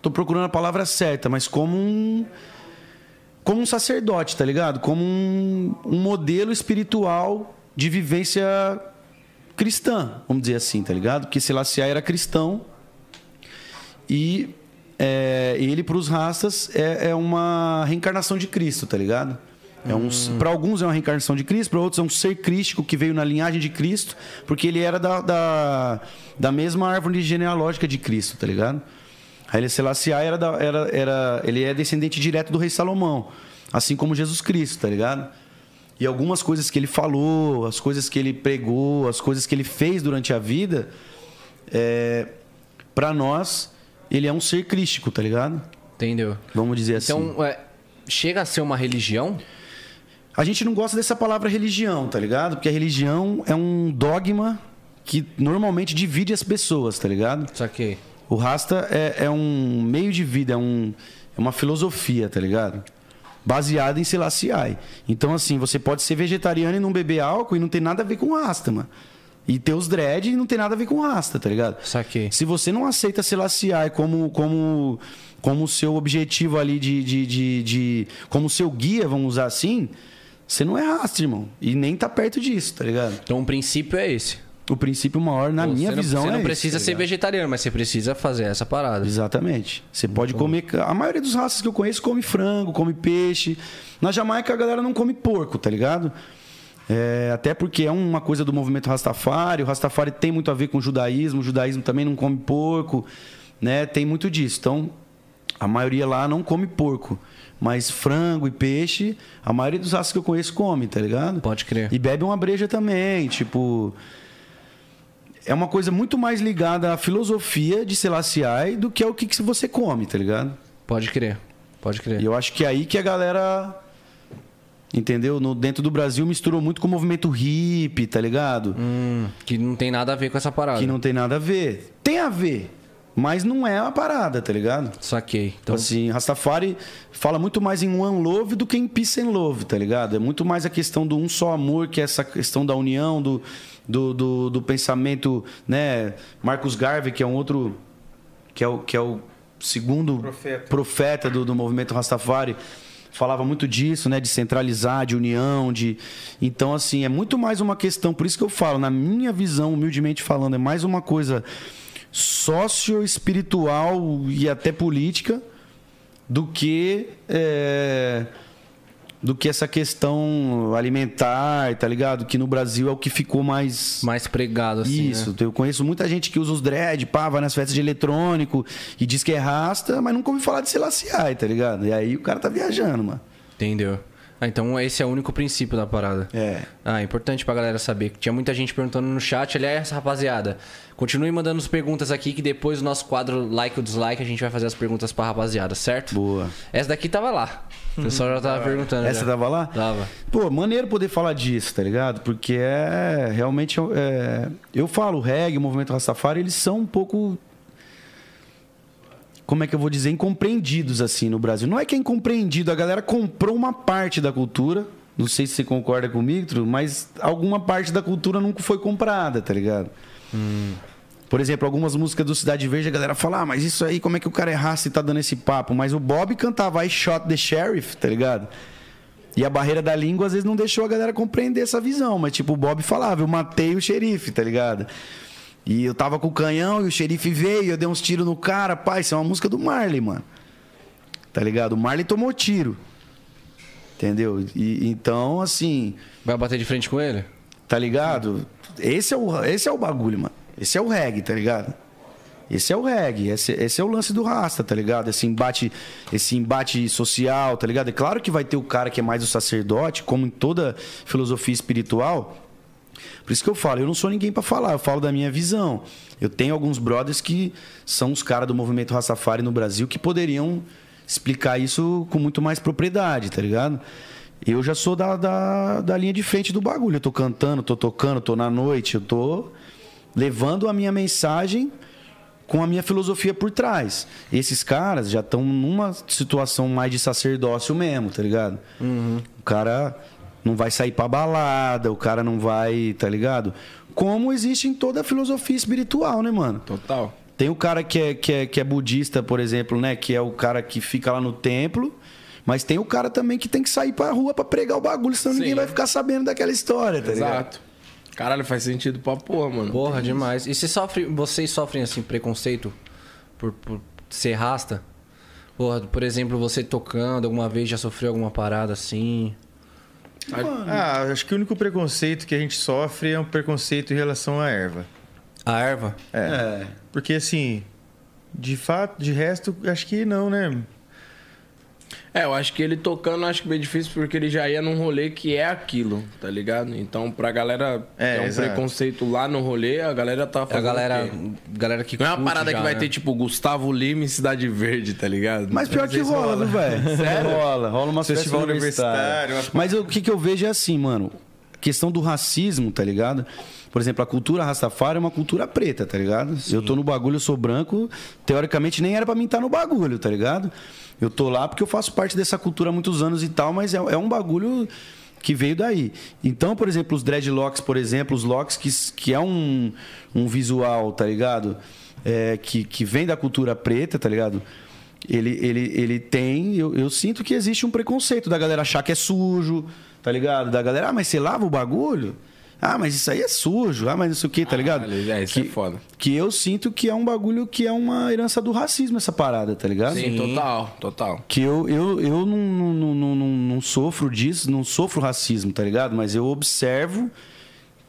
Tô procurando a palavra certa, mas como um como um sacerdote, tá ligado? Como um, um modelo espiritual de vivência cristã, vamos dizer assim, tá ligado? Porque Selassie era cristão e é, ele para os rastas é, é uma reencarnação de Cristo, tá ligado? É um, Para alguns é uma reencarnação de Cristo, para outros é um ser crístico que veio na linhagem de Cristo, porque ele era da, da, da mesma árvore genealógica de Cristo, tá ligado? Haile Selassie era, da- era, era, ele é descendente direto do rei Salomão, assim como Jesus Cristo, tá ligado? E algumas coisas que ele falou, as coisas que ele pregou, as coisas que ele fez durante a vida, é, para nós, ele é um ser crístico, tá ligado?
Entendeu?
Vamos dizer assim.
Então, é, chega a ser uma religião?
A gente não gosta dessa palavra religião, tá ligado? Porque a religião é um dogma que normalmente divide as pessoas, tá ligado?
Saquei.
O Rasta é, é um meio de vida, é, um, é uma filosofia, tá ligado? Baseada em Selassie. Então, assim, você pode ser vegetariano e não beber álcool e não tem nada a ver com Rasta, mano. E ter os dread e não tem nada a ver com Rasta, tá ligado?
Saquei.
Se você não aceita Selassie como como como seu objetivo ali de, de, de, de- como seu guia, vamos usar assim, você não é Rasta, irmão. E nem tá perto disso, tá ligado?
Então o princípio é esse.
O princípio maior, na
Pô,
minha
você não,
visão,
Você
é
não
esse,
precisa
tá
ser
ligado?
vegetariano, mas você precisa fazer essa parada.
Exatamente. Você pode comer. ca- A maioria dos raças que eu conheço come frango, come peixe. Na Jamaica a galera não come porco, tá ligado? É, até porque é uma coisa do movimento Rastafari. O Rastafari tem muito a ver com o judaísmo. O judaísmo também não come porco, né? Tem muito disso. Então, a maioria lá não come porco. Mas frango e peixe, a maioria dos raças que eu conheço come, tá ligado?
Pode crer.
E bebe uma breja também, tipo. É uma coisa muito mais ligada à filosofia de Selassie do que ao que, que você come, tá ligado?
Pode crer. Pode crer.
E eu acho que é aí que a galera. Entendeu? No, dentro do Brasil misturou muito com o movimento hippie, tá ligado?
Hum, que não tem nada a ver com essa parada.
Que não tem nada a ver. Tem a ver, mas não é a parada, tá ligado?
Saquei. Então,
Então, assim, Rastafari fala muito mais em one love do que em peace and love, tá ligado? É muito mais a questão do um só amor, que é essa questão da união, do, do, do, do pensamento, né? Marcus Garvey, que é um outro. que é o, que é o segundo
Profeta.
profeta do, do movimento Rastafari, falava muito disso, né? De centralizar, de união, de. Então, assim, é muito mais uma questão. Por isso que eu falo, na minha visão, humildemente falando, é mais uma coisa sócio-espiritual e até política do que é, do que essa questão alimentar, tá ligado? Que no Brasil é o que ficou mais
mais pregado assim.
isso,
né?
eu conheço muita gente que usa os dread, pá, vai nas festas de eletrônico e diz que é rasta, mas nunca ouvi falar de Selassie, tá ligado? E aí o cara tá viajando, mano.
Entendeu? Ah, então esse é o único princípio da parada.
É.
Ah, é importante pra galera saber. que Tinha muita gente perguntando no chat. Aliás, rapaziada, continue mandando as perguntas aqui que depois do nosso quadro like ou dislike a gente vai fazer as perguntas pra rapaziada, certo?
Boa.
Essa daqui tava lá. O pessoal já tava perguntando.
Essa
já.
tava lá?
Tava.
Pô, maneiro poder falar disso, tá ligado? Porque é realmente. é, eu falo, o reggae, o movimento Rastafari, eles são um pouco como é que eu vou dizer, incompreendidos assim no Brasil. Não é que é incompreendido, a galera comprou uma parte da cultura. Não sei se você concorda comigo, Tru, mas alguma parte da cultura nunca foi comprada, tá ligado? Por exemplo, algumas músicas do Cidade Verde, a galera fala, ah, mas isso aí, como é que o cara é raça e tá dando esse papo? Mas o Bob cantava I Shot the Sheriff, tá ligado? E a barreira da língua, às vezes, não deixou a galera compreender essa visão. Mas, tipo, o Bob falava, eu matei o xerife, tá ligado? E eu tava com o canhão e o xerife veio, eu dei uns tiros no cara. Pai, isso é uma música do Marley, mano. Tá ligado? O Marley tomou tiro. Entendeu? E, então, assim,
Vai bater de frente com ele?
Tá ligado? Esse é o, esse é o bagulho, mano. Esse é o reggae, tá ligado? Esse é o reggae, esse, esse é o lance do rasta, tá ligado? Esse embate, esse embate social, tá ligado? É claro que vai ter o cara que é mais o sacerdote, como em toda filosofia espiritual. Por isso que eu falo, eu não sou ninguém pra falar, eu falo da minha visão. Eu tenho alguns brothers que são os caras do movimento Rastafari no Brasil que poderiam explicar isso com muito mais propriedade, tá ligado? Eu já sou da, da, da linha de frente do bagulho. Eu tô cantando, tô tocando, tô na noite, eu tô levando a minha mensagem com a minha filosofia por trás. Esses caras já estão numa situação mais de sacerdócio mesmo, tá ligado? O cara não vai sair pra balada, o cara não vai, tá ligado? Como existe em toda a filosofia espiritual, né, mano?
Total.
Tem o cara que é, que, é, que é budista, por exemplo, né? Que é o cara que fica lá no templo. Mas tem o cara também que tem que sair pra rua pra pregar o bagulho, senão ninguém vai ficar sabendo daquela história, tá ligado?
Exato. Caralho, faz sentido pra porra, mano.
Porra, demais. E você sofre, vocês sofrem assim preconceito por, por ser rasta? Porra, por exemplo, você tocando alguma vez já sofreu alguma parada assim?
Ah, acho que o único preconceito que a gente sofre é um preconceito em relação à erva.
A erva?
É. Porque assim, de fato, de resto, acho que não, né?
É, eu acho que ele tocando, eu acho que é meio difícil porque ele já ia num rolê que é aquilo, tá ligado? Então, pra galera
É,
ter um
exato.
preconceito lá no rolê, a galera tá
É a
fazendo
galera,
o quê?
galera que
Não é uma
curte
parada
já,
que vai
né?
ter, tipo, Gustavo Lima em Cidade Verde, tá ligado?
Mas pior que rola, viu, velho? Sério? Rola, rola umas festas
Festival universitário,
universitárias.
umas-
Mas o que, que eu vejo é assim, mano. Questão do racismo, tá ligado? Por exemplo, a cultura Rastafari é uma cultura preta, tá ligado? Se eu tô no bagulho, eu sou branco, teoricamente nem era pra mim estar no bagulho, tá ligado? Eu tô lá porque eu faço parte dessa cultura há muitos anos e tal, mas é, é um bagulho que veio daí. Então, por exemplo, os dreadlocks, por exemplo, os locks que, s- que é um, um visual, tá ligado? É, que, que vem da cultura preta, tá ligado? Ele, ele, ele tem. Eu, eu sinto que existe um preconceito da galera achar que é sujo, tá ligado? Da galera, ah, mas você lava o bagulho? Ah, mas isso aí é sujo, ah, mas não sei o que, tá ligado?
Caralho, é, isso
que,
é foda.
que eu sinto que é um bagulho que é uma herança do racismo, essa parada, tá ligado?
Sim, total, total.
Que eu, eu, eu não, não, não, não, não sofro disso, não sofro racismo, tá ligado? Mas eu observo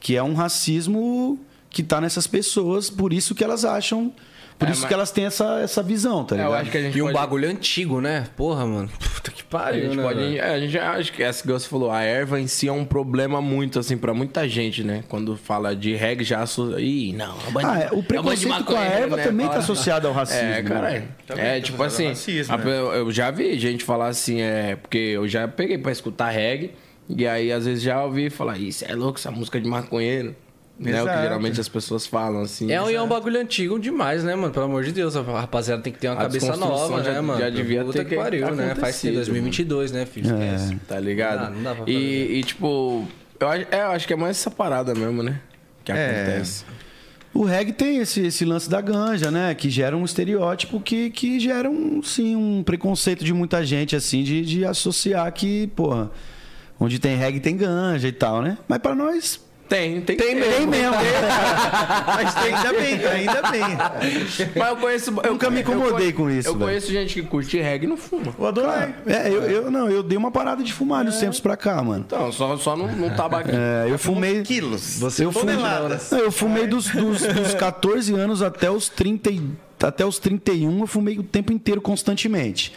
que é um racismo que tá nessas pessoas, por isso que elas acham. Por
É,
isso
mas-
que elas têm essa, essa visão, tá
É,
ligado?
eu acho que a gente
E um
pode...
bagulho antigo, né? Porra, mano. Puta que
A
pariu,
gente
né?
pode.
velho?
é, a gente já acho que essa que você falou, a erva em si é um problema muito, assim, pra muita gente, né? Quando fala de reggae, já associa. Ih, não. é bandido-
Ah, é,
é
o
bandido
preconceito com a
maconheiro,
erva
né?
também tá
Fala-
associado ao racismo.
É,
né?
cara.
Também
É,
tá
tipo assim,
associado ao racismo,
a-
né?
eu, eu já vi gente falar assim, é, porque eu já peguei pra escutar reggae, e aí às vezes já ouvi falar, isso é louco, essa música de maconheiro. Né? O que
Exato.
geralmente as pessoas falam, assim.
É um, e é um bagulho antigo demais, né, mano? Pelo amor de Deus, a rapaziada tem que ter uma
A
cabeça
desconstrução
nova,
já-
né, mano?
já devia
Puta
ter
que
que
pariu, né?
acontecido,
Faz sim, 2022, né, filho? Esquece.
Tá ligado?
Não dá- não dá pra fazer.
e, e, tipo, eu acho, é, eu acho que é mais essa parada mesmo, né? Que
É.
acontece.
O reggae tem esse, esse lance da ganja, né? Que gera um estereótipo que, que gera um, sim, um preconceito de muita gente, assim, de, de associar que, porra, onde tem reggae tem ganja e tal, né? Mas pra nós.
Tem, tem,
Tem mesmo. Tem mesmo.
Mas tem- ainda bem, ainda bem.
Mas eu conheço. Eu
Nunca me
eu conhe-
incomodei com isso,
Eu
velho.
conheço gente que curte reggae e não fuma.
O Adonai.
É, eu, eu- não, eu dei uma parada de fumar nos tempos pra cá, mano.
Então, só, só num, num tabaquinho.
É, eu fumei.
Quilos.
Você eu fumei,
toneladas.
Não, eu fumei dos, dos, dos 14 anos até os 30, e- até os 31, eu fumei o tempo inteiro constantemente.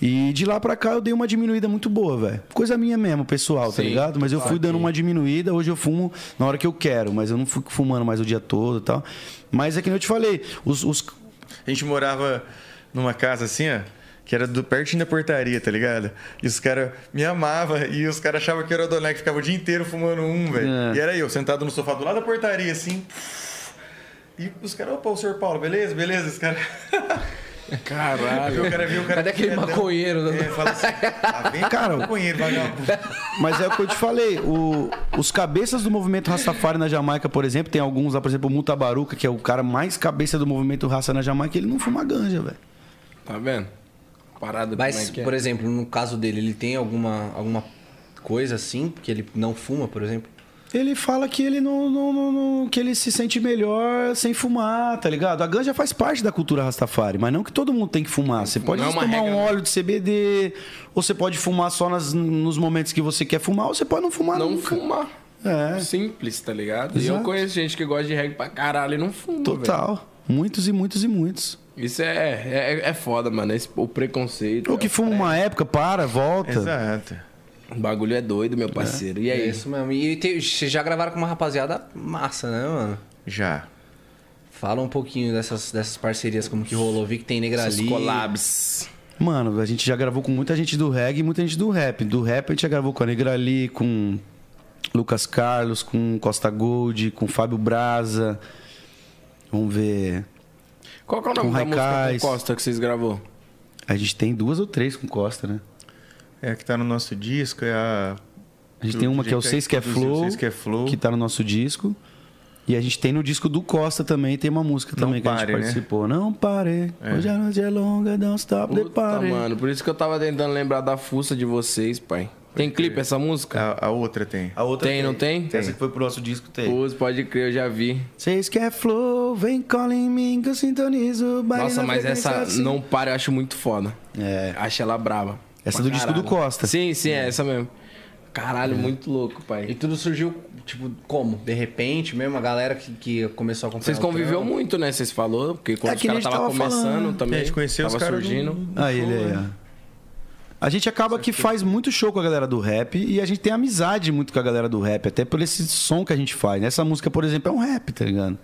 E de lá pra cá eu dei uma diminuída muito boa, velho. Coisa minha mesmo, pessoal, tá
Sim,
ligado? Mas eu fui dando uma diminuída, hoje eu fumo na hora que eu quero, mas eu não fico fumando mais o dia todo e tal. Mas é que nem eu te falei, os, os-
A gente morava numa casa assim, ó. Que era do pertinho da portaria, tá ligado? E os caras me amavam e os caras achavam que eu era o Adonai que ficava o dia inteiro fumando um, velho.
É.
E era eu, sentado no sofá do lado da portaria, assim. E os caras, opa, o senhor Paulo, beleza? Beleza? Os caras.
Caralho.
O cara viu o cara.
Cadê aquele
quietão?
maconheiro? né?
É, fala assim, tá vendo?
Cara,
maconheiro, vagabundo.
Mas é o que eu te falei, o- os cabeças do movimento Rastafari na Jamaica, por exemplo, tem alguns lá, por exemplo, o Mutabaruca, que é o cara mais cabeça do movimento raça na Jamaica, ele não fuma ganja, velho.
Tá vendo? Parada
Mas,
como é que é?
por exemplo, no caso dele, ele tem alguma, alguma coisa assim, que ele não fuma, por exemplo?
Ele fala que ele não, não- não- não- que ele se sente melhor sem fumar, tá ligado? A ganja faz parte da cultura Rastafari, mas não que todo mundo tem que fumar. Você pode
Não é uma
tomar
regra,
um
né?
óleo de CBD, ou você pode fumar só nas- nos momentos que você quer fumar, ou você pode não fumar
Não
nunca.
fumar.
É.
Simples, tá ligado? E eu
Exato.
conheço gente que gosta de reggae pra caralho e não fuma, velho.
Total. Muitos e muitos e muitos.
Isso é, é, é foda, mano. Esse- o preconceito.
Ou que fuma uma época, para, volta.
Exato.
O bagulho é doido, meu parceiro. E é,
É
isso.
isso mesmo. E te- vocês já gravaram com uma rapaziada massa, né, mano?
Já.
Fala um pouquinho dessas, dessas parcerias, como que rolou. Vi que tem Negra
Esses
ali.
collabs.
Mano, a gente já gravou com muita gente do reggae e muita gente do rap. Do rap a gente já gravou com a Negra Lee, com Lucas Carlos, com Costa Gold, com Fábio Braza. Vamos ver.
Qual que é o nome
Com
da música
Raikais.
com Costa que vocês gravou?
A gente tem duas ou três com Costa, né?
É a que tá no nosso disco, é a.
A gente tem uma que é o Seis que é
produziu,
Flow,
Seis que é Flow.
que tá no nosso disco. E a gente tem no disco do Costa também, tem uma música
Não
também que a
pare,
gente
né?
participou. Não pare, hoje a noite é longa, don't stop the
Puta,
party.
mano. Por isso que eu tava tentando lembrar da fuça de vocês, pai. Tem clipe essa música?
A, a outra tem.
A outra
Tem, não tem?
Essa que foi pro nosso disco tem.
Pus, pode crer, eu já vi.
Vocês quer flow, vem cola em mim que eu sintonizo. o baile
Nossa,
na
mas
frequência
essa
assim.
não para, eu acho muito foda.
É.
Acho ela braba.
Essa é
Pra
do disco
caralho.
do Costa. É.
Sim, sim, é essa mesmo. Caralho, muito louco, pai.
E tudo surgiu, tipo, como? De repente mesmo, a galera que, que começou a acompanhar.
Vocês
o
conviveu
trampo.
muito, né? Vocês falou, porque quando
então- É
os
que nem
caras
a gente
tava,
tava
começando
falando.
também,
É, a gente conheceu
tava
os caras.
surgindo.
do-
Aí ele aí, ó. A gente acaba que faz muito show com a galera do rap e a gente tem amizade muito com a galera do rap, até por esse som que a gente faz. né? Essa música, por exemplo, é um rap, tá ligado?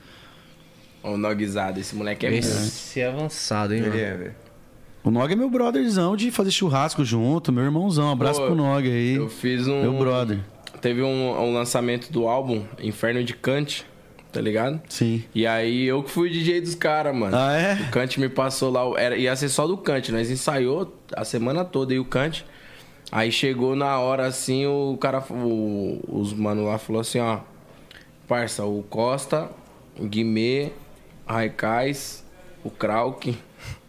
Ó, o Nogizado, esse moleque é bom.
Esse é avançado, hein, mano?
Ele é, velho.
O Nog é meu brotherzão de fazer churrasco junto, meu irmãozão. Abraço
Pô,
pro Nog aí.
Eu fiz um.
Meu brother.
Teve um, um lançamento do álbum Inferno de Kant, tá ligado?
Sim.
E aí eu que fui o DJ dos caras, mano.
Ah, é?
O Kant me passou lá. o- Era, ia ser só do Kant, nós ensaiou a semana toda e o Kant. Aí chegou na hora assim, o cara. o- os mano lá falou assim, ó. Parça, o Costa, o Guimê, Raikais, o Krauk.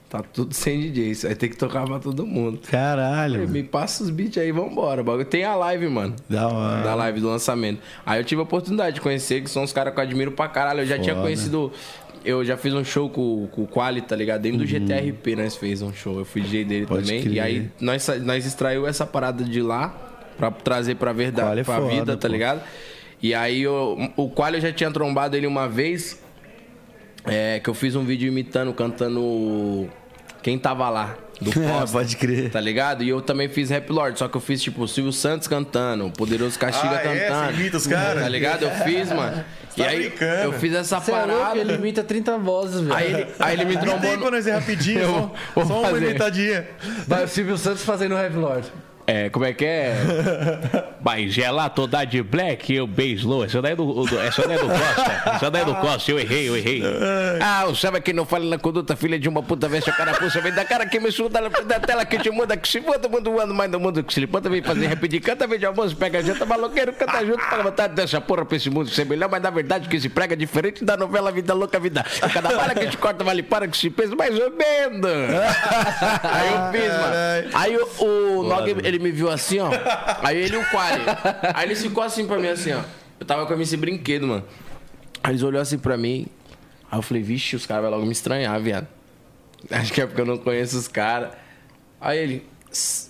Tá tudo sem DJ. Isso vai ter que tocar pra todo mundo.
Caralho. mano.
Me passa os beats aí, vambora. bagulho. Tem a live, mano
Da hora.
da live do lançamento. Aí eu tive a oportunidade de conhecer, que são os caras que eu admiro pra caralho. Eu já tinha conhecido. Eu já fiz um show com, com o Quali, tá ligado? Dentro do GTRP nós fez um show. Eu fui DJ dele
Uhum. Pode
também. E
crer.
aí nós, sa- nós extraiu essa parada de lá pra trazer pra verdade,
Quali é
pra
foda,
vida, tá
pô.
ligado? E aí eu- o Quali eu já tinha trombado ele uma vez. é, que eu fiz um vídeo imitando, cantando. Quem tava lá? Do
É,
Costa.
pode crer.
Tá ligado? E eu também fiz Rap Lord, só que eu fiz tipo o Silvio Santos cantando, o Poderoso Caxiga
Ah, é?
cantando.
Você imita os caras?
Tá ligado? Eu fiz, mano.
Você
E
tá
aí
brincando.
eu fiz essa
Você é louco,
parada.
ele imita 30 vozes, velho.
aí, ele, aí ele me
Me tem pra
trombou. No...
nós ir rapidinho,
Eu
só, um-
vou
só uma
fazer.
imitadinha.
Vai o Silvio Santos fazendo o Heavy Lord.
É, como é que é? Mas é lá toda de black e o Beislow. Essa daí é do, do, essa daí é do Costa. Essa daí é do Costa. Eu errei, eu errei. Ah, o sabe que não fala na conduta, filha de uma puta, veste a carapuça, vem da cara que me chuta na frente da tela que te muda, que se muda, muda um ano mais do mundo que se levanta, vem fazer repetir, canta, vem de almoço, pega janta, maloqueiro, canta junto, fala vontade dessa porra pra esse mundo ser melhor, mas na verdade que se prega é diferente da novela Vida Louca Vida. Cada para que te corta, vale para que se pensa mais ou menos. Aí eu fiz, mano.
Aí o, o Nog, ele me viu assim, ó. Aí ele e o Quali. Aí ele ficou assim pra mim, assim, ó. Eu tava com a MC Brinquedo, mano. Aí eles olhou assim pra mim. Aí eu falei, vixe, os caras vão logo me estranhar, viado. Acho que é porque eu não conheço os caras. Aí ele. "Sss,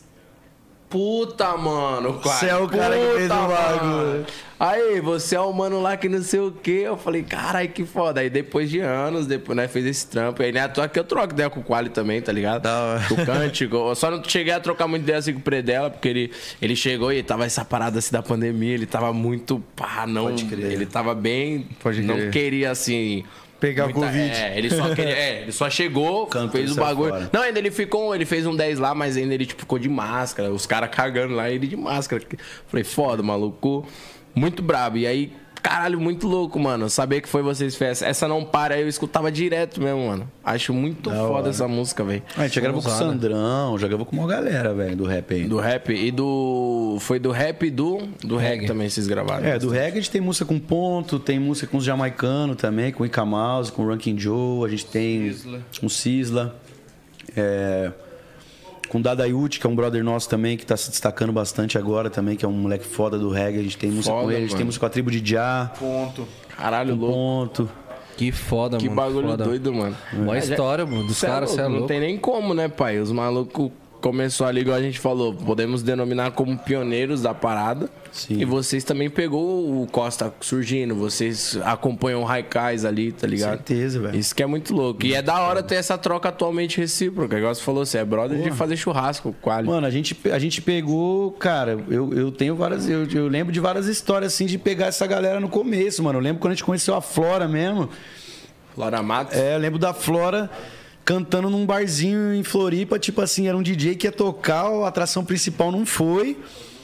Puta, mano.
Você é o cara que fez o
puta,
bagulho."
mano. né? Aí, você é o mano lá que não sei o quê. Eu falei, carai, que foda. Aí depois de anos, depois nós fez esse trampo. Aí, né, à toa que eu troco ideia com o Quali também, tá ligado? Com o Cântico. Eu só não cheguei a trocar muito ideia assim com o Predela, porque ele, ele chegou e tava essa parada assim da pandemia. Ele tava muito pá, não. Ele tava bem.
Pode
não
crer.
queria assim.
Pegar o
Muita-
Covid.
É, ele só, queria- é, ele só chegou, fez o
saiu
bagulho.
fora.
Não, ainda ele ficou, ele fez um 10 lá, mas ainda ele tipo, ficou de máscara, os caras cagando lá, ele de máscara. Falei, foda, maluco. Muito brabo. E aí, caralho, muito louco, mano. Saber que foi vocês fez. Essa não para, eu escutava direto mesmo, mano. Acho muito foda essa música, velho.
A gente já gravou com o Sandrão, já gravou com uma galera, velho, do rap aí.
Do rap e do. Foi do rap e do. Do reggae também vocês gravaram.
É, do reggae a gente tem música com Ponto, tem música com os jamaicanos também, com o Ica Mouse, com o Rankin Joe, a gente tem com o Sisla. É, com o Dada Yuti, que é um brother nosso também, que tá se destacando bastante agora também, que é um moleque foda do reggae. A gente tem música
Foda,
com ele, a gente tem
mano.
música com a tribo de Já,
Ponto.
Caralho,
com
louco.
Ponto.
Que foda,
Que
mano.
bagulho
foda.
doido, mano.
Mó
É, já-
história, mano. Dos
Cê é
caras, você é
louco, Não
louco.
tem nem como, né, pai? Os malucos começou ali, igual a gente falou, podemos denominar como pioneiros da parada.
Sim.
E vocês também pegou o Costa surgindo, vocês acompanham o Raikais ali, tá ligado?
Certeza, velho.
Isso que é muito louco. E é da hora ter essa troca atualmente recíproca. Igual você falou, você é brother de fazer churrasco, quali.
Mano, a gente, a gente pegou, cara, eu, eu tenho várias. Eu, eu lembro de várias histórias assim de pegar essa galera no começo, mano. Eu lembro quando a gente conheceu a Flora mesmo.
Laura Matos.
É, eu lembro da Flora cantando num barzinho em Floripa, tipo assim, era um DJ que ia tocar, a atração principal não foi.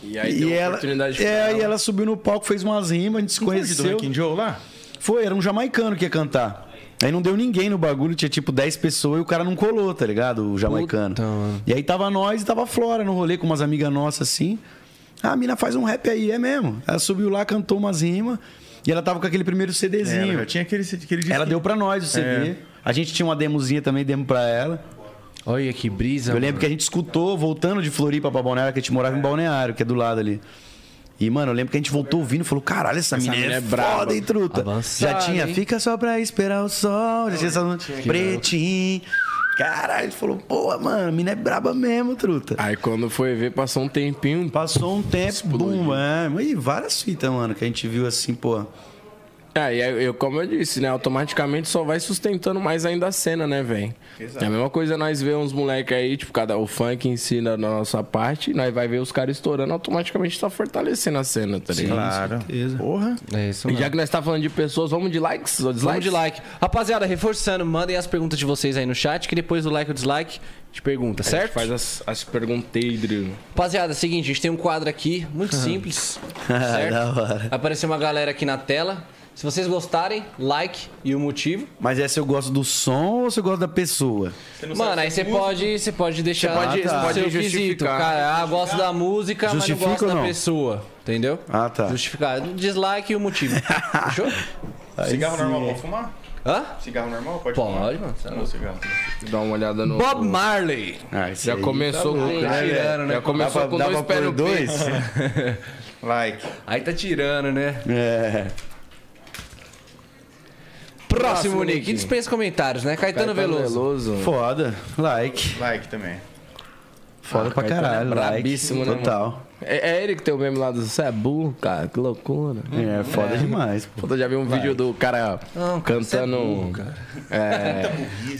E aí deu oportunidade pra
é,
ela.
e ela subiu no palco, fez umas rimas, a gente se
Conhecido do
conheceu.
Ranking Joe lá?
Foi, era um jamaicano que ia cantar. Aí não deu ninguém no bagulho, tinha tipo 10 pessoas e o cara não colou, tá ligado? O jamaicano.
Puta, mano.
E aí tava nós e tava a Flora no rolê com umas amigas nossas assim. Ah, a mina faz um rap aí, é mesmo. Ela subiu lá, cantou umas rimas e ela tava com aquele primeiro
É, ela
CDzinho.
já tinha aquele, aquele disco.
Ela deu pra nós o CD.
É.
A gente tinha uma demozinha também, demo pra ela.
Olha que brisa,
Eu lembro que a gente escutou voltando de Floripa pra Balneário, que a gente morava em Balneário, que é do lado ali. E, mano, eu lembro que a gente voltou ouvindo e falou: caralho, essa, menina
mina
é,
é braba."
foda, hein, truta?
Avançada,
já tinha,
hein?
fica só pra esperar o sol. Já tinha essa pretinho. Caralho, a gente falou: pô, mano, a mina é braba mesmo, truta.
Aí quando foi ver, passou um tempinho.
Passou um tempo, bum, é. mas E várias fitas, mano, que a gente viu assim, pô.
É, e aí, eu, como eu disse, né? Automaticamente só vai sustentando mais ainda a cena, né, velho? É a mesma coisa nós ver uns moleques aí, tipo, cada, o funk em si na na nossa parte, nós vai ver os caras estourando, automaticamente tá fortalecendo a cena, tá ligado?
Claro. Porra.
É isso
E
mesmo.
já que nós tá falando de pessoas, vamos de likes ou dislikes?
Vamos de like. Rapaziada, reforçando, mandem as perguntas de vocês aí no chat, que depois do like ou dislike, te pergunta,
A gente
certo?
faz as, as pergunteiras.
Rapaziada, é o seguinte, a gente tem um quadro aqui, muito simples, certo?
Da hora.
Vai aparecer uma galera aqui na tela. Se vocês gostarem, like e o motivo.
Mas é se eu gosto do som ou se eu gosto da pessoa?
Mano, aí você pode, você pode deixar
Você pode-
o
pode
seu
justificar.
quesito. Cara, ah, gosto da música, mas
Justifica
não gosto
ou
da
não?
pessoa. Entendeu?
Ah, tá.
Justificar. Dislike e o motivo. Fechou?
Cigarro normal, pode fumar?
Hã?
Cigarro normal, pode
Pode, mano. é
Não, cigarro.
Dá uma olhada no.
Bob Marley.
Ah, já começou com.
Tirando, né?
é. Já começou com dois pés no peito.
Like.
Aí tá tirando, né?
É.
Próximo, Nick. Que dispensa comentários, né?
Tá
Caetano, Veloso.
Foda. Like.
Like também.
Foda pra
Caetano é
caralho.
brabíssimo,
like.
né,
Total.
É, é ele que tem o meme lá do Cê é burro, cara. Que loucura.
É, foda demais, pô.
Puta, já vi um vídeo do cara
Não, cara, você é
cantando. um-
burro, cara.
É,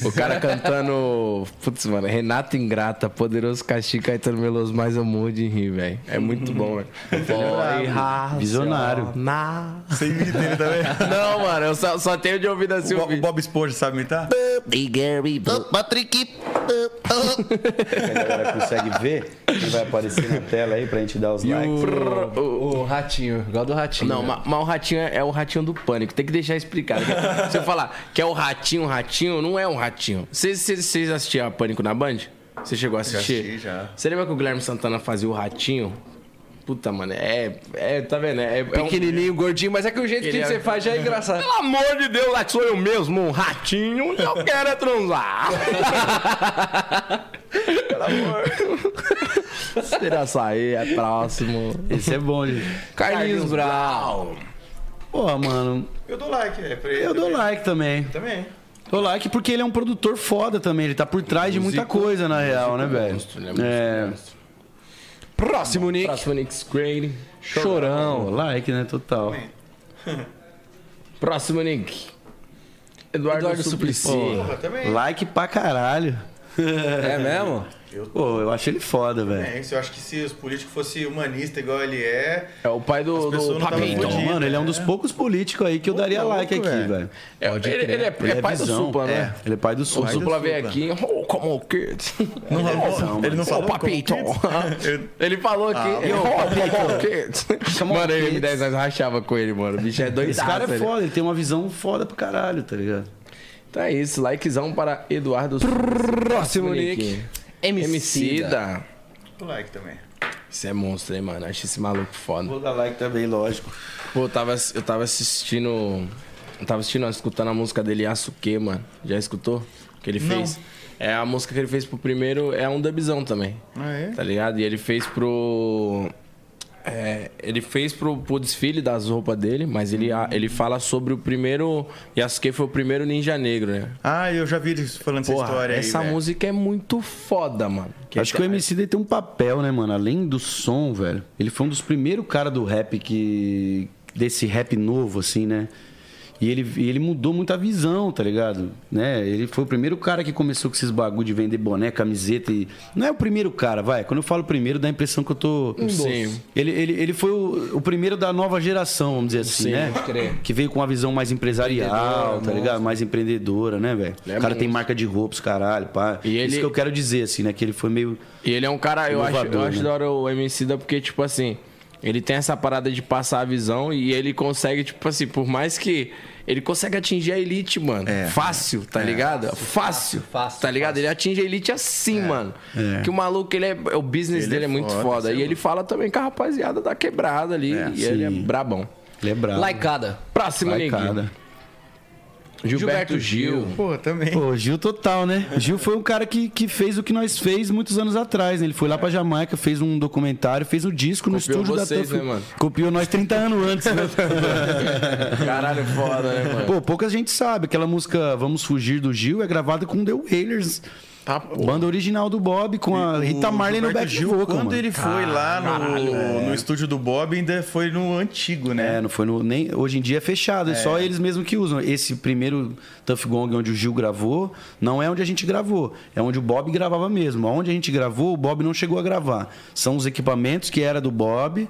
o cara cantando. Putz, mano, Renato Ingrata, poderoso castigo Caetano Veloso, mas eu morro de rir, velho. É muito bom, velho. Boy, raça,
Visionário.
na-
Você imita ele também?
Não, mano, eu só, só tenho de ouvido assim
O
o
Bo- o
vídeo.
Bob Esponja sabe imitar?
Se a galera consegue ver, ele vai aparecer na tela aí pra gente dar os
E
likes.
o, o ratinho. Igual do ratinho.
Não,
né?
ma- mas, o ratinho é, é o ratinho do pânico. Tem que deixar explicado. Porque Se eu falar que é o ratinho, ratinho, não é um ratinho. Vocês- Vocês vocês assistiam a Pânico na Band? Você chegou a assistir?
assisti, já.
Você lembra que o Guilherme Santana fazia o ratinho? Puta, mano, é. é tá vendo? É, é um-
Pequenininho, gordinho, mas é que o jeito
Ele
que
é-
você faz já é engraçado.
Pelo amor de Deus, lá que sou eu mesmo, um ratinho, eu quero é transar. Pelo amor. Será sair, é próximo.
Esse é bom, gente.
Carlinhos Brown.
Pô, mano,
Eu dou like, é. pra ele
eu dou
também.
like também.
Também.
Dou like porque ele é um produtor foda também. Ele tá por trás de muita coisa, na real, né, velho?
monstro, ele é monstro,
É.
Próximo, Nick.
Próximo Nick Crane.
Pô,
Chorão.
like, né? Total.
Próximo Nick. Eduardo,
Eduardo
Suplicy.
Suplicy.
Porra, também.
Like pra caralho.
É mesmo?
Pô, eu acho ele foda, velho.
É isso, eu acho que se os políticos fossem humanistas igual ele é,
É o pai do, do
pessoas não
Papinho.
tavam
Então,
Fudido,
mano, ele é um dos
né?
poucos políticos aí que eu daria like aqui,
velho.
velho.
É, ele, ele é, ele é pai do Supla,
é,
né?
Ele é pai do Supla.
O Supla veio aqui. Oh, come on, kids.
Não rolou? ele não um falou?
oh, papito. ele falou aqui.
Ah,
oh, kids.
Come on,
Mano, eu e
kids.
M10 nós rachava com ele, mano. O bicho é doido.
Esse cara é foda, ele tem uma visão foda pra caralho, tá ligado?
Então é isso, likezão para Eduardo
Próximo nick. MC da.
Emicida.
O like também.
Isso é monstro, hein, mano? Acho esse maluco foda.
Vou dar like também, lógico.
Pô, eu tava, eu tava assistindo. Eu tava assistindo, não, escutando a música dele, Yasuke, mano. Já escutou? Que ele fez? É a música que ele fez pro primeiro, é um dubzão também.
Ah, é?
Tá ligado? E ele fez pro. é, ele fez pro, pro desfile das roupas dele, mas ele, a- ele fala sobre o primeiro. Yasuke foi o primeiro ninja negro, né?
Ah, eu já vi eles falando
Porra,
essa história aí.
essa
velho.
música é muito foda, mano.
Acho que o MC daí tem um papel, né, mano? Além do som, velho. Ele foi um dos primeiros caras do rap que. desse rap novo, assim, né? E ele, e ele mudou muito a visão, tá ligado? Né? Ele foi o primeiro cara que começou com esses bagulho de vender boné, camiseta e. Não é o primeiro cara, vai. Quando eu falo primeiro, dá a impressão que eu tô.
Sim.
Ele, ele, ele foi o, o primeiro da nova geração, vamos dizer assim,
Sim,
né?
pode crer.
Que veio com uma visão mais empresarial, tá ligado? Mais empreendedora, né, velho?
É
o cara tem
monstro.
marca de roupas, caralho, pá.
E ele-
Isso que eu quero dizer, assim, né? Que ele foi meio.
E ele é um cara, eu acho,
Inovador,
eu acho
né?
da hora o MC da porque, tipo assim, ele tem essa parada de passar a visão e ele consegue, tipo assim, por mais que. Ele consegue atingir a elite, mano. Fácil, tá ligado? Fácil,
fácil,
Tá ligado? Ele atinge a elite assim, mano. Que o maluco, ele é. O business dele é, muito foda. E ele fala também com a rapaziada da quebrada ali. e ele é brabão.
Ele é brabo.
Likeada.
Próximo, neguinho.
Laicada.
Gilberto,
Gilberto
Gil.
Porra, também.
Pô, o Gil total, né? O Gil foi um cara que, que fez o que nós fez muitos anos atrás, né? Ele foi lá pra Jamaica, fez um documentário, fez um disco no
Copiou
estúdio
vocês,
da Tuff.
né, mano?
Copiou nós 30 anos antes, né?
Caralho, foda, né, mano?
Pô, pouca gente sabe. Aquela música Vamos Fugir do Gil é gravada com The Wailers.
Tá, pô.
Banda original do Bob com a Rita
O
Marley no
Gilberto
back
Gil,
vocal,
Quando
mano.
ele foi lá no, no estúdio do Bob, ainda foi no antigo, né?
É, não foi no, nem hoje em dia é fechado, é. só eles mesmos que usam. Esse primeiro Tuff Gong onde o Gil gravou, não é onde a gente gravou, é onde o Bob gravava mesmo. Onde a gente gravou, o Bob não chegou a gravar. São os equipamentos que era do Bob,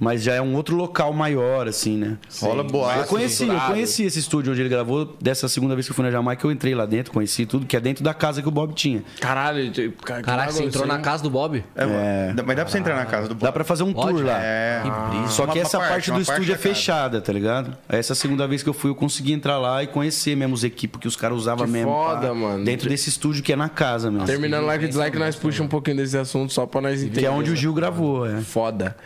mas já é um outro local maior assim, né?
Rola boato.
Eu conheci, eu conheci esse estúdio onde ele gravou. Dessa segunda vez que eu fui na Jamaica, eu entrei lá dentro, conheci tudo, que é dentro da casa que o Bob tinha.
Caralho, tu- cara, que
Caralho, você
bagulho,
entrou
isso
na
aí.
casa do Bob?
É, mano, dá- mas dá pra você entrar na casa do
Dá
Bob.
pra fazer um
Pode?
tour lá.
É.
Só
Uma-
que
uma
essa parte, do
uma
estúdio é
da casa.
fechada, tá ligado? Essa segunda vez que eu fui, eu consegui entrar lá e conhecer mesmo os equipes que os caras usavam
Que
mesmo.
foda, mano.
Dentro desse estúdio que é na casa mesmo.
Terminando like e dislike, nós puxamos um pouquinho desse assunto só pra nós entender.
que é onde o Gil gravou, é.
Foda.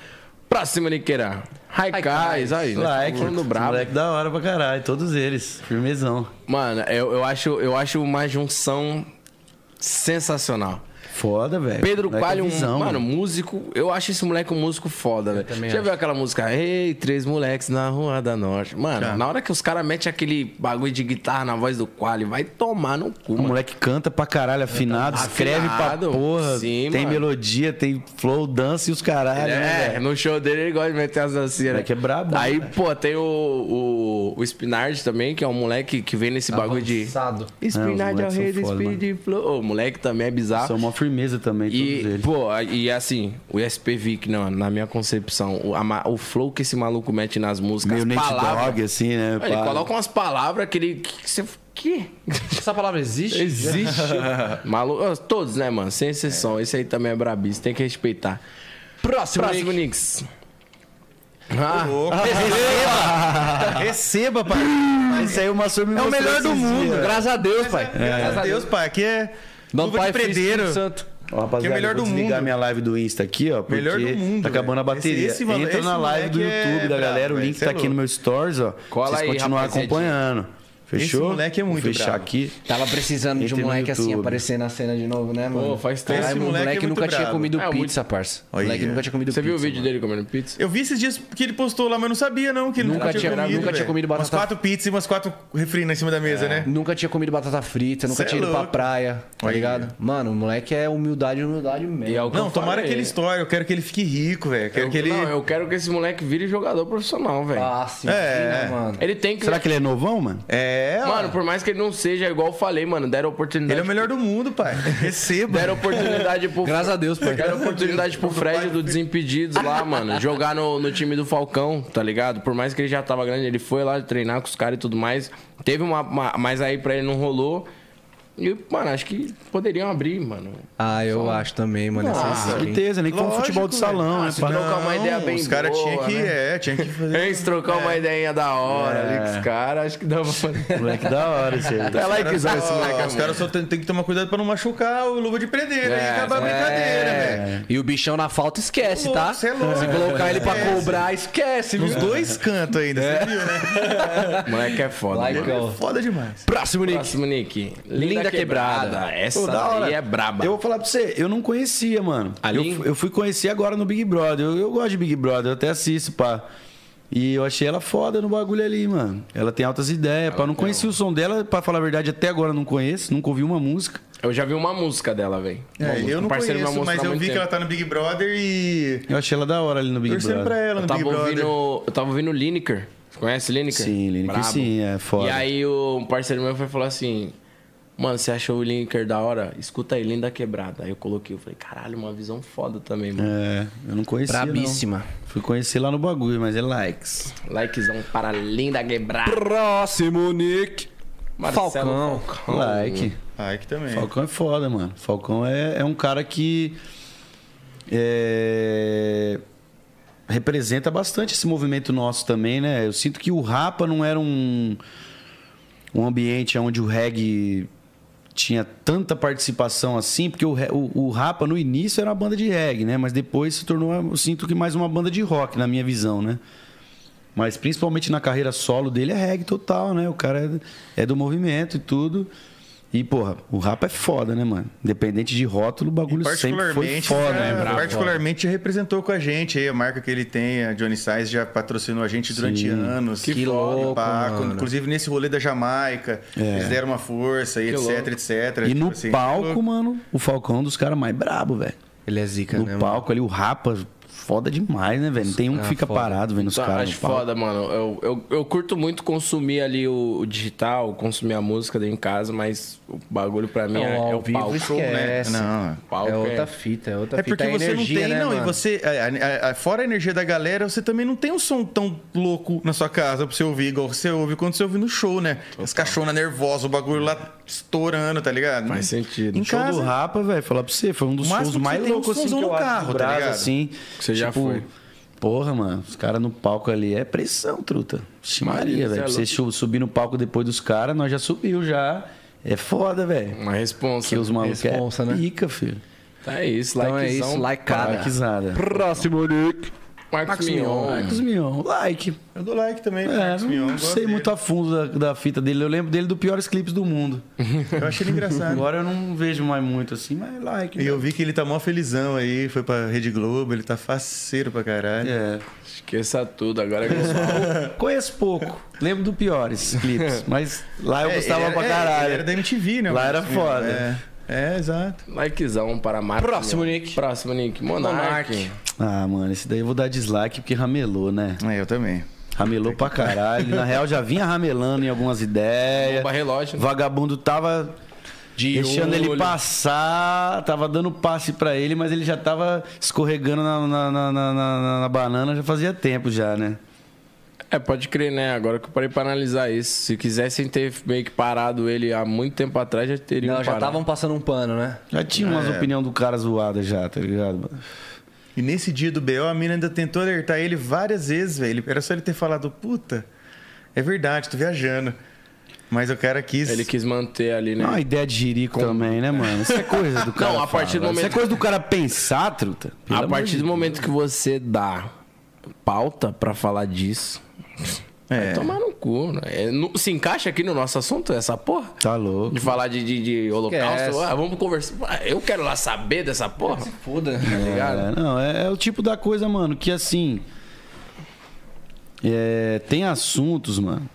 Próximo, Niqueira. Raikais, aí. nós tamo
Like,
falando
esse
né? brabo.
moleque da hora pra caralho, todos eles. Firmezão.
Mano, eu, eu, acho, eu acho uma junção sensacional.
Foda, velho.
Pedro
Moleque é
Coelho, um-
visão,
mano, músico. Eu acho esse moleque um músico foda, velho.
também
Já viu aquela música? Ei, três moleques na Rua da Norte. Mano, na hora que os caras metem aquele bagulho de guitarra na voz do Quali, vai tomar no cu,
O
um mano.
moleque canta pra caralho, afinado, escreve
Afinado,
pra porra.
sim,
tem
mano.
melodia, tem flow, dança e os caralho, né,
É,
velho?
no show dele ele gosta de meter as dancinhas. né?
Moleque é brabo,
Aí, pô, tem o, o, o Spinard também, que é um moleque que vem nesse bagulho de.
Avançado.
Spinard
É,
é o
os moleques
rei do
são foda,
Speed Flow. O moleque também é bizarro.
São uma firmeza também, todos
E,
eles.
pô, e assim, o SP Vic, não, na minha concepção, o, a ma- o flow que esse maluco mete nas músicas,
Meio
as
Nate
palavras.
Dogg, assim, né?
ele
pá.
coloca umas palavras que ele. Que você. Que?
Essa palavra existe?
Existe. maluco. ah, Todos, né, mano? Sem exceção. Esse aí também é brabíssimo, tem que respeitar.
Próximo,
Próximo,
nick.
Nix. Ah,
Ah.
Receba, pai. Isso aí o Massor me É o melhor do mundo.
Graças a Deus, pai.
É. Graças a Deus, pai. Aqui é
Não
luva de predeiro.
Santo.
Ó, rapaziada,
Que é o melhor
eu vou
do
desligar
mundo.
minha live do Insta aqui, ó, porque
Melhor do mundo,
tá acabando a
velho.
bateria.
Esse- esse mole-
Entra na
esse
live do
moleque é
YouTube da galera, o
brabo,
link
velho. Cê
tá
é
aqui no meu stories, ó.
Cola
Vocês
aí,
continuar
rapaziadinha.
acompanhando. Fechou?
Esse moleque é muito
Vou fechar
brabo.
aqui.
Tava precisando de
Entrei
um
no
moleque assim
YouTube.
aparecer na cena de novo, né, mano?
Pô, faz tempo.
Caralho,
Esse
o
moleque
moleque
é muito
nunca tinha
brabo.
comido
É, muito-
pizza, parça. O
Olha
moleque
aí.
nunca tinha comido pizza.
Você viu o vídeo
mano.
dele comendo pizza?
Eu vi esses dias que ele postou lá, mas eu não sabia, não, que ele
Nunca
nunca, tinha,
tinha-
comido.
nunca tinha
velho.
comido batata-
Umas quatro pizzas e umas quatro refri lá em cima da mesa, né?
Nunca tinha comido batata frita, nunca
Cê é
tinha ido pra
louco.
praia, tá
Olha aí.
ligado? Mano, o moleque é humildade, humildade
E é
mesmo.
o que
Não,
eu
tomara
falei.
que ele estoure. Eu quero que ele fique rico, velho. Quero
Eu-
que ele.
Não, eu quero que esse moleque vire jogador profissional, velho.
Ah, sim,
É.
sim, mano.
Ele tem que.
Será que ele é novão, mano?
É,
Mano, por mais que ele não seja é igual eu falei, mano, deram oportunidade.
ele é o melhor do mundo, pai. Receba.
Deram oportunidade pro.
Graças a Deus, pai.
Deram oportunidade pro Fred do Desimpedidos lá, mano. Jogar no, no time do Falcão, tá ligado? Por mais que ele já tava grande, ele foi lá treinar com os caras e tudo mais. Teve uma, uma- Mas aí pra ele não rolou. E, mano, acho que poderiam abrir, mano.
Ah, eu acho também, mano. é assim. essa
Com
música aí.
certeza, nem como
Lógico,
um futebol de
velho. Ah,
salão, né?
pra Ah, trocar uma ideia bem
Os caras
boa,
tinham que.
né?
É, tinha que fazer.
Eles trocar uma ideinha da hora ali com os caras, acho que dá pra fazer.
Moleque da hora, isso aí.
Até lá e quiser esse moleque.
Ó, os caras só tem, tem que tomar cuidado pra não machucar o luva de prender, né? E acabar a brincadeira, velho.
É. E o bichão na falta esquece,
Louco,
tá?
cê é louco.
Se colocar ele pra
Esquece.
cobrar, esquece.
Nos
viu?
dois cantos ainda, você viu, né?
Moleque é foda.
Like,
mano.
ó.
Foda demais.
Próximo, Nick.
Próximo, Nick. Linda,
Linda
quebrada.
Quebrada.
Essa
Pô, da hora.
daí é braba.
Eu vou falar pra você, eu não conhecia, mano.
Ali?
Eu, fu- eu fui conhecer agora no Big Brother. Eu, eu gosto de Big Brother, eu até assisto, pá. E eu achei ela foda no bagulho ali, mano. Ela tem altas ideias, pá. Não conheci
um
o som dela, pra falar a verdade, até agora eu não conheço, nunca ouvi uma música.
Eu já vi uma música dela, velho. Uma
É,
música,
eu
um
não
parceiro meu
conheço,
mostrou
mas
há
eu
muito
vi que
tempo.
ela tá no Big Brother e.
Eu achei ela da hora ali no Big
Torcendo pra
Brother.
ela no
Eu
Big
tava
Brother.
ouvindo. Eu tava ouvindo Lineker. Você conhece Lineker?
Sim, Lineker
Brabo.
sim, é foda.
E aí o um parceiro meu foi falar assim. Mano, você achou o Lineker da hora? Escuta aí, Linda Quebrada. Aí eu coloquei, eu falei, caralho, uma visão foda também, mano.
É, eu não conhecia. não.
Brabíssima.
Fui conhecer lá no bagulho, mas é likes.
Likezão para Linda Quebrada.
Próximo, Nick.
Marcelo
Falcão.
Oh.
like.
Ah, aqui também.
Falcão é foda, mano. Falcão é, é um cara que é, representa bastante esse movimento nosso também, né? Eu sinto que o Rapa não era um, um ambiente onde o reggae tinha tanta participação assim, porque o, re- o, o Rapa no início era uma banda de reggae, né? Mas depois se tornou, eu sinto que mais uma banda de rock, na minha visão, né? Mas principalmente na carreira solo dele é reggae total, né? O cara é, é do movimento e tudo. E, porra, o rapa é foda, né, mano? Independente de rótulo, o bagulho sempre foi
particularmente,
foda,
já-
né? brabo?
particularmente já representou com a gente aí, a marca que ele tem, a Johnny Size já patrocinou a gente durante anos.
Que
foda,
louco,
pá.
mano.
Inclusive nesse rolê da Jamaica, eles deram uma força e etc,
louco.
etc.
E
Tipo
no
assim,
palco, mano, o Falcão é um dos caras mais brabo, velho.
Ele é zica,
No
né? mano?
palco ali, o rapa, foda demais, né, velho? Não tem um que fica parado vendo os
Tá,
caras
acho
no palco.
foda, mano. Eu, eu, eu curto muito consumir ali o, o digital, consumir a música dentro em casa, mas o bagulho pra mim é,
Não,
é
um ao
o
vivo
palco.
esquece.
né? Não.
O palco
é outra
é-
fita, é outra
É
fita.
porque você
energia,
não tem,
né,
não, e
mano?
você, é, a- a- a- fora a energia da galera, você também não tem um som tão louco na sua casa pra você ouvir, igual você ouve quando você ouve no show, né? As caixonas nervosas, o bagulho lá estourando, tá ligado?
Faz sentido.
Em
O show do
casa,
Rapa, velho, falar pra você, foi um dos
O máximo
shows
que
mais
você tem é um
loucos assim, que
somzão
eu
no
acho do
carro, tá
Brasa,
ligado?
assim.
Você já foi.
Porra, mano, os caras no palco ali é pressão, truta. Vixe Maria,
Maria,
velho. Pra
você é
você chu- subir no palco depois dos caras, nós já subiu já. É foda, velho.
Uma responsa.
Que os malucos
Responsa,
é
né?
pica, filho.
Tá é isso,
Então é
likezão.
isso, likeada.
Paraquizada.
Próximo, Nick.
Marcos, Mignon.
Marcos Mion, like.
eu dou like também.
É,
Marcos
não
Mion, gosto
sei
dele.
muito a fundo da, da fita dele. Eu lembro dele do Piores Clipes do Mundo.
Eu achei ele engraçado.
Agora eu não vejo mais muito assim, mas like.
E eu vi que ele tá mó felizão aí, foi pra Rede Globo, ele tá faceiro pra caralho.
É.
Esqueça tudo, agora é gostoso.
Conheço pouco. Lembro do Piores Clipes, mas lá eu
É,
gostava
ele era-
pra
é,
caralho.
ele era da MTV, né?
Lá era
Marcos Mion?
foda.
É, É, exato.
um Likezão para Marcos
Próximo,
Mignon.
Nick.
Próximo, Nick. Monark.
Monark.
Ah, mano, esse daí eu vou dar dislike porque ramelou, né?
É, eu também.
Ramelou pra caralho. Na real, já vinha ramelando em algumas ideias.
Bomba relógio.
Vagabundo tava deixando ele passar, tava dando passe pra ele, mas ele já tava escorregando na, na- na- na- na- na banana já fazia tempo já, né?
É, pode crer, né? Agora que eu parei pra analisar isso. Se quisessem ter meio que parado ele há muito tempo atrás, já teriam
Não, já
parado.
estavam passando um pano, né?
Já
Ah,
tinha
é.
umas opinião do cara zoada já, tá ligado?
E nesse dia do BO, a mina ainda tentou alertar ele várias vezes, velho. Era só ele ter falado, puta, é verdade, tô viajando. Mas o cara quis.
Ele quis manter ali, né?
Não, a ideia de jirico também, né, mano? Isso é coisa do cara.
Não, a partir do
falar. Isso é
momento-
coisa do cara pensar, truta. Pelo
a
amor
partir
de
do momento que você dá pauta pra falar disso,
É.
vai tomar no cu, né? É, não- se encaixa aqui no nosso assunto essa porra?
Deus. Tá louco.
De falar de, de, de holocausto,
Esquece.
ah, vamos conversar. Eu quero lá saber dessa porra.
Foda.
É, não, é, é o tipo da coisa, mano, que assim. é, tem assuntos, mano,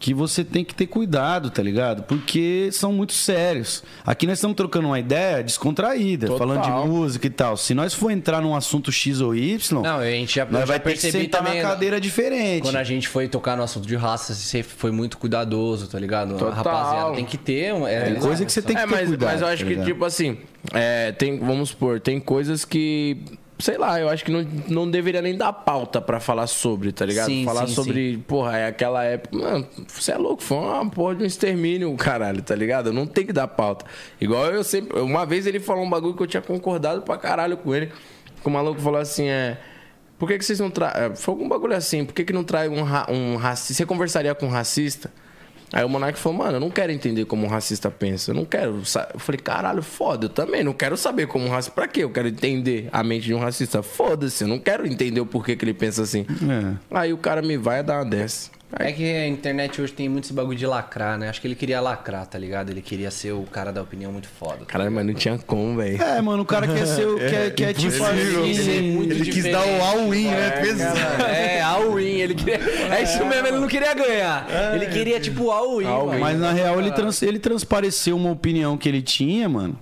que você tem que ter cuidado, tá ligado? Porque são muito sérios. Aqui nós estamos trocando uma ideia descontraída, falando de música e tal. Se nós for entrar num assunto X ou Y,
Não, a gente já, eu
nós
já
vai ter que
percebi
sentar
também. né,
na cadeira diferente.
Quando a gente foi tocar no assunto de raça, você foi muito cuidadoso, tá ligado? A
Total.
rapaziada tem que ter. um- É,
Tem coisa que você tem que
É,
ter
mas,
cuidado.
mas eu
tá
acho que,
ligado?
tipo assim, é, tem, vamos supor, tem coisas que sei lá, eu acho que não, não deveria nem dar pauta pra falar sobre, tá ligado?
Sim,
falar
sim,
sobre, porra, é aquela época. Mano, você é louco, foi uma porra de um extermínio, caralho, tá ligado? Não tem que dar pauta. Igual eu sempre. Uma vez ele falou um bagulho que eu tinha concordado pra caralho com ele. Que o maluco falou assim, é. Por que, que vocês não trazem. Foi algum bagulho assim, por que, que não trai um, ra- um racista? Você conversaria com um racista? Aí o Monark falou, mano, eu não quero entender como um racista pensa. Eu não quero. sa- Eu falei, caralho, foda, eu também não quero saber como um racista. Pra quê? Eu quero entender a mente de um racista. Foda-se, eu não quero entender o porquê que ele pensa assim.
É.
Aí o cara me vai dar uma dessa. Aí,
É que a internet hoje tem muito esse bagulho de lacrar, né? Acho que ele queria lacrar, tá ligado? Ele queria ser o cara da opinião muito foda.
caralho, mas não tinha como, velho.
É, mano, o cara quer ser o. quer, quer te fazer.
quis ser muito
É, Ele quis dar o
diferente.
all-in, né? Pesado.
É, all-in, ele queria. É isso mesmo, ele não queria ganhar.
É.
Ele queria, tipo, all-in. mano.
Mas na real ele, trans, ele transpareceu uma opinião que ele tinha, mano.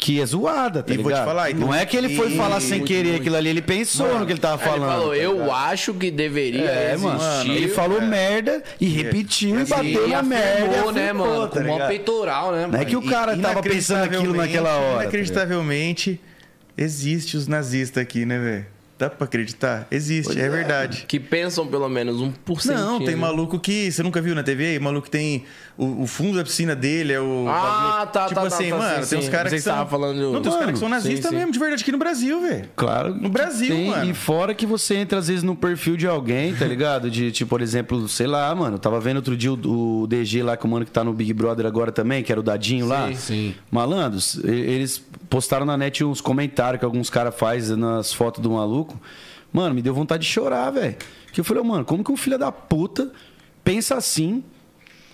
Que é zoada, tá
E vou te
ligado?
falar, e tem
não
um-
é que ele foi
e-
falar sem
muito,
querer aquilo ali, ele pensou no que ele tava
Aí ele
falando.
falou,
tá
eu
ligado?
acho que deveria
É,
existir.
mano. Ele
É.
falou merda e repetiu e, bateu
e
na
afirmou,
merda. e
né,
afirmou,
mano?
tá
com mó
ligado?
peitoral, né?
Não é
mano?
que o cara tava pensando aquilo naquela hora. tá ligado?
Inacreditavelmente, existe os nazistas aqui, né, velho? Dá pra acreditar? Existe, é, verdade.
Que pensam pelo menos um porcento.
Não, tem maluco que você nunca viu na TV, aí, maluco que tem o, o fundo da piscina dele é o
Ah,
bagulho-
tá,
tipo
tá,
assim,
tá, tá,
mano,
sim,
tem uns
sim.
caras que
Vocês
são
estavam falando-
Não, tem uns caras que
Mano,
são nazistas
sim, sim.
mesmo, de verdade aqui no Brasil, velho.
Claro.
No Brasil,
tem,
mano.
E fora que você entra, às vezes, no perfil de alguém, tá ligado? De, tipo, por exemplo, sei lá, mano. eu Tava vendo outro dia o, o DG lá, que o mano que tá no Big Brother agora também, que era o Dadinho lá.
sim.
Malandros, e- eles postaram na net uns comentários que alguns caras fazem nas fotos do maluco. Mano, me deu vontade de chorar, velho. Que eu falei, mano, como que um filho da puta pensa assim?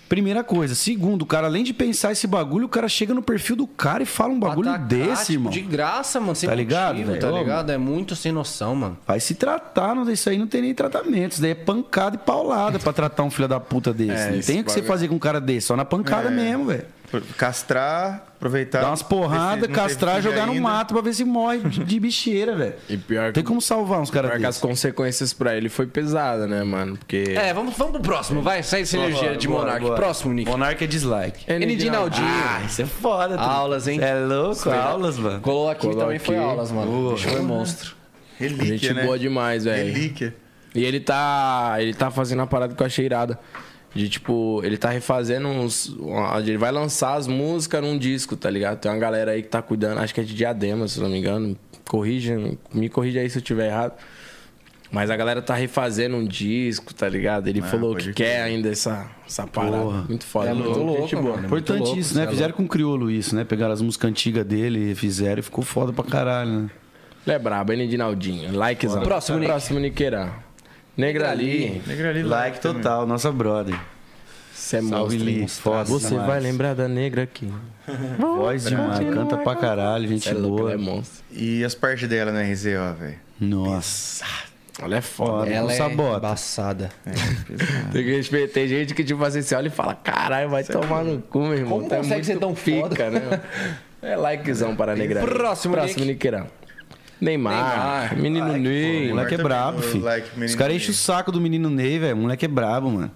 Primeira coisa. Segundo, o cara, além de pensar esse bagulho, o cara chega no perfil do cara e fala um bagulho
Atacar,
desse,
tipo,
irmão.
De graça, mano. Sem
Tá ligado,
motivo,
velho?
Tá
Ô, mano.
ligado? É muito sem noção, mano.
Vai se tratar, não, isso aí não tem nem tratamento. Isso daí é pancada e paulada pra tratar um filho da puta desse. não
esse
tem o que você
bagulho-
fazer com um cara desse, só na pancada mesmo, velho.
Castrar, aproveitar.
Dar umas
ver
porradas,
se Tá. não
castrar,
teve
jogar
filho
no
ainda.
mato pra ver se morre de de bicheira, velho.
E pior que-
Tem como salvar uns caras
Pior que as
desses.
consequências pra ele foi pesada, né, mano? Porque.
É, vamos, vamos pro próximo, vai. Sai essa energia de Monark. Próximo, Nick.
Monarca é dislike.
Nidinaldinho.
Ah, é isso é foda. Tri.
Aulas, hein?
É louco, aulas, mano.
Colou aqui
Colou
também foi
aqui.
aulas, mano. Bicho foi monstro.
Relíquia,
Gente
né?
boa demais, velho.
Relíquia.
E ele tá. Ele tá fazendo a parada que eu achei irada. De tipo, ele tá refazendo uns. uma- Ele vai lançar as músicas num disco, tá ligado? Tem uma galera aí que tá cuidando, acho que é de diadema, se não me engano. Corrija, me corrija aí se eu tiver errado. Mas a galera tá refazendo um disco, tá ligado? Ele falou que quer ainda essa, essa parada. Muito foda.
É
muito
muito louco,
gente boa.
mano.
Importante
louco,
isso,
cê é
né? Fizeram com o Criolo isso, né? Pegaram as músicas antigas dele, fizeram e ficou foda pra caralho, né?
Ele é brabo, ele é Dinaldinho. Likezão.
Próximo, Nick.
Próximo, Niqueira. Negra ali.
Negra ali,
Like
também.
total, nossa brother.
Você é
Salve,
monstro,
Lee.
monstro.
Foda
Você
demais.
vai lembrar da negra aqui.
Voz demais, canta pra caralho, gente
Você é louco,
boa.
ela é monstro.
E as partes dela na RZO, velho.
Nossa.
Ela é foda.
Foda.
Ela é
sabota.
embaçada.
Tem que respeitar. Tem gente que, tipo assim, você olha e fala: caralho, vai tomar no cu, meu irmão.
Como
Tá
consegue
muito
ser tão
pica,
foda?
né? É likezão para a negra ali.
Próximo,
Próximo,
Nick.
Niqueirão.
Neymar.
Neymar, menino
O
Ney.
moleque é
também
brabo,
no
filho.
like, menino
os caras enchem o
Ney.
saco do menino Ney, velho. O moleque é brabo, mano.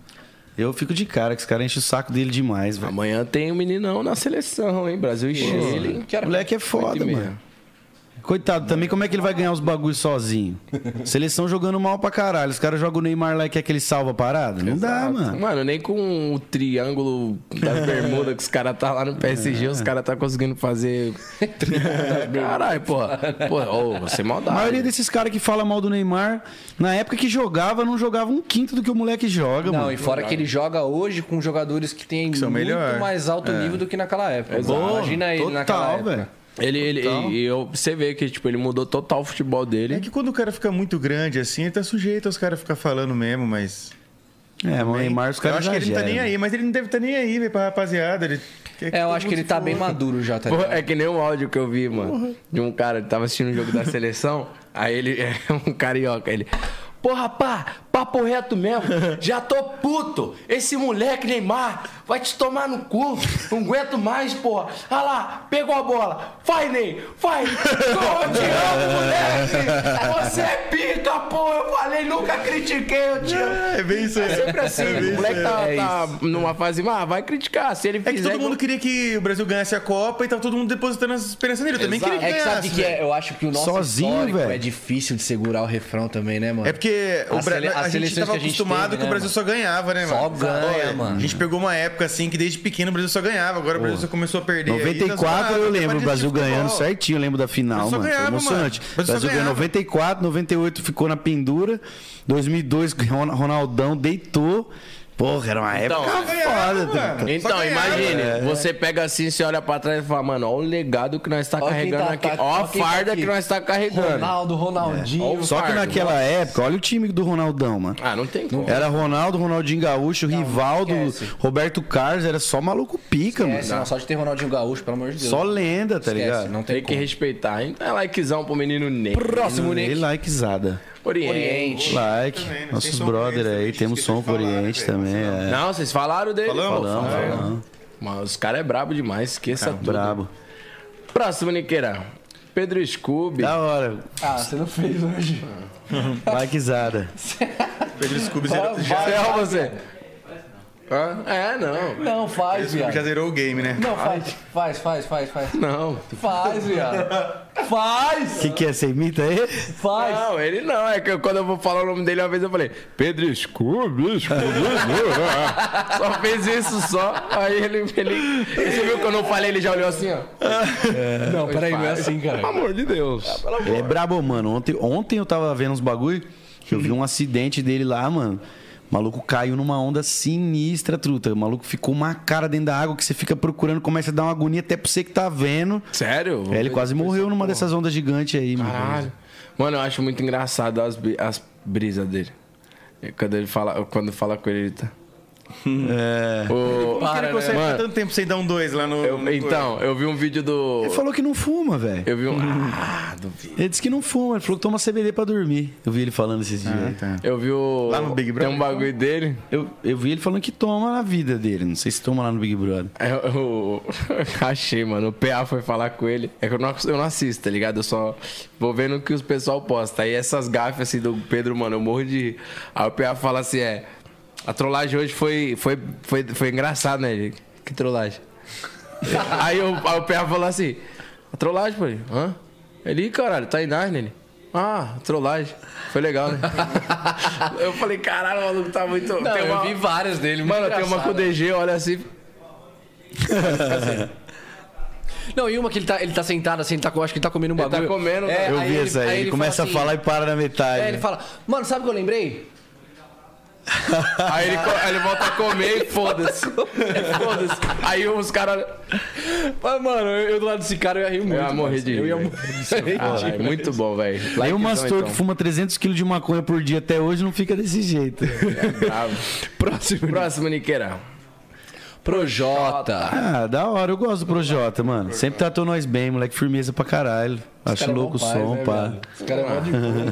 Eu fico de cara que os caras enchem o saco dele demais,
Ah,
velho.
Amanhã tem um meninão na seleção, hein? Brasil e Chile.
Que
O
hora que
moleque é
Oito
foda,
e meia.
mano. Coitado, também como é que ele vai ganhar os bagulhos sozinho? Seleção jogando mal pra caralho. Os caras jogam o Neymar lá e quer que ele salva a parada? Não dá, mano.
Mano, nem com o triângulo das bermudas que os caras tá lá no PSG,
É.
os caras tá conseguindo fazer. Caralho, porra. Pô, ô, você é
A
maldade.
né?
maioria desses caras que fala mal do Neymar, na época que jogava, não jogava um quinto do que o moleque joga,
Não,
mano.
e fora que ele joga hoje com jogadores que têm
são
muito
melhor.
mais alto nível do que naquela época. Imagina ele naquela
É. Total,
época.
velho.
Ele, ele, e- e eu, você vê que tipo, ele mudou total o futebol
Então. É
dele.
que quando o cara fica muito grande assim, ele tá sujeito aos caras ficar falando mesmo, mas.
É, mas o Neymar, os
Eu
caras
acho que ele não tá
exageram.
nem aí, mas ele não deve tá nem aí, velho, pra rapaziada. Ele quer que
É, eu
todo
acho que
mundo
ele tá
se
bem
foda.
maduro já, tá
Pô,
ligado?
é que nem um áudio que eu vi, mano. De um cara que tava assistindo o jogo da seleção. aí ele é um carioca. Ele.
um Porra, pá, papo reto mesmo. Já tô puto. Esse moleque Neymar vai te tomar no cu. Não aguento mais, porra. Ah lá, pegou a bola. Vai, Ney, vai. Gol, eu te amo, moleque. Você é pica, porra. Eu falei, nunca critiquei, eu te amo.
É bem isso aí.
É sempre assim.
É bem
o moleque
isso
tá,
É
tá numa fase má, vai criticar. Se ele
É
fizer...
que todo mundo queria que o Brasil ganhasse a Copa e tá todo mundo depositando as esperanças nele. Eu também
Exato.
queria
É
que
que sabe
ganhasse.
o que
velho.
é? Eu acho que o nosso
Sozinho,
histórico
velho.
é difícil de segurar o refrão também, né, mano?
É porque o
As
Bra-
sele- as
a gente
seleções
tava
que a gente
acostumado
teve,
que o
né,
Brasil
mano?
só ganhava, né,
Só
mano?
ganha, mano.
A gente pegou uma época assim que desde pequeno o Brasil só ganhava, agora o Brasil só começou a perder. aí, tá
94
zoado,
eu
tá
lembro, o
parecendo
Brasil
futebol.
ganhando certinho, eu lembro da final,
Mas só
mano. Foi
ganhava,
emocionante.
mano.
O
Mas só
Brasil ganhou
ganhava.
94, 98 ficou na pendura. 2002 Ron- Ronaldão deitou. Porra, era uma época
Só ganhava,
foda. tá
mano. Só
Então,
é
ganhava.
imagine,
né?
você pega assim, você olha pra trás e fala, mano, ó o legado que nós tá
Ó quem
carregando
tá-
aqui.
tá-
ó a
quem tá
farda
aqui.
que nós tá carregando.
Ronaldo, Ronaldinho.
Só que
um Fardo, né?
naquela época, olha o time do Ronaldão, mano.
Ah, não tem como.
Era Ronaldo, Ronaldinho Gaúcho, Rivaldo,
esquece.
Roberto Carlos, era só maluco pica,
É, senão
mano.
só de ter Ronaldinho Gaúcho, pelo amor de Deus.
Só lenda, tá
Esquece,
ligado?
Não tem
Tem que
como.
respeitar. Então é likezão pro menino Ney.
Próximo,
Ei,
Nick.
likezada.
Oriente.
Oriente.
Like.
também, né? Tem
Nossos
som
brother
pro Oriente
aí,
também,
temos
esqueci de
som pro
falar, né,
Oriente
velho?
também. É.
Não, vocês falaram dele?
Falamos?
Falamos,
Falaram.
falamos.
Mas os caras é brabo demais, esqueça tudo.
Brabo.
Próximo, Niqueira. Pedro Scooby.
Da hora.
Ah, você não fez hoje.
Likezada.
Pedro Scooby zerou- já,
Você é você? Hã? É, não.
Não, faz,
já
viado.
zerou o game, né?
Não, faz, faz, faz, faz, faz.
Não.
Faz, viado. Faz,
O que, que é? Você imita aí?
faz.
Não, ele não. É que eu- quando eu vou falar o nome dele uma vez, eu falei, Pedro Scooby, Scooby, Scooby. Só fez isso só. Aí ele, ele. Você viu que eu não falei, ele já olhou assim, ó.
Não, peraí, não é assim,
Pelo
cara.
amor de Deus.
Ele é brabo, mano. Ontem, ontem eu tava vendo uns bagulho que eu vi um acidente dele lá, mano. O maluco caiu numa onda sinistra, truta. O maluco ficou uma cara dentro da água que você fica procurando, começa a dar uma agonia até pra você que tá vendo.
Sério?
É, ele quase morreu numa dessas ondas gigantes aí, mano.
Caralho. Mano, eu acho muito engraçado as, bri- as brisas dele. É, Quando ele fala, quando fala com ele, ele tá. É. O...
Como que ele consegue ficar
Mano,
tanto tempo sem dar um dois lá no.
eu-
no-
então, eu vi um vídeo do.
Ele falou que não fuma, velho.
Eu vi um. Ah, duvido.
Ele disse que não fuma, ele falou que toma CBD pra dormir. Eu vi ele falando esses dias.
Ah, tá.
Eu vi o.
Lá no Big Brother.
Tem um bagulho dele.
eu, eu vi ele falando que toma na vida dele. Não sei se toma lá no Big Brother.
Eu, É, eu- eu achei, mano. O PA foi falar com ele. É que eu não, eu não assisto, tá ligado? Eu só vou vendo o que os pessoal posta. Aí essas gafas assim do Pedro, mano, eu morro de. rir. Aí o PA fala assim: é. A trollagem hoje foi, foi, foi, foi engraçado, né? gente? Que trollagem. aí, o, aí o PA falou assim: A trollagem, pô. ele, Hã? Ele, "Ih, caralho, tá em Narnia, ele. Ah, trollagem. Foi legal, né? eu falei: caralho, o maluco tá muito.
Não,
tem
eu
uma-
vi várias dele. muito
Mano, tem uma
engraçado.
com o DG, olha assim.
Não, e uma que ele tá, ele tá sentado assim, ele tá, com- acho que ele tá comendo um
Ele tá
bagulho.
comendo, né?
eu
aí
vi essa aí.
aí
Ele, começa
fala
a falar e para na metade.
assim- É, ele fala, mano, sabe o que eu lembrei?
Aí ele, co- aí ele volta a comer e foda-se. Foda-se. Aí os caras.
Mas, Ah, mano, eu, eu do lado desse cara eu ia rir é muito.
ia morrer
parceiro.
de
Eu
rir,
ia
velho.
morrer de
Caralho,
rir.
muito bom, velho.
Aí o
Likezão,
Mastor que
então.
fuma 300 kg de maconha por dia até hoje não fica desse jeito.
Bravo.
Próximo.
Próximo, Niqueira.
Projota.
ah, da hora. Eu gosto do Projota, mano. Sempre tratou nós bem, moleque. Firmeza pra caralho.
é
Acho louco o som,
né,
pá.
Os caras é mó de boa,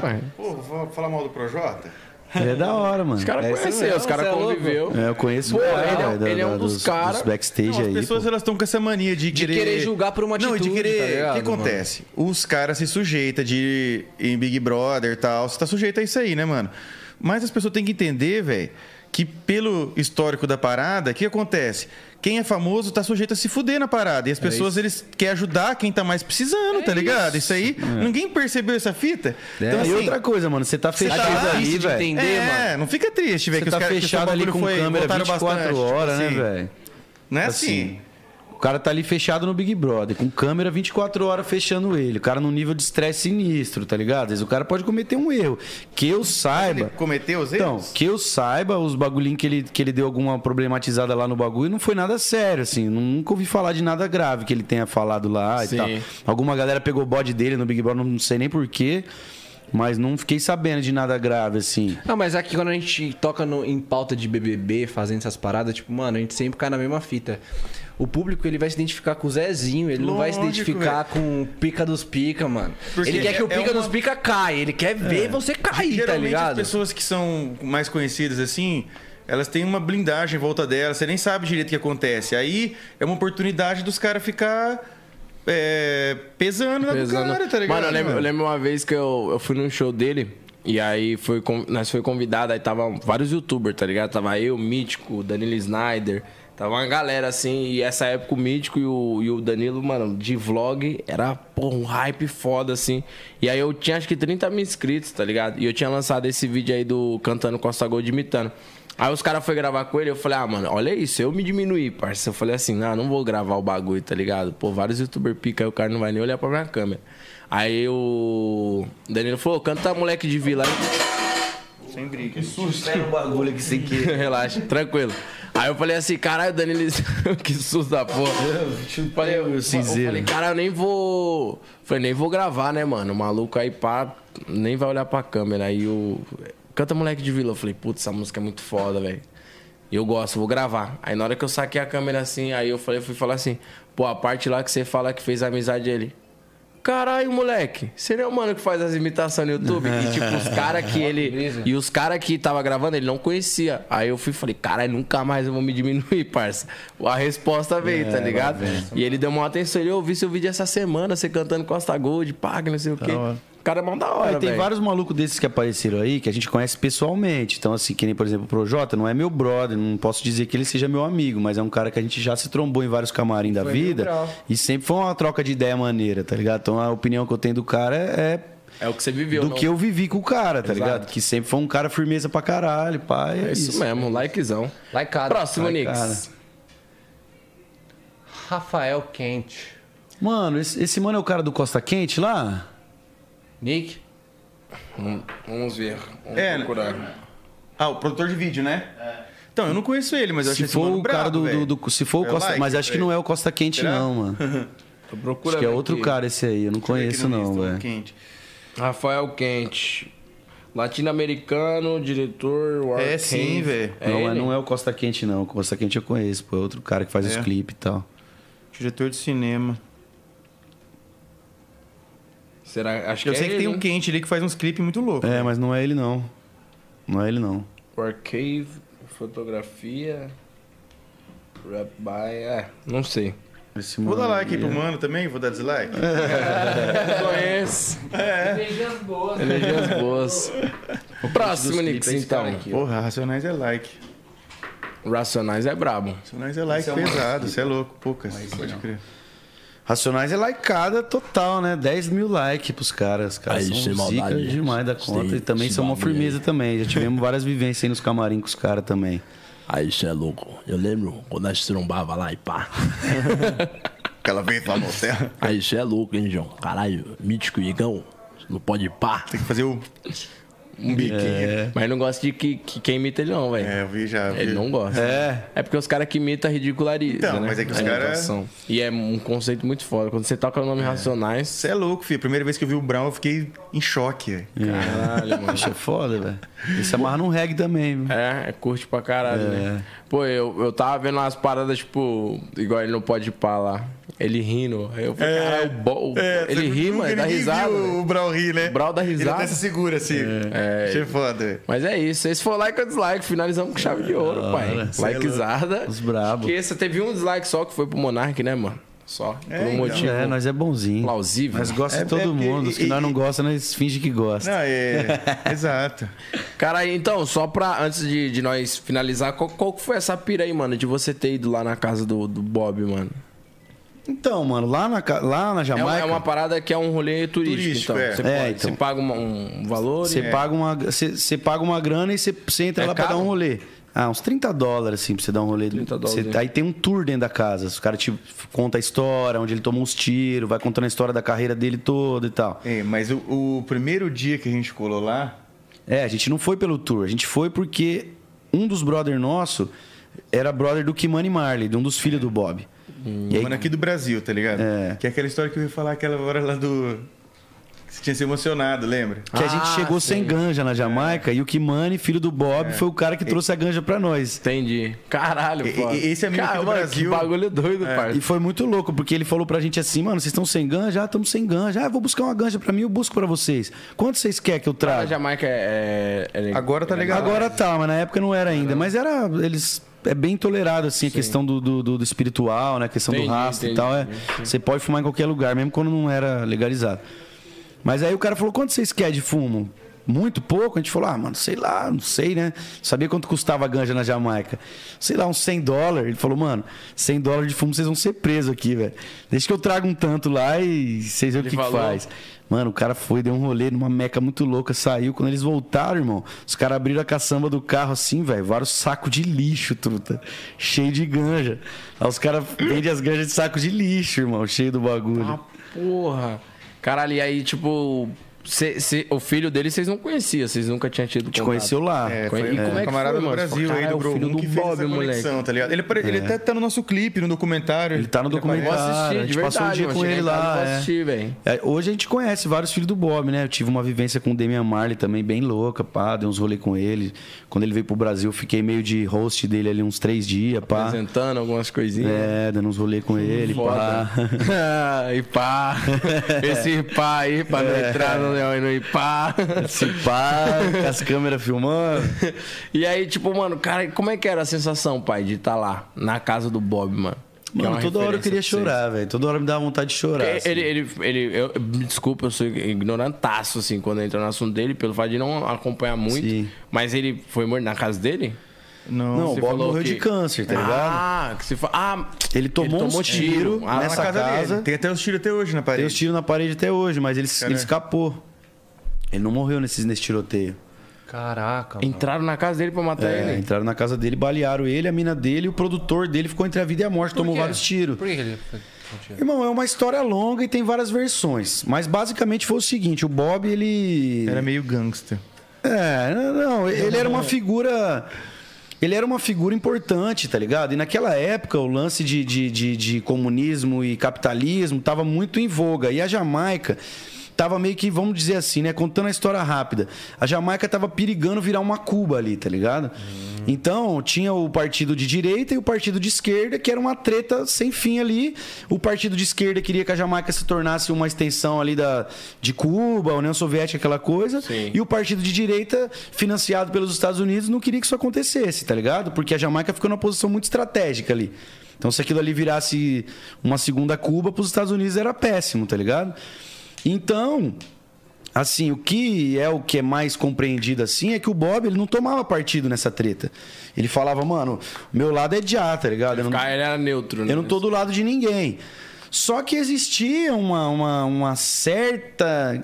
cara.
Pô, vou falar mal do Projota?
Ele é da hora, mano.
Os caras
é,
conheceu, os caras
você é louco.
conviveu.
é, eu conheço
Pô,
o
ele é-
cara, velho,
ele é um dos cara-
Dos backstage
Não, as
aí.
pessoas
pô.
elas estão com essa mania de querer...
querer julgar por uma
Não, de
atitude,
querer...
tá ligado,
o que acontece? Os caras se sujeitam de... Em Big Brother e tal. Você tá sujeito a isso aí, né, mano? Mas as pessoas têm que entender, velho, que pelo histórico da parada, o que acontece? Quem é famoso tá sujeito a se fuder na parada. E
É
as pessoas, eles querem ajudar quem tá mais
É
precisando, tá ligado? Isso, aí, ninguém percebeu essa fita. Então,
É,
assim,
e outra coisa, mano. Você tá fechado
tá difícil
ali,
de
velho.
entender,
é, não fica triste, velho,
Você
que
tá
os caras... que esse
fechado ali
bagulho
com
foi-
câmera
voltaram
24
bastante,
horas,
tipo assim.
né, velho?
Não é assim.
Assim, O cara tá ali fechado no Big Brother, com câmera 24 horas fechando ele. O cara num nível de estresse sinistro, tá ligado? Às vezes o cara pode cometer um erro. Que eu
Ele
saiba.
cometeu os
Então,
erros?
que eu saiba, os bagulhinhos que ele, que ele deu alguma problematizada lá no bagulho não foi nada sério, assim. Nunca ouvi falar de nada grave que ele tenha falado lá
Sim.
e tal. Alguma galera pegou o bode dele no Big Brother, não sei nem porquê. Mas não fiquei sabendo de nada grave, assim.
Não, mas aqui quando a gente toca no- em pauta de BBB, fazendo essas paradas, tipo, mano, a gente sempre cai na mesma fita. o público ele vai se identificar com o Zezinho, ele não vai se
Lógico,
identificar com o Pica dos Pica, mano.
Porque
ele quer que o
é- é
Pica dos
uma- É.
Pica caia, ele quer ver você cair, tá
Geralmente
ligado?
as pessoas que são mais conhecidas assim, elas têm uma blindagem em volta delas, você nem sabe direito o que acontece. Aí é uma oportunidade dos caras ficar é, pesando,
Pesando.
na cara, tá ligado?
Mano, eu lembro, eu lembro uma vez que eu, eu fui num show dele. E aí foi, con- nós foi convidado, aí tava vários youtubers, tá ligado? Tava eu, o Mítico, o Danilo Snyder, tava uma galera assim, e essa época o Mítico e o, e o Danilo, mano, de vlog, era porra, um hype foda, assim. E aí eu tinha acho que 30 mil inscritos, tá ligado? E eu tinha lançado esse vídeo aí do Cantando Costa Gold imitando. Aí os caras foram gravar com ele, eu falei, ah, mano, olha isso, eu me diminuí, parça. Eu falei assim, não, não vou gravar o bagulho, tá ligado? Pô, vários youtubers pica, aí o cara não vai nem olhar pra minha câmera. Aí o Danilo falou, canta moleque de vila aí.
Espera o bagulho aqui sem que.
Relaxa, tranquilo. Aí eu falei assim, caralho, Danilo, que susto da porra. falei, eu, cinzeiro. falei, cara, eu nem vou. Falei, nem vou gravar, né, mano? O maluco aí pá, nem vai olhar pra câmera. Aí o. Canta moleque de vila. Eu falei, putz, essa música é muito foda, velho. E eu gosto, vou gravar. Aí na hora que eu saquei a câmera assim, aí eu falei, fui falar assim, pô, a parte lá que você fala que fez amizade ele. Caralho, moleque, você não é o mano que faz as imitações no YouTube? E tipo, os caras que ele. E os caras que tava gravando, ele não conhecia. Aí eu fui e falei, caralho, nunca mais eu vou me diminuir, parça. A resposta veio, tá ligado? E ele deu uma atenção, ele, eu vi seu vídeo essa semana, você cantando Costa Gold, paga, não sei o quê. O cara é mão da hora,
Cara, tem
velho.
vários malucos desses que apareceram aí que a gente conhece pessoalmente. Então, assim, que nem, por exemplo, o Projota não é meu brother, não posso dizer que ele seja meu amigo, mas é um cara que a gente já se trombou em vários camarim da vida. E sempre foi uma troca de ideia maneira, tá ligado? Então a opinião que eu tenho do cara é
É o que você viveu,
do
não?
que eu vivi com o cara,
Exato.
tá ligado? Que sempre foi um cara firmeza pra caralho, pai.
É isso, mesmo, likezão.
Likeado.
Próximo, Nix.
Rafael Quente.
Mano, esse, esse mano é o cara do Costa Quente lá?
Nick?
Vamos ver. Vamos
É,
procurar.
Ah, o produtor de vídeo, né?
É.
Então, eu não conheço ele, mas eu
Se
achei
for
esse
o cara do, do- do- Se for o
É o
Costa.
like,
mas acho que
velho.
não é o Costa Quente,
Será?
não, mano.
Tô
Acho
procurando
que é outro
aqui.
cara esse aí. Eu não conheço, não, é. velho.
Quente.
Rafael Quente. Latino-americano, diretor, War
É sim, velho.
não, é, não é o Costa Quente, não. O Costa Quente eu conheço, pô. É outro cara que faz
É.
os clipes e tal.
Diretor de cinema.
Será? Acho
Eu
que
sei
é
que
ele,
tem um
né?
quente ali que faz uns clipes muito loucos.
É, mas não é ele, não. Não é ele, não.
Arcade, fotografia, rap by... É, não sei.
Esse
Vou dar
mano
like aí
aí
pro
é-
mano também, vou dar dislike.
Conheço. É. Energias boas. O próximo, Nix, então.
Porra, Racionais é like.
Racionais é brabo.
Racionais é like pesado, você é louco. Poucas, pode crer.
Racionais é likeada total, né? 10 mil likes pros caras. Os caras
Aí, sem
são zica
maldade.
demais da conta.
Sem-
e também
sem
são uma
bagulho
firmeza também. Já tivemos várias vivências aí nos camarim com os caras também.
Aí, isso é louco. Eu lembro quando nós trombava lá e pá.
Aquela vez lá no hotel.
Aí, isso é louco, hein, João? Caralho, mítico e igão. Não pode pá.
Tem que fazer o... Um biquinho. É,
Mas não gosta de que, que quem imita ele não, velho.
eu vi já. eu vi.
É, Ele não gosta. É. É porque os caras que imitam ridicularizam,
Então,
né?
mas é que os
A
cara-
imitação. E é um conceito muito foda. Quando você toca o nome Racionais...
Você é louco, filho. Primeira vez que eu vi o Brown, eu fiquei em choque. velho.
Caralho, mano. Isso é foda, velho. Ele se amarra num reggae também, viu?
É, é curte pra caralho, né? Pô, eu, eu tava vendo umas paradas, tipo, igual ele não pode pá lá. Ele rindo. Aí eu falei, caralho, o bo- o-
É,
ele
você
ri,
viu que
mano, dá
ninguém
risada.
viu
velho.
O Brown ri, né?
O Brown dá
Ele até
risada.
se segura assim.
É.
Achei foda, velho.
Mas é isso. Esse foi o like ou dislike. Finalizamos com chave de ouro, pai.
é
Likezada.
Os brabo.
Esqueça, teve um dislike só que foi pro Monark, né, mano? Só.
É,
por um
então.
motivo
É, nós é bonzinho.
plausível.
Nós gosta
É-
de todo
é porque-
mundo. Os que
e-
nós
e-
não gosta, nós finge que gosta.
Não, é. Exato.
Cara, então, só pra, antes de, de nós finalizar, qual, qual que foi essa pira aí, mano, de você ter ido lá na casa do, do Bob, mano?
Então, mano, lá na, ca- lá na
É uma,
Jamaica.
é uma parada que é um rolê turístico,
Turístico,
então.
é.
Você,
É,
pode-
então.
você paga uma- um valor
Você
e...
paga uma, você, você paga uma grana e você, você entra
É
lá pra
caro?
dar um rolê. Ah, uns 30 dólares, assim, pra você dar um rolê.
30
Você-
dólares, é.
aí tem um tour dentro da casa. Os caras te contam a história, onde ele tomou uns tiros, vai contando a história da carreira dele toda e tal.
É, mas o, o primeiro dia que a gente colou lá,
É, a gente não foi pelo tour, a gente foi porque um dos brother nosso era brother do Kimani Marley, de um dos filhos do Bob. E aí,
Hum.
mano, aqui do Brasil, tá ligado?
É.
Que é aquela história que eu ia falar aquela hora lá do. Você tinha se emocionado, lembra?
Que a gente
Ah,
chegou
sim.
sem ganja na Jamaica
É.
e o Kimani, filho do Bob, foi o cara que trouxe a ganja pra nós.
Entendi. Caralho,
E-
pô.
e- esse amigo aqui
Cara,
do
mano,
Brasil- É.
Que bagulho doido,
E
parça.
foi muito louco, porque ele falou pra gente assim, mano, vocês estão sem ganja? Ah, estamos sem ganja. Ah, eu vou buscar uma ganja pra mim, eu busco pra vocês. Quanto vocês querem que eu
A
traga?
Jamaica é. é- é-
Agora tá
é-
legal.
Agora tá, mas na época não era ainda. Mas era. Eles. É bem tolerado, assim, a questão do, do, do- do espiritual, né? A questão
Entendi,
do rastro
entendi,
e tal. É, você pode fumar em qualquer lugar, mesmo quando não era legalizado. Mas aí o cara falou: quanto vocês querem de fumo? Muito pouco? A gente falou: ah, mano, sei lá, não sei, né? Sabia quanto custava a ganja na Jamaica? Sei lá, uns 100 dólares. Ele falou: mano, 100 dólares de fumo vocês vão ser presos aqui, velho. Deixa que eu trago um tanto lá e vocês veem o que, que
falou.
faz. Mano, o cara foi, deu um rolê numa meca muito louca, saiu. Quando eles voltaram, irmão, os caras abriram a caçamba do carro assim, velho. Vários sacos de lixo, truta. Cheio de ganja. Aí os caras vendem as ganjas de saco de lixo, irmão. Cheio do bagulho.
Ah, porra. Caralho, e aí, tipo. cê- cê- o filho dele vocês não conheciam, vocês nunca tinham tido.
Te
contato.
conheceu lá.
É,
Conhe-
foi
e como é que
um camarada
foi,
do
mano?
Brasil
Fala, "Cara,
aí,
é
do
o
grupo,
filho do
que fez
Bob,
essa conexão,
moleque.
tá ligado? Ele, apare- ele até tá no nosso clipe, no documentário.
Ele tá no
Vou
documentário.
assistir,
a
de
gente
verdade.
passou um dia
mano.
com
Cheguei
ele
em casa,
lá.
vou
é.
assistir, velho.
É, hoje a gente conhece vários filhos do Bob, né? Eu tive uma vivência com o Damian Marley também, bem louca, pá. Dei uns rolê com ele. Quando ele veio pro Brasil, eu fiquei meio de host dele ali uns três dias, pá.
Apresentando algumas coisinhas.
É, dando uns rolê com ele,
Foda.
pá. É.
Ah, Ipá. Esse Ipá aí, pra não entrar no, no Ipá.
Se pá, com as câmeras filmando.
E aí, tipo, mano, cara, como é que era a sensação, pai, de estar lá, na casa do Bob, mano? Que é
Mano,
uma
toda hora eu
referência pra
queria
vocês.
chorar, velho. Toda hora me dava vontade de chorar.
Porque
assim.
Ele, ele, ele, eu, me desculpa, eu sou ignorantaço, assim, quando entra no assunto dele, pelo fato de não acompanhar muito.
Sim.
Mas ele foi morto na casa dele?
Não,
Não, o
você
Bob
falou
morreu
que-
de câncer, tá ligado?
Ah, que se fa... ah,
Ele tomou, um tiro,
Ah,
nessa
na casa,
casa.
dele. é, Tem até os tiros até hoje na
Tem os
parede.
tiros na parede até hoje, mas ele, ele
Caralho.
escapou. Ele não morreu nesses, nesse tiroteio.
Caraca, mano.
Entraram na casa dele pra matar
É,
ele.
entraram na casa dele, balearam ele, a mina dele, e o produtor dele ficou entre a vida e a morte, tomou
quê?
vários tiros.
Por que que ele foi com tiro?
Irmão, é uma história longa e tem várias versões. Mas basicamente foi o seguinte: o Bob, ele.
Era meio gangster.
É, não, não, ele era uma figura. Ele era uma figura importante, tá ligado? E naquela época o lance de, de, de, de comunismo e capitalismo tava muito em voga. E a Jamaica tava meio que, vamos dizer assim, né? Contando a história rápida. A Jamaica tava perigando virar uma Cuba ali, tá ligado? Então tinha o partido de direita e o partido de esquerda, é que era uma treta sem fim ali. O partido de esquerda queria que a Jamaica se tornasse uma extensão ali da, de Cuba, União Soviética, aquela coisa.
Sim.
E o partido de direita, financiado pelos Estados Unidos, não queria que isso acontecesse, tá ligado? Porque a Jamaica ficou numa posição muito estratégica ali. Então, se aquilo ali virasse uma segunda Cuba, para os Estados Unidos era péssimo, tá ligado? Então, assim, o que é o que é mais compreendido assim é que o Bob ele não tomava partido nessa treta. Ele falava, mano, meu lado é de A, tá ligado? Eu não-
Cara, ele era neutro, né?
eu não tô do lado de ninguém. Só que existia uma, uma, uma certa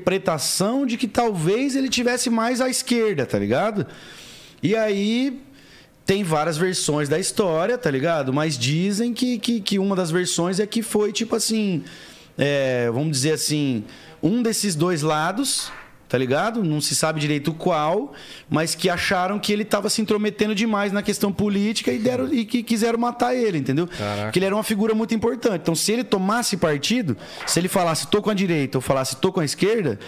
interpretação de que talvez ele tivesse mais à esquerda, tá ligado? E aí tem várias versões da história, tá ligado? Mas dizem que, que, que uma das versões é que foi tipo assim. é, vamos dizer assim. Um desses dois lados, tá ligado? Não se sabe direito qual, mas que acharam que ele tava se intrometendo demais na questão política e, deram, e que quiseram matar ele, entendeu? Porque ele era uma figura muito importante. Então, se ele tomasse partido, se ele falasse tô com a direita ou falasse tô com a esquerda,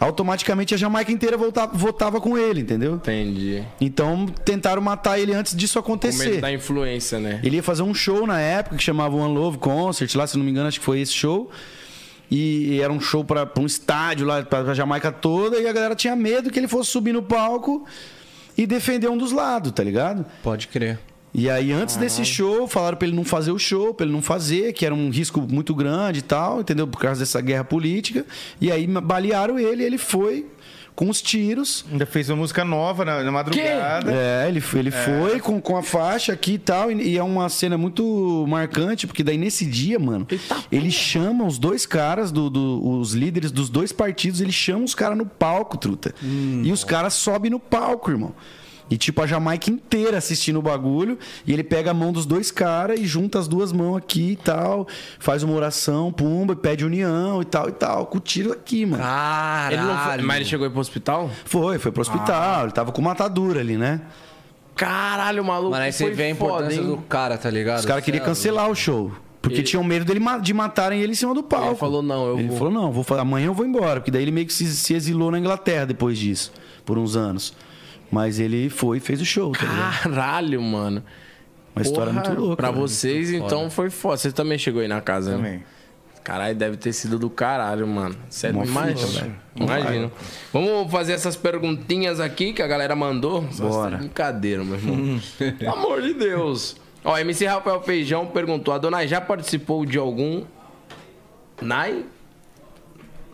automaticamente a Jamaica inteira volta- votava com ele, entendeu?
Entendi.
Então tentaram matar ele antes disso
Com medo
acontecer.
da influência, né?
É.
Ele ia fazer um show na época que chamava One Love Concert, lá, se não me engano, acho que foi esse show. E era um show pra pra um estádio lá, pra pra Jamaica toda, e a galera tinha medo que ele fosse subir no palco e defender um dos lados, tá ligado?
Pode crer.
E aí, antes desse show, falaram pra ele não fazer o show, pra ele não fazer, que era um risco muito grande e tal, entendeu? Por causa dessa guerra política. E aí, balearam ele, ele foi com os tiros.
Ainda fez uma música nova na, na madrugada.
É, ele, ele foi com, com a faixa aqui e tal, e, e é uma cena muito marcante, porque daí nesse dia, mano, ele chama os dois caras, do, do- os líderes dos dois partidos, ele chama os caras no palco, truta. e os caras sobem no palco, irmão. E tipo, a Jamaica inteira assistindo o bagulho, e ele pega a mão dos dois caras e junta as duas mãos aqui e tal, faz uma oração, pumba, e pede união e tal e tal, com o tiro aqui, mano.
Caralho.
Ele não foi- mas ele chegou aí pro hospital?
Foi, foi pro hospital, ele tava com matadura ali, né?
Caralho, maluco.
Mano, aí você
foi
vê a importância
foda, hein?
do cara, tá ligado?
Os caras queriam
Cê é louco.
cancelar o show. Porque tinham medo dele ma- de matarem ele em cima do palco.
Ele falou, não, eu
Ele
vou.
falou, não, vou fa- amanhã eu vou embora. Porque daí ele meio que se, se exilou na Inglaterra depois disso, por uns anos. Mas ele foi e fez o show, tá ligado?
Caralho, mano.
Uma história
Porra,
muito louca.
Pra
né?
vocês, então foi foda. Você também chegou aí na casa, né?
Também.
Caralho, deve ter sido do caralho, mano. Sério,
Mó
imagina.
fusão,
velho. Imagina. Vamos fazer essas perguntinhas aqui que a galera mandou. Bora. brincadeira, meu irmão. Pelo amor de Deus. Ó, MC Rafael Feijão perguntou: a dona já participou de algum. Nai?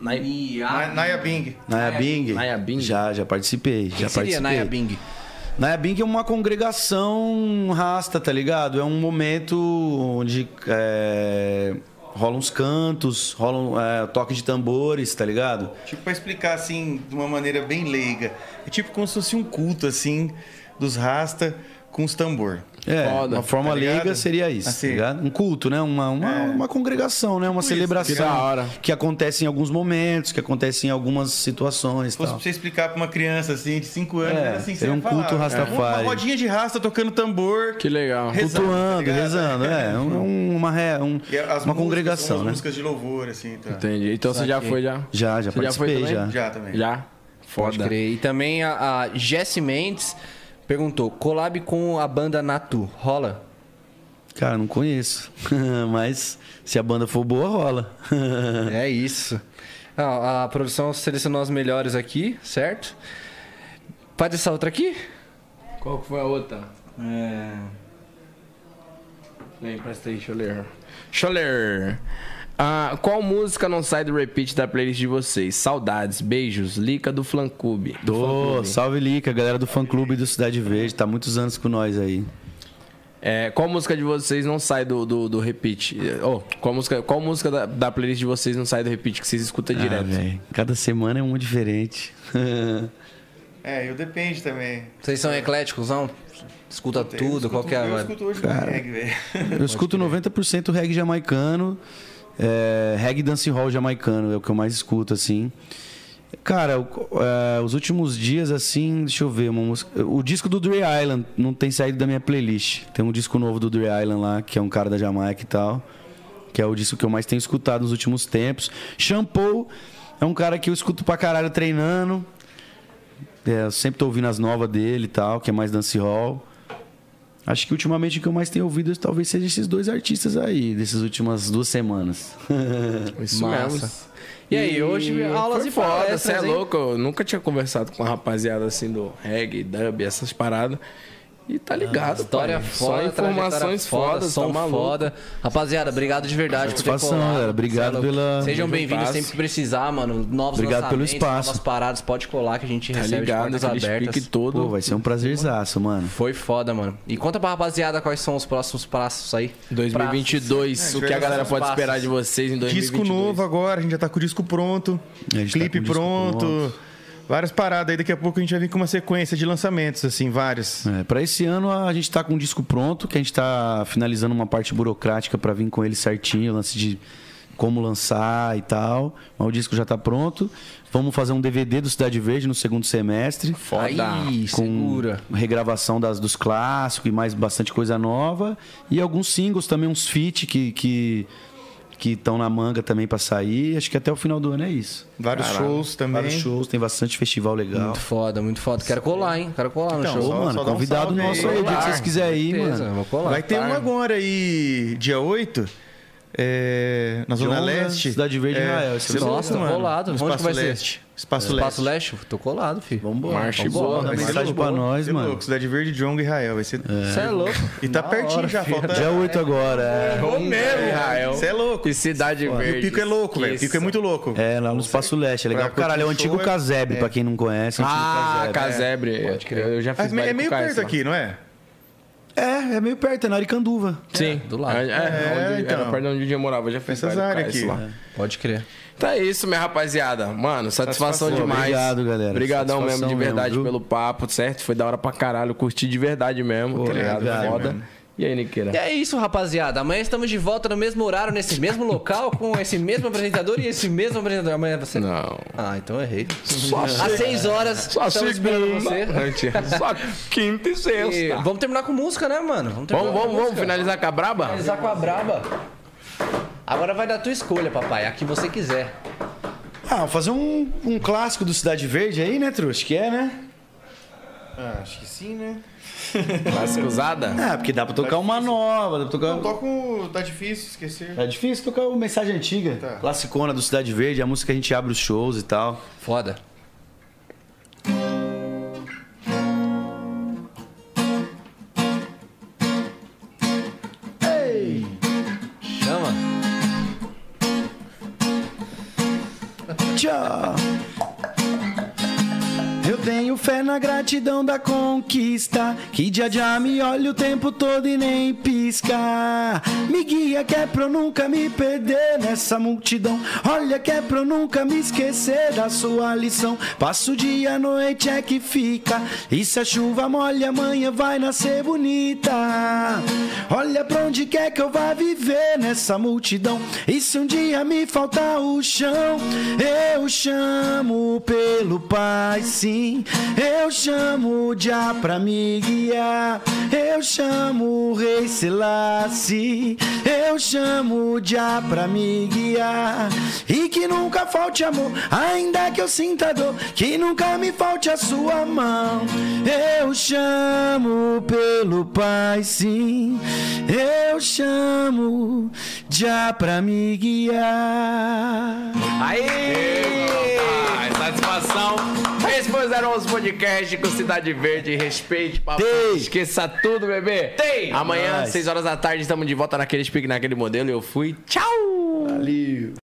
Nai.
ah,
Na- Naya Bing.
Naya Bing?
Naya Bing?
Já, já participei.
seria
já participei.
Naya Bing?
Naya Bing é uma congregação rasta, tá ligado? É um momento onde é, rolam uns cantos, rolam é, toque de tambores, tá ligado?
Tipo, pra explicar assim, de uma maneira bem leiga. É tipo como se fosse um culto, assim, dos rasta com os tambor.
É,
Foda,
uma forma
tá ligado?
leiga seria isso,
Assim. É.
tá ligado? Um culto, né? Uma, uma, uma congregação, né? Uma celebração
que da hora.
que acontece em alguns momentos, que acontece em algumas situações e
Se fosse
tal.
pra você explicar pra uma criança, assim, de 5 anos,
É,
Tá. era assim, que
seria
você
um
ia falar.
culto Rastafari.
Uma rodinha de rasta tocando tambor.
Que legal.
rezando,
Cultuando,
tá ligado?
rezando, é. Um, uma ré- um-
E é as músicas
uma
são
congregação,
umas
né?
músicas de louvor, assim, tá?
Entendi. Então você já foi já?
Já,
Você já
já
foi também?
participei, já.
Já também.
Já?
Pode
Foda.
crer. E também a, a Jess Mendes perguntou: collab com a banda Natu, rola?
Cara, não conheço. Mas se a banda for boa, rola.
É isso. Ah, a produção selecionou as melhores aqui, certo? Faz essa outra aqui?
Qual que foi a outra? É. Vem, presta aí, deixa eu ler. Deixa eu ler. Ah, qual música não sai do repeat da playlist de vocês? Saudades, beijos, Lica do Flancube. Do
Ô, salve Lica, galera do fã clube do Cidade Verde, tá muitos anos com nós aí.
É, qual música de vocês não sai do, do, do repeat? Oh, qual música, qual música da, da playlist de vocês não sai do repeat que vocês escutam
Ah,
direto?
velho, cada semana é uma diferente.
É, eu depende também.
Vocês são ecléticos, não? Escuta
Eu
tudo,
escuto-
qualquer.
Eu escuto hoje
Cara.
reggae, velho.
Eu escuto 90% reggae jamaicano, é, reggae dancehall jamaicano, é o que eu mais escuto, assim. Cara, o- é, os últimos dias, assim, deixa eu ver, uma música- o disco do Dre Island não tem saído da minha playlist. Tem um disco novo do Dre Island lá, que é um cara da Jamaica e tal, que é o disco que eu mais tenho escutado nos últimos tempos. Shampoo é um cara que eu escuto pra caralho treinando. É, eu sempre tô ouvindo as novas dele e tal, que é mais dancehall. Acho que ultimamente o que eu mais tenho ouvido talvez seja esses dois artistas aí, dessas últimas duas semanas.
Isso
Massa. E aí, hoje aulas
foi
e
foda,
palestras,
você é
hein?
louco. Eu nunca tinha conversado com uma rapaziada assim do reggae, dub, essas paradas. E tá ligado,
Ah, História
pai.
foda,
Só informações
trajetória foda,
fodas,
som
tá maluco.
foda. Rapaziada, obrigado de verdade por ter
Satisfação,
colado.
galera.
Cê
Obrigado
é louco.
pela-
Sejam bem-vindos
espaço.
sempre que precisar, mano. Novos
Obrigado pelo
lançamentos,
espaço.
novas paradas, pode colar que a gente
Tá
recebe
ligado,
de portas
aquele
abertas.
pique todo.
Pô, vai ser um prazerzaço, mano.
Foi foda, mano. E conta pra rapaziada quais são os próximos passos aí.
um 2022,
Passos.
o que a galera pode
Passos.
esperar de vocês em 2022?
Disco novo agora, a gente já tá com o disco pronto,
A gente tá com
clipe
o disco
pronto,
pronto.
várias paradas. Aí daqui a pouco a gente vai vir com uma sequência de lançamentos, assim, vários.
É, para esse ano a gente tá com um disco pronto, que a gente tá finalizando uma parte burocrática pra vir com ele certinho, lance de como lançar e tal. Mas o disco já tá pronto. Vamos fazer um DVD do Cidade Verde no segundo semestre.
Foda.
Aí,
com
segura.
regravação das, dos clássicos e mais bastante coisa nova. E alguns singles também, uns feat que que que estão na manga também pra sair. Acho que até o final do ano é isso.
Vários shows também.
Vários shows, tem bastante festival legal.
Muito foda, muito foda. Quero colar, hein? Quero colar no
Então,
Ô,
show.
só-
mano,
dá um
convidado
salve aí.
nosso aí, o dia que vocês quiserem aí,
Beleza,
mano.
vou colar.
Vai ter um
Tarde.
agora aí, dia 8, é, na Zona
Jonas,
Leste.
Cidade Verde e Israel. Esse
cê
é
louco,
Nossa, colado.
No
Onde
né? Espaço
que vai ser? É,
Leste. Espaço,
Espaço
Leste.
Leste? Tô colado, filho.
Vambora.
Marcha e
Vambora,
bola,
Manda
Vai ser
mensagem
louco,
pra nós,
cê
mano.
é louco, Cidade Verde, Djongo e Israel. Vai ser...
Você é louco.
E tá pertinho já, falta...
Dia 8 agora, é.
Ô, mesmo, Israel.
Você é louco.
E Cidade
E
Verde.
o pico é louco, velho. O
Esqueça.
pico é muito louco.
É, lá no Espaço Leste, é legal
Pra
pra caralho. É o
curtir
antigo
show, é-
casebre, pra quem não conhece. é o antigo
Ah,
né?
casebre.
Casebre. Eu já
Ah,
fiz
É,
baile com
meio
o Caio,
perto
sei lá.
aqui, não é?
É, é meio perto, é na Aricanduva.
Sim.
do lado.
É, é, onde,
então.
era perto de onde o dia morava. Eu já fiz
Essas
baile com o
áreas
Caio, sei
aqui.
lá.
Pode crer.
Então é isso, minha rapaziada. Mano, satisfação,
Satisfação.
demais.
Obrigado, galera.
Obrigadão mesmo,
Satisfação
de verdade,
mesmo, viu?
pelo papo, certo? Foi da hora pra caralho. Curti de verdade mesmo, tá ligado?
obrigado,
Foda.
mano.
E aí, Niqueira?
E é isso, rapaziada. Amanhã estamos de volta no mesmo horário, nesse mesmo local, com esse mesmo apresentador e esse mesmo apresentador. Amanhã você.
Não.
Ah, então eu errei. Às 6 horas,
Só
estamos
segunda.
esperando você.
Mentira. Só quinta e sexta.
E vamos terminar com música, né, mano?
tá. Vamos,
terminar
vamos,
com
vamos
música.
finalizar com a braba?
Finalizar com a tá braba. Agora vai da tua escolha, papai. A que você quiser.
Ah, fazer um, um clássico do Cidade Verde aí, né, Trux? Que é, né?
acho que sim, né?
Clássica usada?
Ah, porque dá pra tocar uma nova, dá pra tocar...
Não toco. Tá difícil esquecer.
É difícil tocar uma mensagem antiga.
Tá.
Classicona do Cidade Verde, é a música que a gente abre os shows e tal.
Foda. Chama.
Tchau! Eu tenho fé na gratidão da conquista Que dia a dia me olha o tempo todo e nem pisca Me guia que é pra eu nunca me perder nessa multidão Olha que é pra eu nunca me esquecer da sua lição Passo o dia, a noite é que fica E se a chuva molha, amanhã vai nascer bonita Olha pra onde quer que eu vá viver nessa multidão E se um dia me faltar o chão Eu chamo pelo Pai, sim Eu chamo já pra me guiar Eu chamo o Rei Selassie Eu chamo já pra me guiar E que nunca falte amor Ainda que eu sinta dor Que nunca me falte a sua mão Eu chamo pelo Pai, sim Eu chamo já pra me guiar
Ai, Ah, satisfação. Esses eram os podcasts com Cidade Verde. Respeite, papai. Esqueça tudo, bebê. Tem. Amanhã, seis 6 horas da tarde, estamos de volta naquele speak, naquele modelo. Eu fui. Tchau.